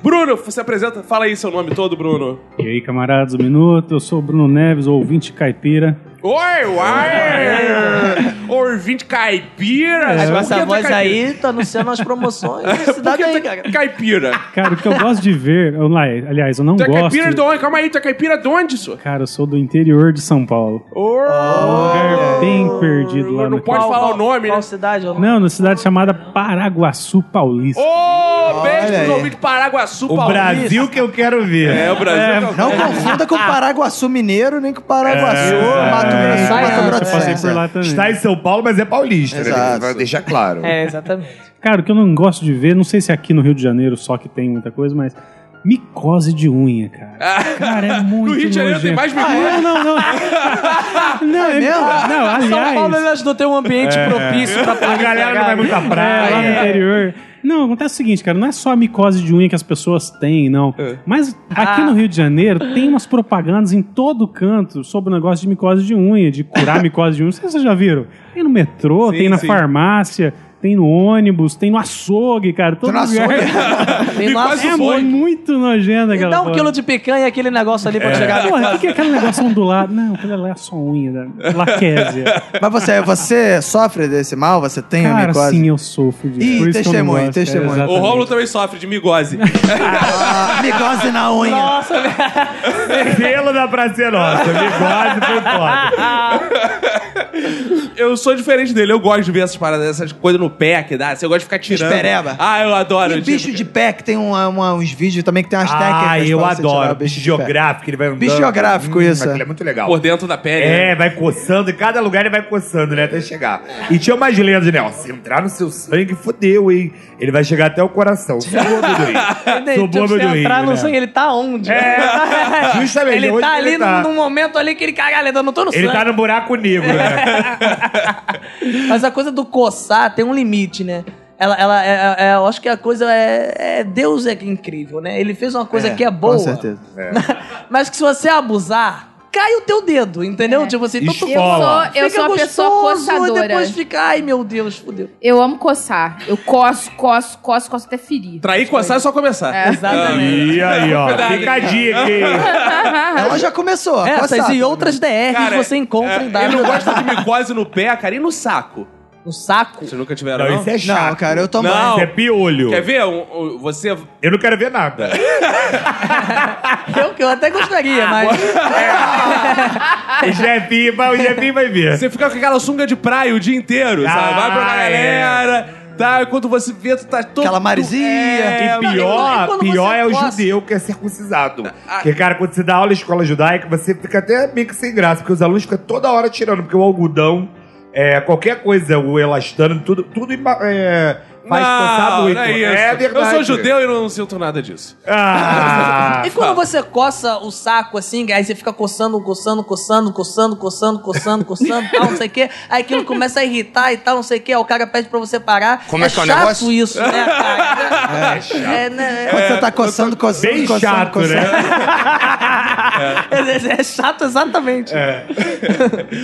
Speaker 1: Bruno, você apresenta, fala aí seu nome todo, Bruno.
Speaker 8: E aí, camaradas do Minuto, eu sou o Bruno Neves, ouvinte caipira.
Speaker 1: Oi, uai! Ouvinte caipira!
Speaker 3: Mas É. com
Speaker 1: Por que
Speaker 3: essa
Speaker 1: tu é
Speaker 3: voz
Speaker 1: caipira?
Speaker 3: aí, tô anunciando as promoções. Se dá
Speaker 1: Por que
Speaker 3: bem,
Speaker 1: tu é
Speaker 3: cara.
Speaker 1: caipira?
Speaker 8: Cara, o que eu gosto de ver, eu, lá, aliás, eu não
Speaker 1: Tu é
Speaker 8: gosto.
Speaker 1: caipira de onde? Calma aí, tu é caipira de onde, isso?
Speaker 8: Cara, eu sou do interior de São Paulo. Um lugar bem perdido lá
Speaker 1: Não
Speaker 8: no.
Speaker 1: pode falar o nome,
Speaker 3: Qual
Speaker 1: né?
Speaker 3: cidade? é Não.
Speaker 8: Não, na cidade chamada Paraguaçu Paulista.
Speaker 1: Ô, beijo
Speaker 2: Olha aí.
Speaker 1: pros ouvintes de Paraguaçu,
Speaker 4: O
Speaker 1: Paulista.
Speaker 4: Brasil que eu quero ver.
Speaker 1: É, o Brasil. que é o-
Speaker 2: Não confunda com o Paraguaçu Mineiro, nem com o Paraguaçu, Mato Grosso, Mato
Speaker 8: Eu
Speaker 2: Grosso.
Speaker 8: passei por
Speaker 2: é.
Speaker 8: lá também.
Speaker 4: É, Está em São Paulo, mas é paulista, né?
Speaker 2: Exato.
Speaker 4: Pra deixar claro.
Speaker 3: É, exatamente.
Speaker 8: Cara, o que eu não gosto de ver, não sei se é aqui no Rio de Janeiro só que tem muita coisa, mas micose de unha, cara. Cara, é muito
Speaker 1: Ah, No Rio de Janeiro tem
Speaker 8: nojento.
Speaker 1: mais migué.
Speaker 8: Ah, Não, não, não.
Speaker 4: ah,
Speaker 8: não, é
Speaker 2: mesmo?
Speaker 8: Não,
Speaker 3: tá- São Paulo,
Speaker 8: aliás.
Speaker 3: ele ajudou ter um ambiente propício pra
Speaker 4: É. A galera não vai muito à
Speaker 8: É, lá no
Speaker 4: praia.
Speaker 8: interior. Não, acontece o seguinte, cara, não é só a micose de unha que as pessoas têm, não. Mas aqui
Speaker 3: Ah.
Speaker 8: no Rio de Janeiro tem umas propagandas em todo canto sobre o negócio de micose de unha, de curar micose de unha. Não sei se Vocês já viram? Tem no metrô, tem na
Speaker 1: sim.
Speaker 8: farmácia, tem no ônibus, tem no açougue, cara. Todo
Speaker 2: no
Speaker 8: lugar.
Speaker 3: Tem lá-
Speaker 1: quase
Speaker 8: É
Speaker 1: foi.
Speaker 8: muito nojento
Speaker 3: Me
Speaker 8: aquela
Speaker 3: dá um
Speaker 8: porra.
Speaker 3: quilo de picanha e aquele negócio ali pra chegar na
Speaker 8: Porra, o que,
Speaker 3: casa.
Speaker 8: que é aquele negócio ondulado? Não, aquela lá é só unha, da laquésia.
Speaker 2: Mas você, você sofre desse mal? Você tem
Speaker 8: Cara,
Speaker 2: amicose?
Speaker 8: sim, eu sofro disso.
Speaker 2: Ih,
Speaker 8: Por isso que eu não
Speaker 2: testemunho,
Speaker 8: gosto, cara,
Speaker 2: testemunho. O
Speaker 1: O
Speaker 8: exatamente.
Speaker 1: Rômulo também sofre de migose. né?
Speaker 2: Ah, amicose na unha.
Speaker 3: Nossa, velho.
Speaker 4: Pelo da Praça Nossa. Bigode foi foda.
Speaker 1: Eu sou diferente dele, eu gosto de ver essas paradas, essas coisas no pé que dá. assim, Eu gosto de ficar tirando.
Speaker 2: Espereba.
Speaker 1: Ah, eu adoro.
Speaker 2: E
Speaker 1: eu
Speaker 2: bicho
Speaker 1: digo-
Speaker 2: de pé, que tem uma- uma- uns vídeos também que tem umas técnicas.
Speaker 4: Ah,
Speaker 2: pra
Speaker 4: eu
Speaker 2: você tirar o bicho de
Speaker 4: adoro.
Speaker 2: pé.
Speaker 4: Bichiográfico, ele vai andando.
Speaker 2: Bicho geográfico, isso.
Speaker 4: aquilo é muito legal.
Speaker 1: Por dentro da pele. né?
Speaker 4: É, vai coçando, em cada lugar ele vai coçando, né, até chegar. E tinha umas lendas, né, ó, se entrar no seu sangue, fodeu, hein. Ele vai chegar até o coração. Subou, amendoim. Subou,
Speaker 3: Tipo,
Speaker 4: amendoim.
Speaker 3: você entrar no
Speaker 4: né?
Speaker 3: sangue, ele tá onde?
Speaker 4: É, justamente,
Speaker 3: Ele
Speaker 4: onde
Speaker 3: tá
Speaker 4: ele
Speaker 3: ali
Speaker 4: tá?
Speaker 3: num momento ali que ele, caralho, eu não tô no
Speaker 4: Ele
Speaker 3: sangue.
Speaker 4: tá no buraco negro, né.
Speaker 3: Mas a coisa do coçar tem um limite, né? Ela, ela, é- é- eu acho que a coisa é, é- Deus é incrível, né? Ele fez uma coisa
Speaker 2: É,
Speaker 3: que é boa.
Speaker 2: Com certeza.
Speaker 3: Mas que se você abusar, cai o teu dedo, entendeu? Tipo assim, tu- tu-
Speaker 5: Eu sou, É. eu
Speaker 3: fica
Speaker 5: sou uma pessoa
Speaker 3: gostoso,
Speaker 5: coçadora.
Speaker 3: Depois fica, ai meu Deus, fudeu.
Speaker 5: Eu amo coçar. Eu coço, coço, coço, coço até ferir.
Speaker 1: Trair, coçar é só começar.
Speaker 3: Exatamente.
Speaker 4: E aí, ó.
Speaker 1: Cuidado,
Speaker 4: Fica a
Speaker 1: hein?
Speaker 4: dica, hein?
Speaker 2: Ela já começou. a
Speaker 3: Essas
Speaker 2: coçar.
Speaker 3: e outras DRs
Speaker 1: Cara,
Speaker 3: É,
Speaker 1: é,
Speaker 3: você encontra em
Speaker 1: Ele
Speaker 3: W
Speaker 1: não gosta de micose no pé, cara, e no saco.
Speaker 3: no saco.
Speaker 1: Vocês nunca tiveram,
Speaker 4: Não,
Speaker 1: não?
Speaker 4: isso é chato.
Speaker 2: Não, cara, eu tomo.
Speaker 1: Não.
Speaker 4: Isso é piolho.
Speaker 1: Quer ver? Um- um- você...
Speaker 4: Eu não quero ver nada.
Speaker 3: Eu, que eu até gostaria, mas.
Speaker 4: o Jefinho vai, o Jefinho vai ver.
Speaker 1: Você fica com aquela sunga de praia o dia inteiro, sabe? Vai pra
Speaker 4: Ah, é.
Speaker 1: galera, tá? Quando você vê, tu tá todo...
Speaker 2: Aquela maresia.
Speaker 1: É,
Speaker 4: E
Speaker 3: mas
Speaker 4: pior,
Speaker 3: quando você
Speaker 4: pior é o
Speaker 3: coça?
Speaker 4: judeu que é circuncisado.
Speaker 1: Ah,
Speaker 4: Porque, cara, quando você dá aula em escola judaica, você fica até meio que sem graça, porque os alunos ficam toda hora tirando, porque o algodão, é, qualquer coisa, o elastano, tudo, tudo ima- é, faz coçar muito.
Speaker 1: não é isso.
Speaker 4: É verdade.
Speaker 1: Eu sou judeu e não sinto nada disso.
Speaker 4: Ah,
Speaker 3: E quando você coça o saco assim, aí você fica coçando, coçando, coçando, coçando, coçando, coçando, coçando, tal, não sei o quê. Aí aquilo começa a irritar e tal, não sei o quê. Aí o cara pede pra você parar.
Speaker 9: Como é que é o
Speaker 3: chato
Speaker 9: negócio?
Speaker 3: isso, né, cara? É, né?
Speaker 2: Quando você tá coçando, coçando,
Speaker 4: bem
Speaker 2: coçando,
Speaker 4: chato,
Speaker 2: coçando.
Speaker 4: né?
Speaker 3: É, é chato, exatamente.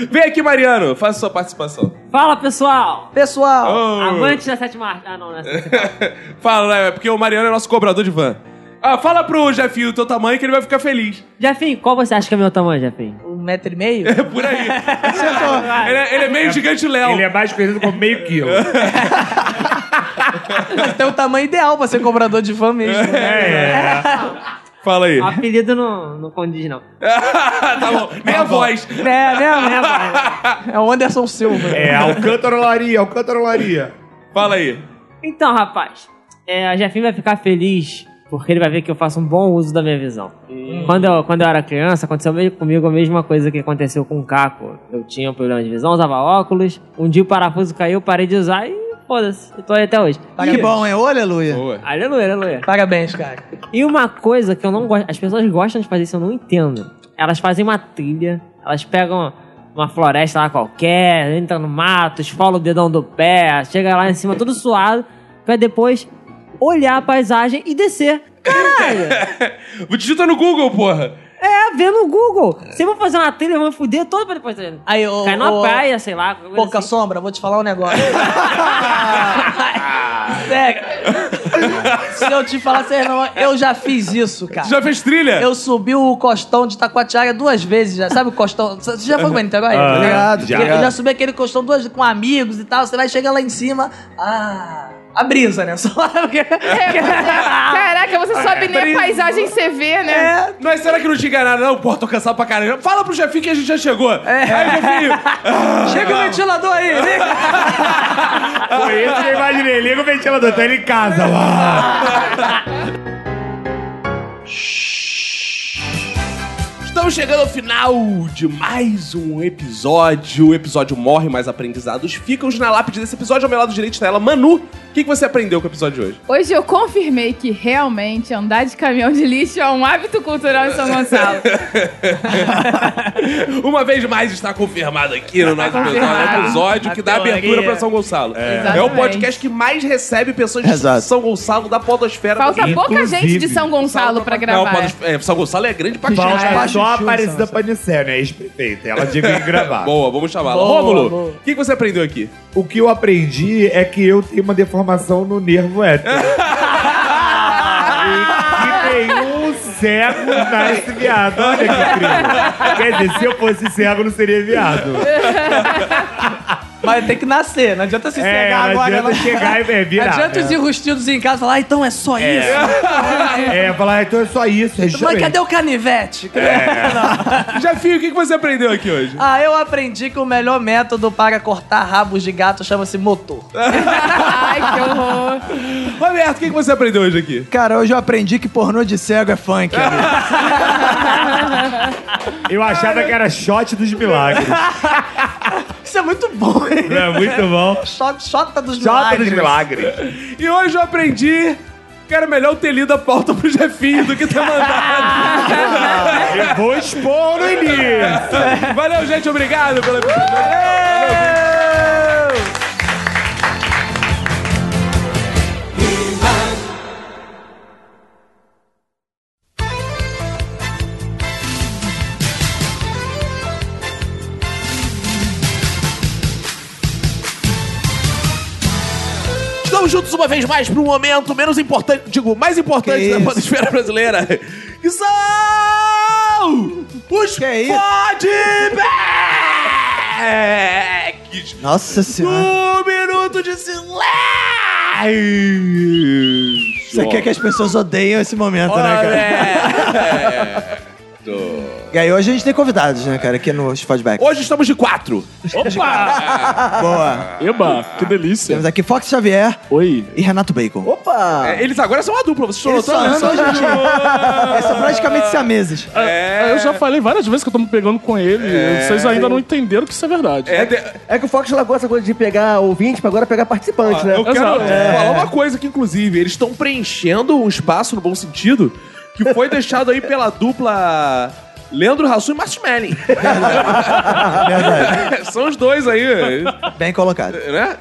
Speaker 1: Vem aqui, Mariano, faça sua participação.
Speaker 7: Fala, pessoal!
Speaker 3: Pessoal,
Speaker 1: Oh.
Speaker 7: Avante da sétima arte. Ah, não, não é assim.
Speaker 1: Fala, né? Porque o Mariano é nosso cobrador de van. Ah, fala pro Jefinho o teu tamanho que ele vai ficar feliz.
Speaker 7: Jefim, qual você acha que é meu tamanho, Jefim?
Speaker 3: um metro e meio?
Speaker 1: É por aí. ele, é, ele é meio gigante Léo.
Speaker 4: Ele é mais conhecido como meio quilo.
Speaker 3: Mas tem o tamanho ideal pra ser cobrador de fã mesmo. né?
Speaker 4: É, é.
Speaker 1: Fala aí.
Speaker 7: O apelido não, não condiz, não.
Speaker 1: tá bom. Nem a voz.
Speaker 3: É, né, né? É o Anderson Silva.
Speaker 4: É, alcantarolaria, alcantarolaria.
Speaker 1: Fala aí.
Speaker 7: Então, rapaz, é, a Jefim vai ficar feliz porque ele vai ver que eu faço um bom uso da minha visão.
Speaker 3: Hum.
Speaker 7: Quando, eu, quando eu era criança, aconteceu me- comigo a mesma coisa que aconteceu com o Caco. Eu tinha um problema de visão, usava óculos, um dia o parafuso caiu, parei de usar e foda-se, eu tô aí até hoje.
Speaker 2: Que bom, hein? Ô, aleluia.
Speaker 1: Boa.
Speaker 7: Aleluia, aleluia.
Speaker 3: Parabéns, cara.
Speaker 7: E uma coisa que eu não gosto, as pessoas gostam de fazer isso, eu não entendo. Elas fazem uma trilha, elas pegam uma floresta lá qualquer, entram no mato, esfola o dedão do pé, chega lá em cima todo suado, pra depois olhar a paisagem e descer. Caralho!
Speaker 1: Digita no Google, porra.
Speaker 7: é, vê no Google. Se eu vou fazer uma trilha, eu vou fuder todo pra depois.
Speaker 3: Aí, ô,
Speaker 7: Cai na
Speaker 3: ô,
Speaker 7: praia, sei lá. qualquer coisa
Speaker 3: Pouca
Speaker 7: assim.
Speaker 3: sombra, vou te falar um negócio.
Speaker 1: Ah.
Speaker 3: Sério. Se eu te falar, você não. Eu já fiz isso, cara.
Speaker 1: Tu já fez trilha?
Speaker 3: Eu subi o costão de Taquatiara duas vezes já. Sabe o costão? Você já foi pra Niterói?
Speaker 4: Ah,
Speaker 2: Obrigado,
Speaker 4: já.
Speaker 3: Eu
Speaker 2: obrigado.
Speaker 3: já subi aquele costão duas com amigos e tal. Você vai chegar lá em cima. Ah. A brisa, né? Só porque.
Speaker 7: É,
Speaker 5: Caraca, você
Speaker 1: É,
Speaker 5: sobe nem a paisagem você vê, né?
Speaker 3: É,
Speaker 1: Mas será que não te enganaram? Não, porra, tô cansado pra caramba. Fala pro Jefinho que a gente já chegou. Aí, Jefinho,
Speaker 3: É.
Speaker 1: Ah.
Speaker 3: chega o ventilador aí, liga.
Speaker 4: Foi isso que eu imaginei. Liga o ventilador, tá ele em casa. Uau.
Speaker 1: Estamos chegando ao final de mais um episódio. O episódio morre, mas aprendizados ficam. Na lápide desse episódio, ao meu lado direito está ela, Manu. O que, que você aprendeu com o episódio de hoje?
Speaker 5: Hoje eu confirmei que realmente andar de caminhão de lixo é um hábito cultural em São Gonçalo.
Speaker 1: Uma vez mais está confirmado aqui no nosso episódio,
Speaker 5: confirmado.
Speaker 1: episódio que dá
Speaker 3: A
Speaker 1: abertura
Speaker 3: teoria.
Speaker 1: para São Gonçalo. É.
Speaker 5: Exatamente.
Speaker 1: o podcast que mais recebe pessoas
Speaker 2: Exato.
Speaker 1: de São Gonçalo da podosfera.
Speaker 5: Falta
Speaker 1: do-
Speaker 5: pouca gente de São Gonçalo pra
Speaker 1: Não,
Speaker 5: gravar.
Speaker 1: podos- é, São Gonçalo é grande pra
Speaker 4: Falta
Speaker 1: caralho.
Speaker 4: só a Aparecida Panicel, né? Ex-prefeita. Ela devia gravar.
Speaker 1: Boa, vamos chamá-la.
Speaker 3: Boa,
Speaker 1: Rômulo,
Speaker 3: boa.
Speaker 1: o que, que você aprendeu aqui?
Speaker 4: O que eu aprendi é que eu tenho uma deformação no nervo hétero.
Speaker 5: Ah!
Speaker 4: E que nenhum um cego nasce viado. Olha que incrível. Quer dizer, se eu fosse cego, não seria viado.
Speaker 3: Mas tem que nascer, não adianta se
Speaker 4: É,
Speaker 3: cegar
Speaker 4: não
Speaker 3: agora.
Speaker 4: adianta
Speaker 3: não.
Speaker 4: chegar e é, virar.
Speaker 3: Adianta os
Speaker 4: né?
Speaker 3: enrustidos em casa falar, ah, então é só isso.
Speaker 4: É, falar, "Ah, então é só isso. É
Speaker 3: Mãe,
Speaker 4: justamente.
Speaker 3: cadê o canivete?
Speaker 4: É.
Speaker 1: Jefinho, o que, que você aprendeu aqui hoje?
Speaker 3: Ah, eu aprendi que o melhor método para cortar rabos de gato chama-se motor.
Speaker 5: Ai, que horror.
Speaker 1: Roberto, o que, que você aprendeu hoje aqui?
Speaker 2: Cara, hoje eu aprendi que pornô de cego é funk. amigo.
Speaker 4: Eu achava que era shot dos milagres.
Speaker 3: Isso é muito bom, hein? tá
Speaker 4: É muito bom.
Speaker 3: Cho- Chota dos
Speaker 4: Shot
Speaker 3: milagres.
Speaker 4: dos milagres.
Speaker 1: E hoje eu aprendi que era melhor eu ter lido a pauta pro Jefinho do que ter mandado.
Speaker 4: Eu vou expor no início.
Speaker 1: Valeu, gente. Obrigado pela Estamos juntos uma vez mais para um momento menos importante, digo, mais importante
Speaker 2: Que
Speaker 1: da
Speaker 2: isso?
Speaker 1: podosfera brasileira, que são os
Speaker 2: Que é isso?
Speaker 1: podbacks
Speaker 2: Nossa senhora.
Speaker 1: do Um Minuto de Silêncio.
Speaker 2: Você quer que as pessoas odeiam esse momento, né, cara?
Speaker 1: Correto.
Speaker 2: E aí hoje a gente tem convidados, né, cara, aqui no Spotback.
Speaker 1: Hoje estamos de quatro.
Speaker 10: Opa!
Speaker 2: Boa.
Speaker 10: Eba, que delícia.
Speaker 2: Temos aqui Fox Xavier
Speaker 10: Oi.
Speaker 2: e Renato Bacon. Opa!
Speaker 1: É, Eles agora são uma dupla, vocês estão
Speaker 2: Eles só
Speaker 1: notando?
Speaker 2: andam hoje em dia. Eles são praticamente siameses.
Speaker 10: Ah,
Speaker 1: É.
Speaker 10: Eu já falei várias vezes que eu tô me pegando com ele. Vocês ainda não entenderam que isso é verdade.
Speaker 1: É, de-
Speaker 9: É que o Fox largou essa coisa de pegar ouvinte pra agora pegar participante, né?
Speaker 1: Eu quero
Speaker 10: Exato. É.
Speaker 1: falar uma coisa que, inclusive, eles estão preenchendo um espaço no bom sentido que foi deixado aí pela dupla Leandro Rassu e Márcio Melling. São os dois aí,
Speaker 2: Bem colocado.
Speaker 1: né?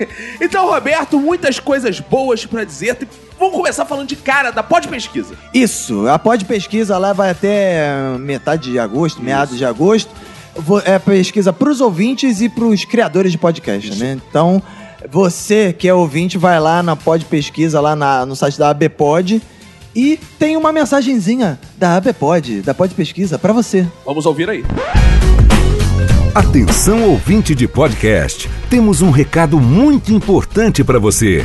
Speaker 1: Então, Roberto, muitas coisas boas pra dizer. Tem- Vamos começar falando de cara da pode pesquisa.
Speaker 2: Isso, a pod pesquisa lá vai até metade de agosto, meados de agosto. Vo- É pesquisa pros ouvintes e pros criadores de podcast, né? Então, você que é ouvinte, vai lá na pod pesquisa, lá na- no site da ABPod. E tem uma mensagenzinha da ABPod, da Pod Pesquisa, pra você.
Speaker 1: Vamos ouvir aí.
Speaker 11: Atenção ouvinte de podcast, temos um recado muito importante para você.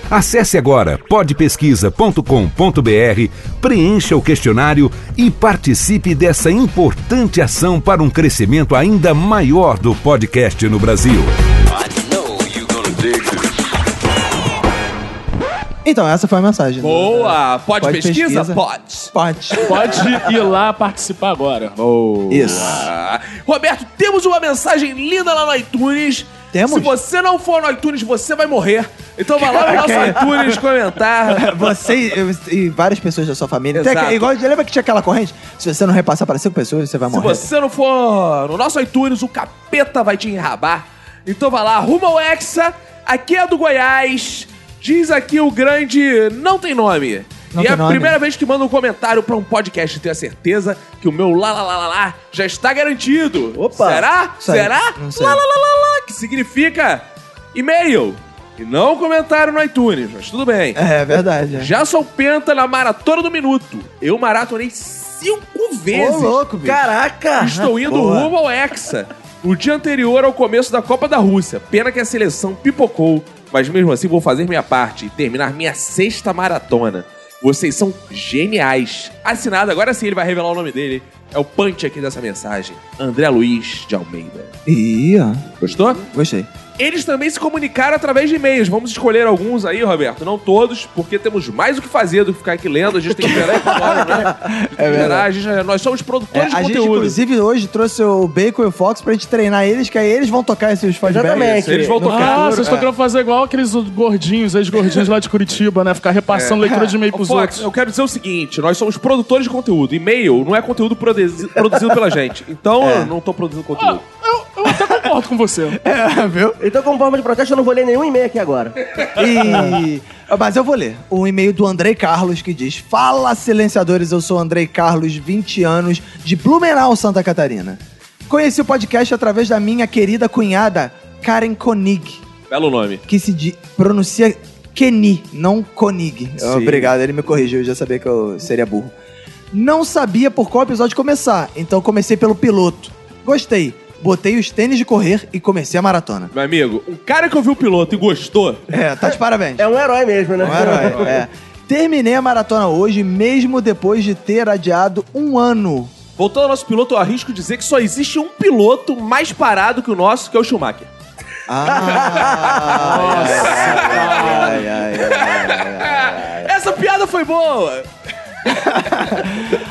Speaker 11: Acesse agora podpesquisa.com.br, preencha o questionário e participe dessa importante ação para um crescimento ainda maior do podcast no Brasil.
Speaker 2: Então, essa foi a mensagem.
Speaker 1: Boa! Pode,
Speaker 2: É. Pode
Speaker 1: pesquisa?
Speaker 2: pesquisa.
Speaker 1: Pode.
Speaker 2: Pod.
Speaker 10: Pode ir lá participar agora.
Speaker 2: Isso.
Speaker 1: Ah, Roberto, temos uma mensagem linda lá no iTunes.
Speaker 2: Temos?
Speaker 1: Se você não for no iTunes, você vai morrer. Então vai lá no nosso iTunes comentar.
Speaker 2: é? Você e, eu- e várias pessoas da sua família. Tem
Speaker 1: Exato.
Speaker 2: aquele- igual, lembra que tinha aquela corrente? Se você não repassar para cinco pessoas, você vai
Speaker 1: Se
Speaker 2: morrer.
Speaker 1: você não for no nosso iTunes, o capeta vai te enrabar. Então vai lá, arruma o Hexa. Aqui é do Goiás. Diz aqui o grande não tem nome.
Speaker 2: Não
Speaker 1: e é
Speaker 2: tem
Speaker 1: a
Speaker 2: nome.
Speaker 1: primeira vez que manda um comentário pra um podcast. Tenho a certeza que o meu lá, lá, lá, lá, lá já está garantido.
Speaker 2: Opa.
Speaker 1: Será?
Speaker 2: Isso aí,
Speaker 1: Será?
Speaker 2: não sei.
Speaker 1: Lá, lá, lá, lá, lá, que significa e-mail. E não comentário no iTunes, mas tudo bem.
Speaker 2: É verdade. é.
Speaker 1: Já sou penta na maratona do minuto. Eu maratonei cinco vezes.
Speaker 2: Ô, louco, bicho.
Speaker 9: Caraca!
Speaker 1: Estou indo
Speaker 2: Boa.
Speaker 1: rumo ao Hexa. O dia anterior ao começo da Copa da Rússia. Pena que a seleção pipocou, mas mesmo assim vou fazer minha parte e terminar minha sexta maratona. Vocês são geniais. Assinado, agora sim ele vai revelar o nome dele. É o punch aqui dessa mensagem. André Luiz de Almeida.
Speaker 2: Ih, ó.
Speaker 1: Gostou?
Speaker 2: Gostei.
Speaker 1: Eles também se comunicaram através de e-mails. Vamos escolher alguns aí, Roberto. Não todos, porque temos mais o que fazer do que ficar aqui lendo. A gente tem que gerar e né? É gerar, a gente, nós somos
Speaker 2: É,
Speaker 1: produtores de
Speaker 2: a gente,
Speaker 1: conteúdo.
Speaker 2: inclusive, hoje trouxe o Bacon e o Fox pra gente treinar eles, que aí eles vão tocar esses feedbacks.
Speaker 9: Exatamente.
Speaker 1: Eles vão tocar.
Speaker 10: Ah,
Speaker 2: é.
Speaker 10: vocês estão querendo fazer igual aqueles gordinhos, ex-gordinhos lá de Curitiba, né? Ficar repassando leitura de e-mail
Speaker 1: É. Ô,
Speaker 10: pros
Speaker 1: Fox,
Speaker 10: outros.
Speaker 1: eu quero dizer o seguinte: nós somos produtores de conteúdo. E-mail não é conteúdo produzi- produzido pela gente. Então
Speaker 2: É.
Speaker 1: eu não tô produzindo conteúdo.
Speaker 10: Eu até concordo com você.
Speaker 2: É,
Speaker 9: Então, como forma de protesto, eu não vou ler nenhum e-mail aqui agora.
Speaker 2: E- Mas eu vou ler o e-mail do Andrei Carlos que diz: Fala, silenciadores, eu sou Andrei Carlos, 20 anos, de Blumenau, Santa Catarina. Conheci o podcast através da minha querida cunhada, Karen Konig,
Speaker 1: Belo nome.
Speaker 2: que se di- pronuncia Keni, não Konig.
Speaker 1: Sim.
Speaker 2: Obrigado, ele me corrigiu, eu já sabia que eu seria burro. Não sabia por qual episódio começar, então comecei pelo piloto. Gostei, botei os tênis de correr e comecei a maratona.
Speaker 1: Meu amigo, um cara que ouviu o piloto e gostou.
Speaker 2: É, tá de parabéns.
Speaker 9: É um herói mesmo, né?
Speaker 2: Um herói, é. Terminei a maratona hoje, mesmo depois de ter adiado um ano.
Speaker 1: Voltando ao nosso piloto, eu arrisco dizer que só existe um piloto mais parado que o nosso, que é o Schumacher.
Speaker 2: Ah, ai, ai, ai, ai, ai, ai. É.
Speaker 1: Essa piada foi boa!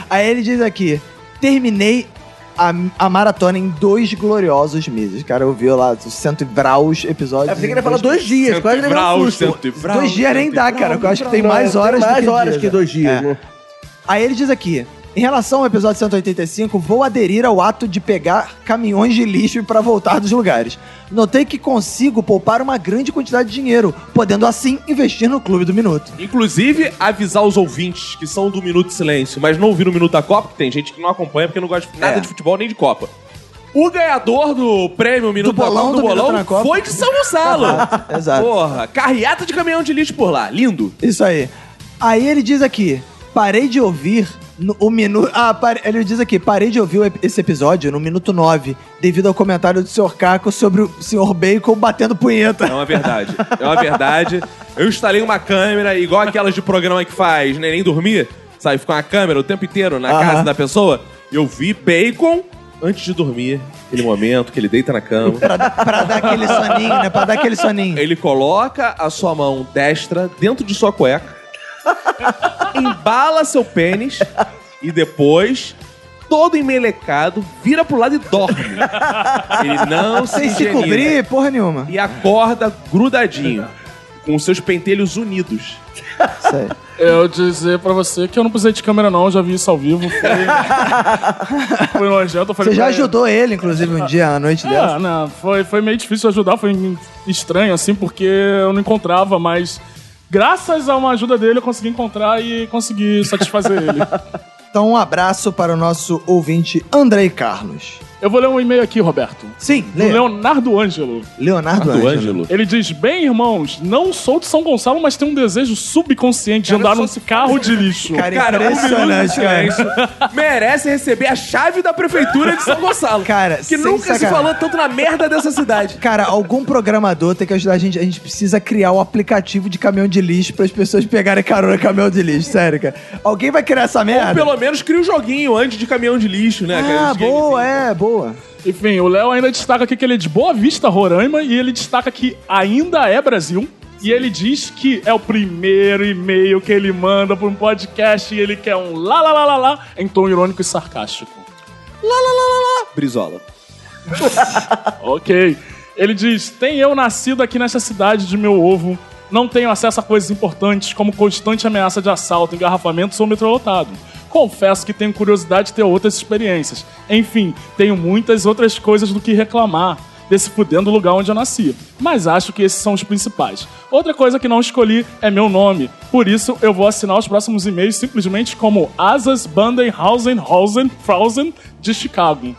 Speaker 2: Aí ele diz aqui: terminei a, a maratona em dois gloriosos meses. Cara, eu vi lá os cento e braus
Speaker 9: Eu
Speaker 2: episódios.
Speaker 9: pensei que ele ia falar dois dias, quase levei um
Speaker 1: Braus,
Speaker 9: susto.
Speaker 1: cento e Braus,
Speaker 2: Dois dias nem
Speaker 1: cento e
Speaker 2: dá,
Speaker 1: Braus.
Speaker 2: cara. porque Eu acho que tem
Speaker 9: Não,
Speaker 2: mais horas
Speaker 9: Tem
Speaker 2: do
Speaker 9: mais
Speaker 2: que
Speaker 9: horas
Speaker 2: dias,
Speaker 9: que
Speaker 2: né?
Speaker 9: dois dias,
Speaker 2: É.
Speaker 9: né?
Speaker 2: Aí ele diz aqui: Em relação ao episódio 185, vou aderir ao ato de pegar caminhões de lixo para voltar dos lugares. Notei que consigo poupar uma grande quantidade de dinheiro, podendo assim investir no Clube do Minuto.
Speaker 1: Inclusive, avisar os ouvintes que são do Minuto de Silêncio, mas não ouviram o Minuto da Copa, que tem gente que não acompanha porque não gosta de nada
Speaker 2: É.
Speaker 1: de futebol nem de Copa. O ganhador do prêmio Minuto
Speaker 2: Do bolão
Speaker 1: da
Speaker 2: do
Speaker 1: Copa,
Speaker 2: Minuto na Copa.
Speaker 1: foi de São Gonçalo.
Speaker 2: Exato.
Speaker 1: Porra, carreata de caminhão de lixo por lá. Lindo.
Speaker 2: Isso aí. Aí ele diz aqui: parei de ouvir no, o minuto. Ah, pare- ele diz aqui: parei de ouvir o ep- esse episódio no minuto 9, devido ao comentário do Sr. Caco sobre o Sr. Bacon batendo punheta.
Speaker 1: É uma verdade. É uma verdade. Eu instalei uma câmera, igual aquelas de programa que faz neném dormir, sabe? Fica uma câmera o tempo inteiro na
Speaker 2: Aham.
Speaker 1: casa da pessoa. Eu vi bacon antes de dormir, aquele momento que ele deita na cama.
Speaker 2: Pra dar aquele soninho, né? Pra dar aquele soninho.
Speaker 1: Ele coloca a sua mão destra dentro de sua cueca, embala seu pênis e depois, todo emelecado, vira pro lado e dorme. Ele não se
Speaker 2: Sem se
Speaker 1: higieniza.
Speaker 2: cobrir, porra nenhuma.
Speaker 1: E acorda grudadinho, com os seus pentelhos unidos.
Speaker 2: Isso aí.
Speaker 10: É, Eu dizer pra você que eu não precisei de câmera, não, eu já vi isso ao vivo. Foi, foi nojento. eu falei
Speaker 2: Você já
Speaker 10: pra
Speaker 2: ajudou ele, inclusive, um dia à noite
Speaker 10: É,
Speaker 2: dessa.
Speaker 10: não, foi, foi meio difícil ajudar, foi estranho, assim, porque eu não encontrava, mas graças a uma ajuda dele eu consegui encontrar e consegui satisfazer ele.
Speaker 2: Então, um abraço para o nosso ouvinte Andrei Carlos.
Speaker 10: Eu vou ler um e-mail aqui, Roberto.
Speaker 2: Sim,
Speaker 10: Do
Speaker 2: leia.
Speaker 10: Leonardo Ângelo.
Speaker 2: Leonardo
Speaker 1: Arthur
Speaker 2: Ângelo.
Speaker 1: Ângelo.
Speaker 10: Ele diz: Bem, irmãos, não sou de São Gonçalo, mas tenho um desejo subconsciente de andar num carro de lixo.
Speaker 2: Cara,
Speaker 1: Cara, um minuto de
Speaker 2: impressionante, cara.
Speaker 1: silêncio merece receber a chave da prefeitura de São Gonçalo.
Speaker 2: Cara,
Speaker 1: que
Speaker 2: sem
Speaker 1: nunca se
Speaker 2: sacanagem.
Speaker 1: falou tanto na merda dessa cidade.
Speaker 2: Cara, algum programador tem que ajudar a gente. A gente precisa criar um aplicativo de caminhão de lixo para as pessoas pegarem carona com caminhão de lixo, sério, cara. Alguém vai criar essa merda?
Speaker 1: Ou pelo menos cria um joguinho antes de caminhão de lixo, né? cara?
Speaker 2: ah,
Speaker 1: Esse game,
Speaker 2: boa,
Speaker 1: assim.
Speaker 2: é, boa.
Speaker 10: Enfim, o Léo ainda destaca aqui que ele é de Boa Vista, Roraima, e ele destaca que ainda é Brasil. E ele diz que é o primeiro e-mail que ele manda para um podcast e ele quer um lá lá lá lá lá em tom irônico e sarcástico.
Speaker 1: Brizola.
Speaker 10: Ok. Ele diz: Tem eu nascido aqui nessa cidade de meu ovo. Não tenho acesso a coisas importantes, como constante ameaça de assalto, engarrafamentos ou metrô lotado. Confesso que tenho curiosidade de ter outras experiências. Enfim, tenho muitas outras coisas do que reclamar desse fudendo lugar onde eu nasci. Mas acho que esses são os principais. Outra coisa que não escolhi é meu nome. Por isso, eu vou assinar os próximos e-mails simplesmente como Asas Bandenhausen Hausen Frausen de Chicago.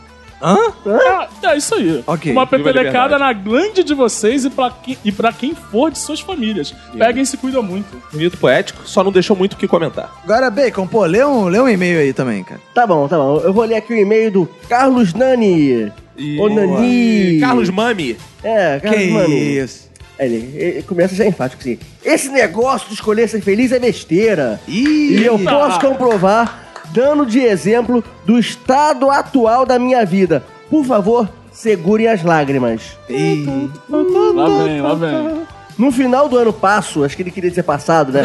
Speaker 10: É, é isso aí.
Speaker 2: Ok.
Speaker 10: Uma
Speaker 1: Viva a
Speaker 10: petelecada
Speaker 1: liberdade.
Speaker 10: na glande de vocês e pra, que- e pra quem for de suas famílias. Peguem e se cuidam muito.
Speaker 1: Bonito poético, só não deixou muito o que comentar.
Speaker 2: Agora, Bacon, pô, lê um, lê um e-mail aí também, cara.
Speaker 9: Tá bom, tá bom. Eu vou ler aqui o e-mail do Carlos Nani. Ô, Nani.
Speaker 1: Carlos Mami.
Speaker 9: É, Carlos
Speaker 2: que
Speaker 9: Nani.
Speaker 2: isso.
Speaker 9: Ele, ele começa já enfático assim. Esse negócio de escolher ser feliz é besteira.
Speaker 2: Ih,
Speaker 9: E eu
Speaker 1: tá.
Speaker 9: posso comprovar, dando de exemplo, do estado atual da minha vida. Por favor, segurem as lágrimas.
Speaker 2: ih.
Speaker 10: Lá vem, lá vem.
Speaker 9: No final do ano passo, acho que ele queria dizer passado, né?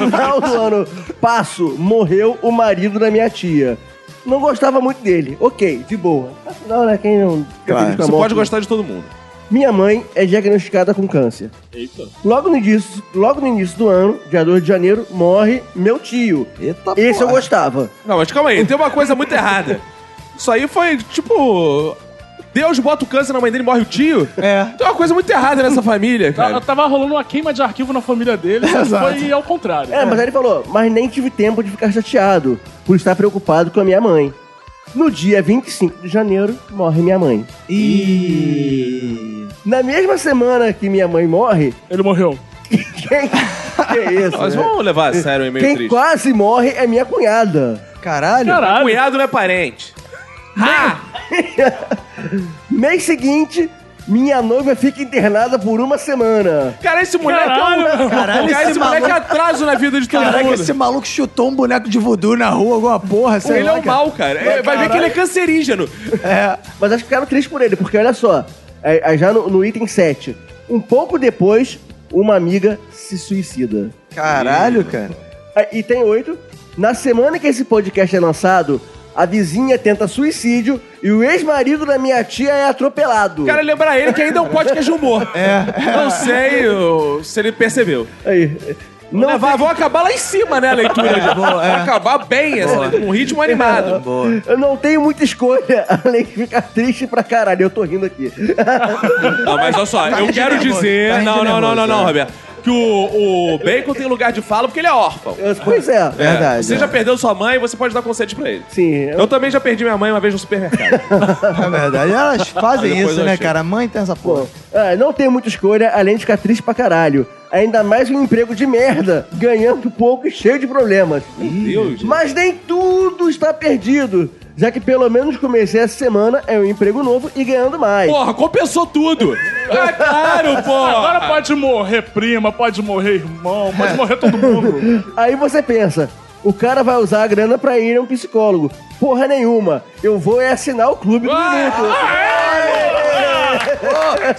Speaker 9: No final do ano passo, morreu o marido da minha tia. Não gostava muito dele. Ok, de boa. Afinal, né? Quem não fica
Speaker 2: Claro.
Speaker 9: feliz com a
Speaker 1: Você
Speaker 9: morte?
Speaker 1: pode gostar de todo mundo.
Speaker 9: Minha mãe é diagnosticada com câncer.
Speaker 10: Eita.
Speaker 9: Logo no início, logo no início do ano, dia 2 de janeiro, morre meu tio.
Speaker 2: Eita,
Speaker 9: Esse eu
Speaker 2: porra.
Speaker 9: gostava.
Speaker 1: Não, mas calma aí, tem uma coisa muito errada. Isso aí foi tipo. Deus bota o câncer na mãe dele e morre o tio?
Speaker 2: É.
Speaker 1: Tem uma coisa muito errada nessa família,
Speaker 10: Tá-
Speaker 1: cara.
Speaker 10: Tava rolando uma queima de arquivo na família dele, só que foi ao contrário.
Speaker 9: É, mas aí ele falou, mas nem tive tempo de ficar chateado por estar preocupado com a minha mãe. No dia 25 de janeiro, morre minha mãe.
Speaker 2: Ih.
Speaker 9: Na mesma semana que minha mãe morre,
Speaker 10: Ele morreu.
Speaker 9: quem. que isso?
Speaker 1: Mas
Speaker 9: né?
Speaker 1: vamos levar a sério o e-mail
Speaker 9: Quem
Speaker 1: triste.
Speaker 9: quase morre é minha cunhada.
Speaker 2: Caralho.
Speaker 10: Caralho.
Speaker 1: Cunhado não é parente.
Speaker 9: Mês seguinte, minha noiva fica internada por uma semana.
Speaker 1: Cara, esse moleque é um.
Speaker 10: Caralho.
Speaker 2: Caralho,
Speaker 1: cara,
Speaker 2: esse
Speaker 1: esse moleque é
Speaker 2: maluco-
Speaker 1: atraso na vida de todo
Speaker 2: Caraca,
Speaker 1: mundo.
Speaker 2: esse maluco chutou um boneco de voodoo na rua, alguma porra, sei
Speaker 1: Ele é
Speaker 2: lá.
Speaker 1: um mal, cara. É, vai ver que ele é cancerígeno.
Speaker 2: É.
Speaker 9: Mas acho que ficaram tristes por ele, porque olha só, aí- aí já no, no item 7, um pouco depois, uma amiga se suicida.
Speaker 2: Caralho, cara.
Speaker 9: Ah, E tem oito. Na semana que esse podcast é lançado, a vizinha tenta suicídio e o ex-marido da minha tia é atropelado.
Speaker 1: Cara, lembrar ele que ainda é um podcast de humor. É. Não sei eu, se ele percebeu.
Speaker 9: Aí. Não
Speaker 1: Não, vai, vão acabar lá em cima, né, a leitura.
Speaker 9: É, boa, é.
Speaker 1: Vai acabar bem, assim, com um ritmo animado.
Speaker 9: Eu não tenho muita escolha, além de ficar triste pra caralho. Eu tô rindo aqui.
Speaker 1: Não, mas olha só,
Speaker 9: Tá
Speaker 1: eu
Speaker 9: gente
Speaker 1: quero
Speaker 9: nervosa,
Speaker 1: dizer.
Speaker 9: tá gente
Speaker 1: não, não, não, não,
Speaker 9: nervosa,
Speaker 1: não,
Speaker 9: é.
Speaker 1: Roberto. Que o, o Bacon tem lugar de fala porque ele é órfão.
Speaker 9: Pois é, verdade.
Speaker 1: Você
Speaker 9: é.
Speaker 1: já perdeu sua mãe, você pode dar conselhos pra ele.
Speaker 9: Sim.
Speaker 1: Eu... também já perdi minha mãe uma vez no supermercado.
Speaker 9: É
Speaker 2: verdade. Elas fazem isso, né, cara? A mãe tem essa porra.
Speaker 9: é, não tenho muita escolha, além de ficar triste pra caralho. Ainda mais um emprego de merda, ganhando pouco e cheio de problemas.
Speaker 1: Deus.
Speaker 9: Mas nem tudo está perdido, já que pelo menos comecei essa semana é um emprego novo e ganhando mais.
Speaker 1: Porra, compensou tudo! É claro, porra!
Speaker 10: Agora pode morrer prima, pode morrer irmão, pode
Speaker 9: É.
Speaker 10: morrer todo mundo.
Speaker 9: Aí você pensa, o cara vai usar a grana pra ir a um psicólogo. Porra nenhuma, eu vou é assinar o clube do
Speaker 1: Ah,
Speaker 9: minuto.
Speaker 1: é?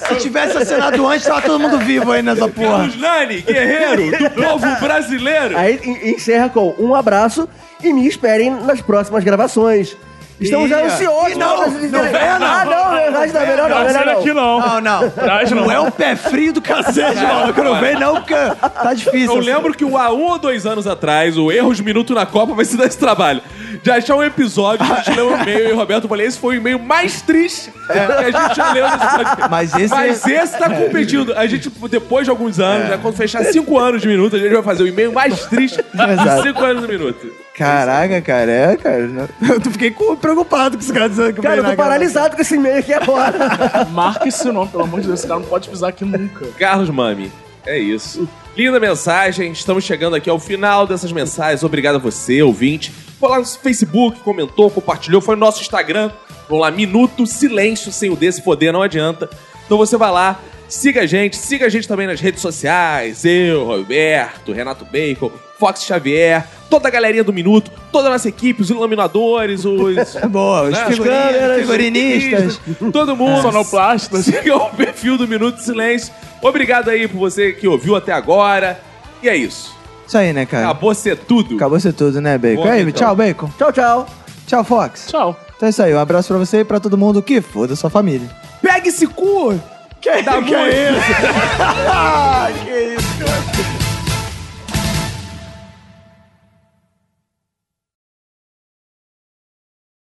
Speaker 2: Se tivesse assinado antes, tava todo mundo vivo aí nessa porra.
Speaker 1: Carlos Nani, guerreiro do povo brasileiro.
Speaker 9: Aí en- encerra com um abraço e me esperem nas próximas gravações. Estamos já
Speaker 2: Ih,
Speaker 9: ansiosos.
Speaker 2: ih, não,
Speaker 9: pra-
Speaker 2: não venha, não.
Speaker 9: Ah, não, verdade, não, melhor não, é melhor não.
Speaker 2: Não, não.
Speaker 9: Traz não.
Speaker 2: Não é um pé frio do cacete,
Speaker 1: É,
Speaker 2: maluco. Não vem não, porque tá difícil.
Speaker 1: Eu
Speaker 2: assim.
Speaker 1: lembro que o há um ou dois anos atrás, o Erros Minuto na Copa vai se dar esse trabalho. De achar um episódio, a gente leu um e-mail e o Roberto falou: esse foi o e-mail mais triste que a gente já leu nesse podcast.
Speaker 2: Mas esse- é-
Speaker 1: Mas esse tá competindo. A gente, depois de alguns anos, né, quando fechar cinco anos de minuto, a gente vai fazer o e-mail mais triste de
Speaker 2: Exato.
Speaker 1: cinco anos de minuto.
Speaker 2: Caraca, cara, é, cara. não- Eu tô- fiquei com- preocupado com esse cara dizendo que
Speaker 9: Cara, eu
Speaker 2: veio
Speaker 9: tô
Speaker 2: na gravação.
Speaker 9: paralisado com esse e-mail aqui agora.
Speaker 10: Marca esse nome, pelo amor de Deus, esse cara não pode pisar aqui nunca.
Speaker 1: Carlos Mami, é isso. Linda mensagem, estamos chegando aqui ao final dessas mensagens. Obrigado a você, ouvinte. Foi lá no Facebook, comentou, compartilhou, foi no nosso Instagram. Vamos lá, Minuto Silêncio, sem o desse poder, não adianta. Então você vai lá, siga a gente, siga a gente também nas redes sociais. Eu, Roberto, Renato Bacon, Fox Xavier, toda a galerinha do Minuto, toda a nossa equipe, os iluminadores, os.
Speaker 2: É boa, os
Speaker 1: né, as
Speaker 2: figurinhas,
Speaker 1: câmeras, os
Speaker 2: figurinistas.
Speaker 1: Todo mundo.
Speaker 10: Sonoplastas.
Speaker 1: Siga o perfil do Minuto de Silêncio. Obrigado aí por você que ouviu até agora. E é isso.
Speaker 2: Isso aí, né, cara?
Speaker 1: Acabou ser tudo.
Speaker 2: Acabou ser tudo, né, Bacon?
Speaker 1: Boa,
Speaker 2: aí,
Speaker 1: então.
Speaker 2: tchau, Bacon.
Speaker 9: Tchau, tchau.
Speaker 2: Tchau, Fox.
Speaker 10: Tchau.
Speaker 2: Então é isso aí, um abraço pra você e pra todo mundo que foda sua família.
Speaker 1: Pega esse cu!
Speaker 2: Que,
Speaker 1: Dá muito.
Speaker 2: isso? que isso?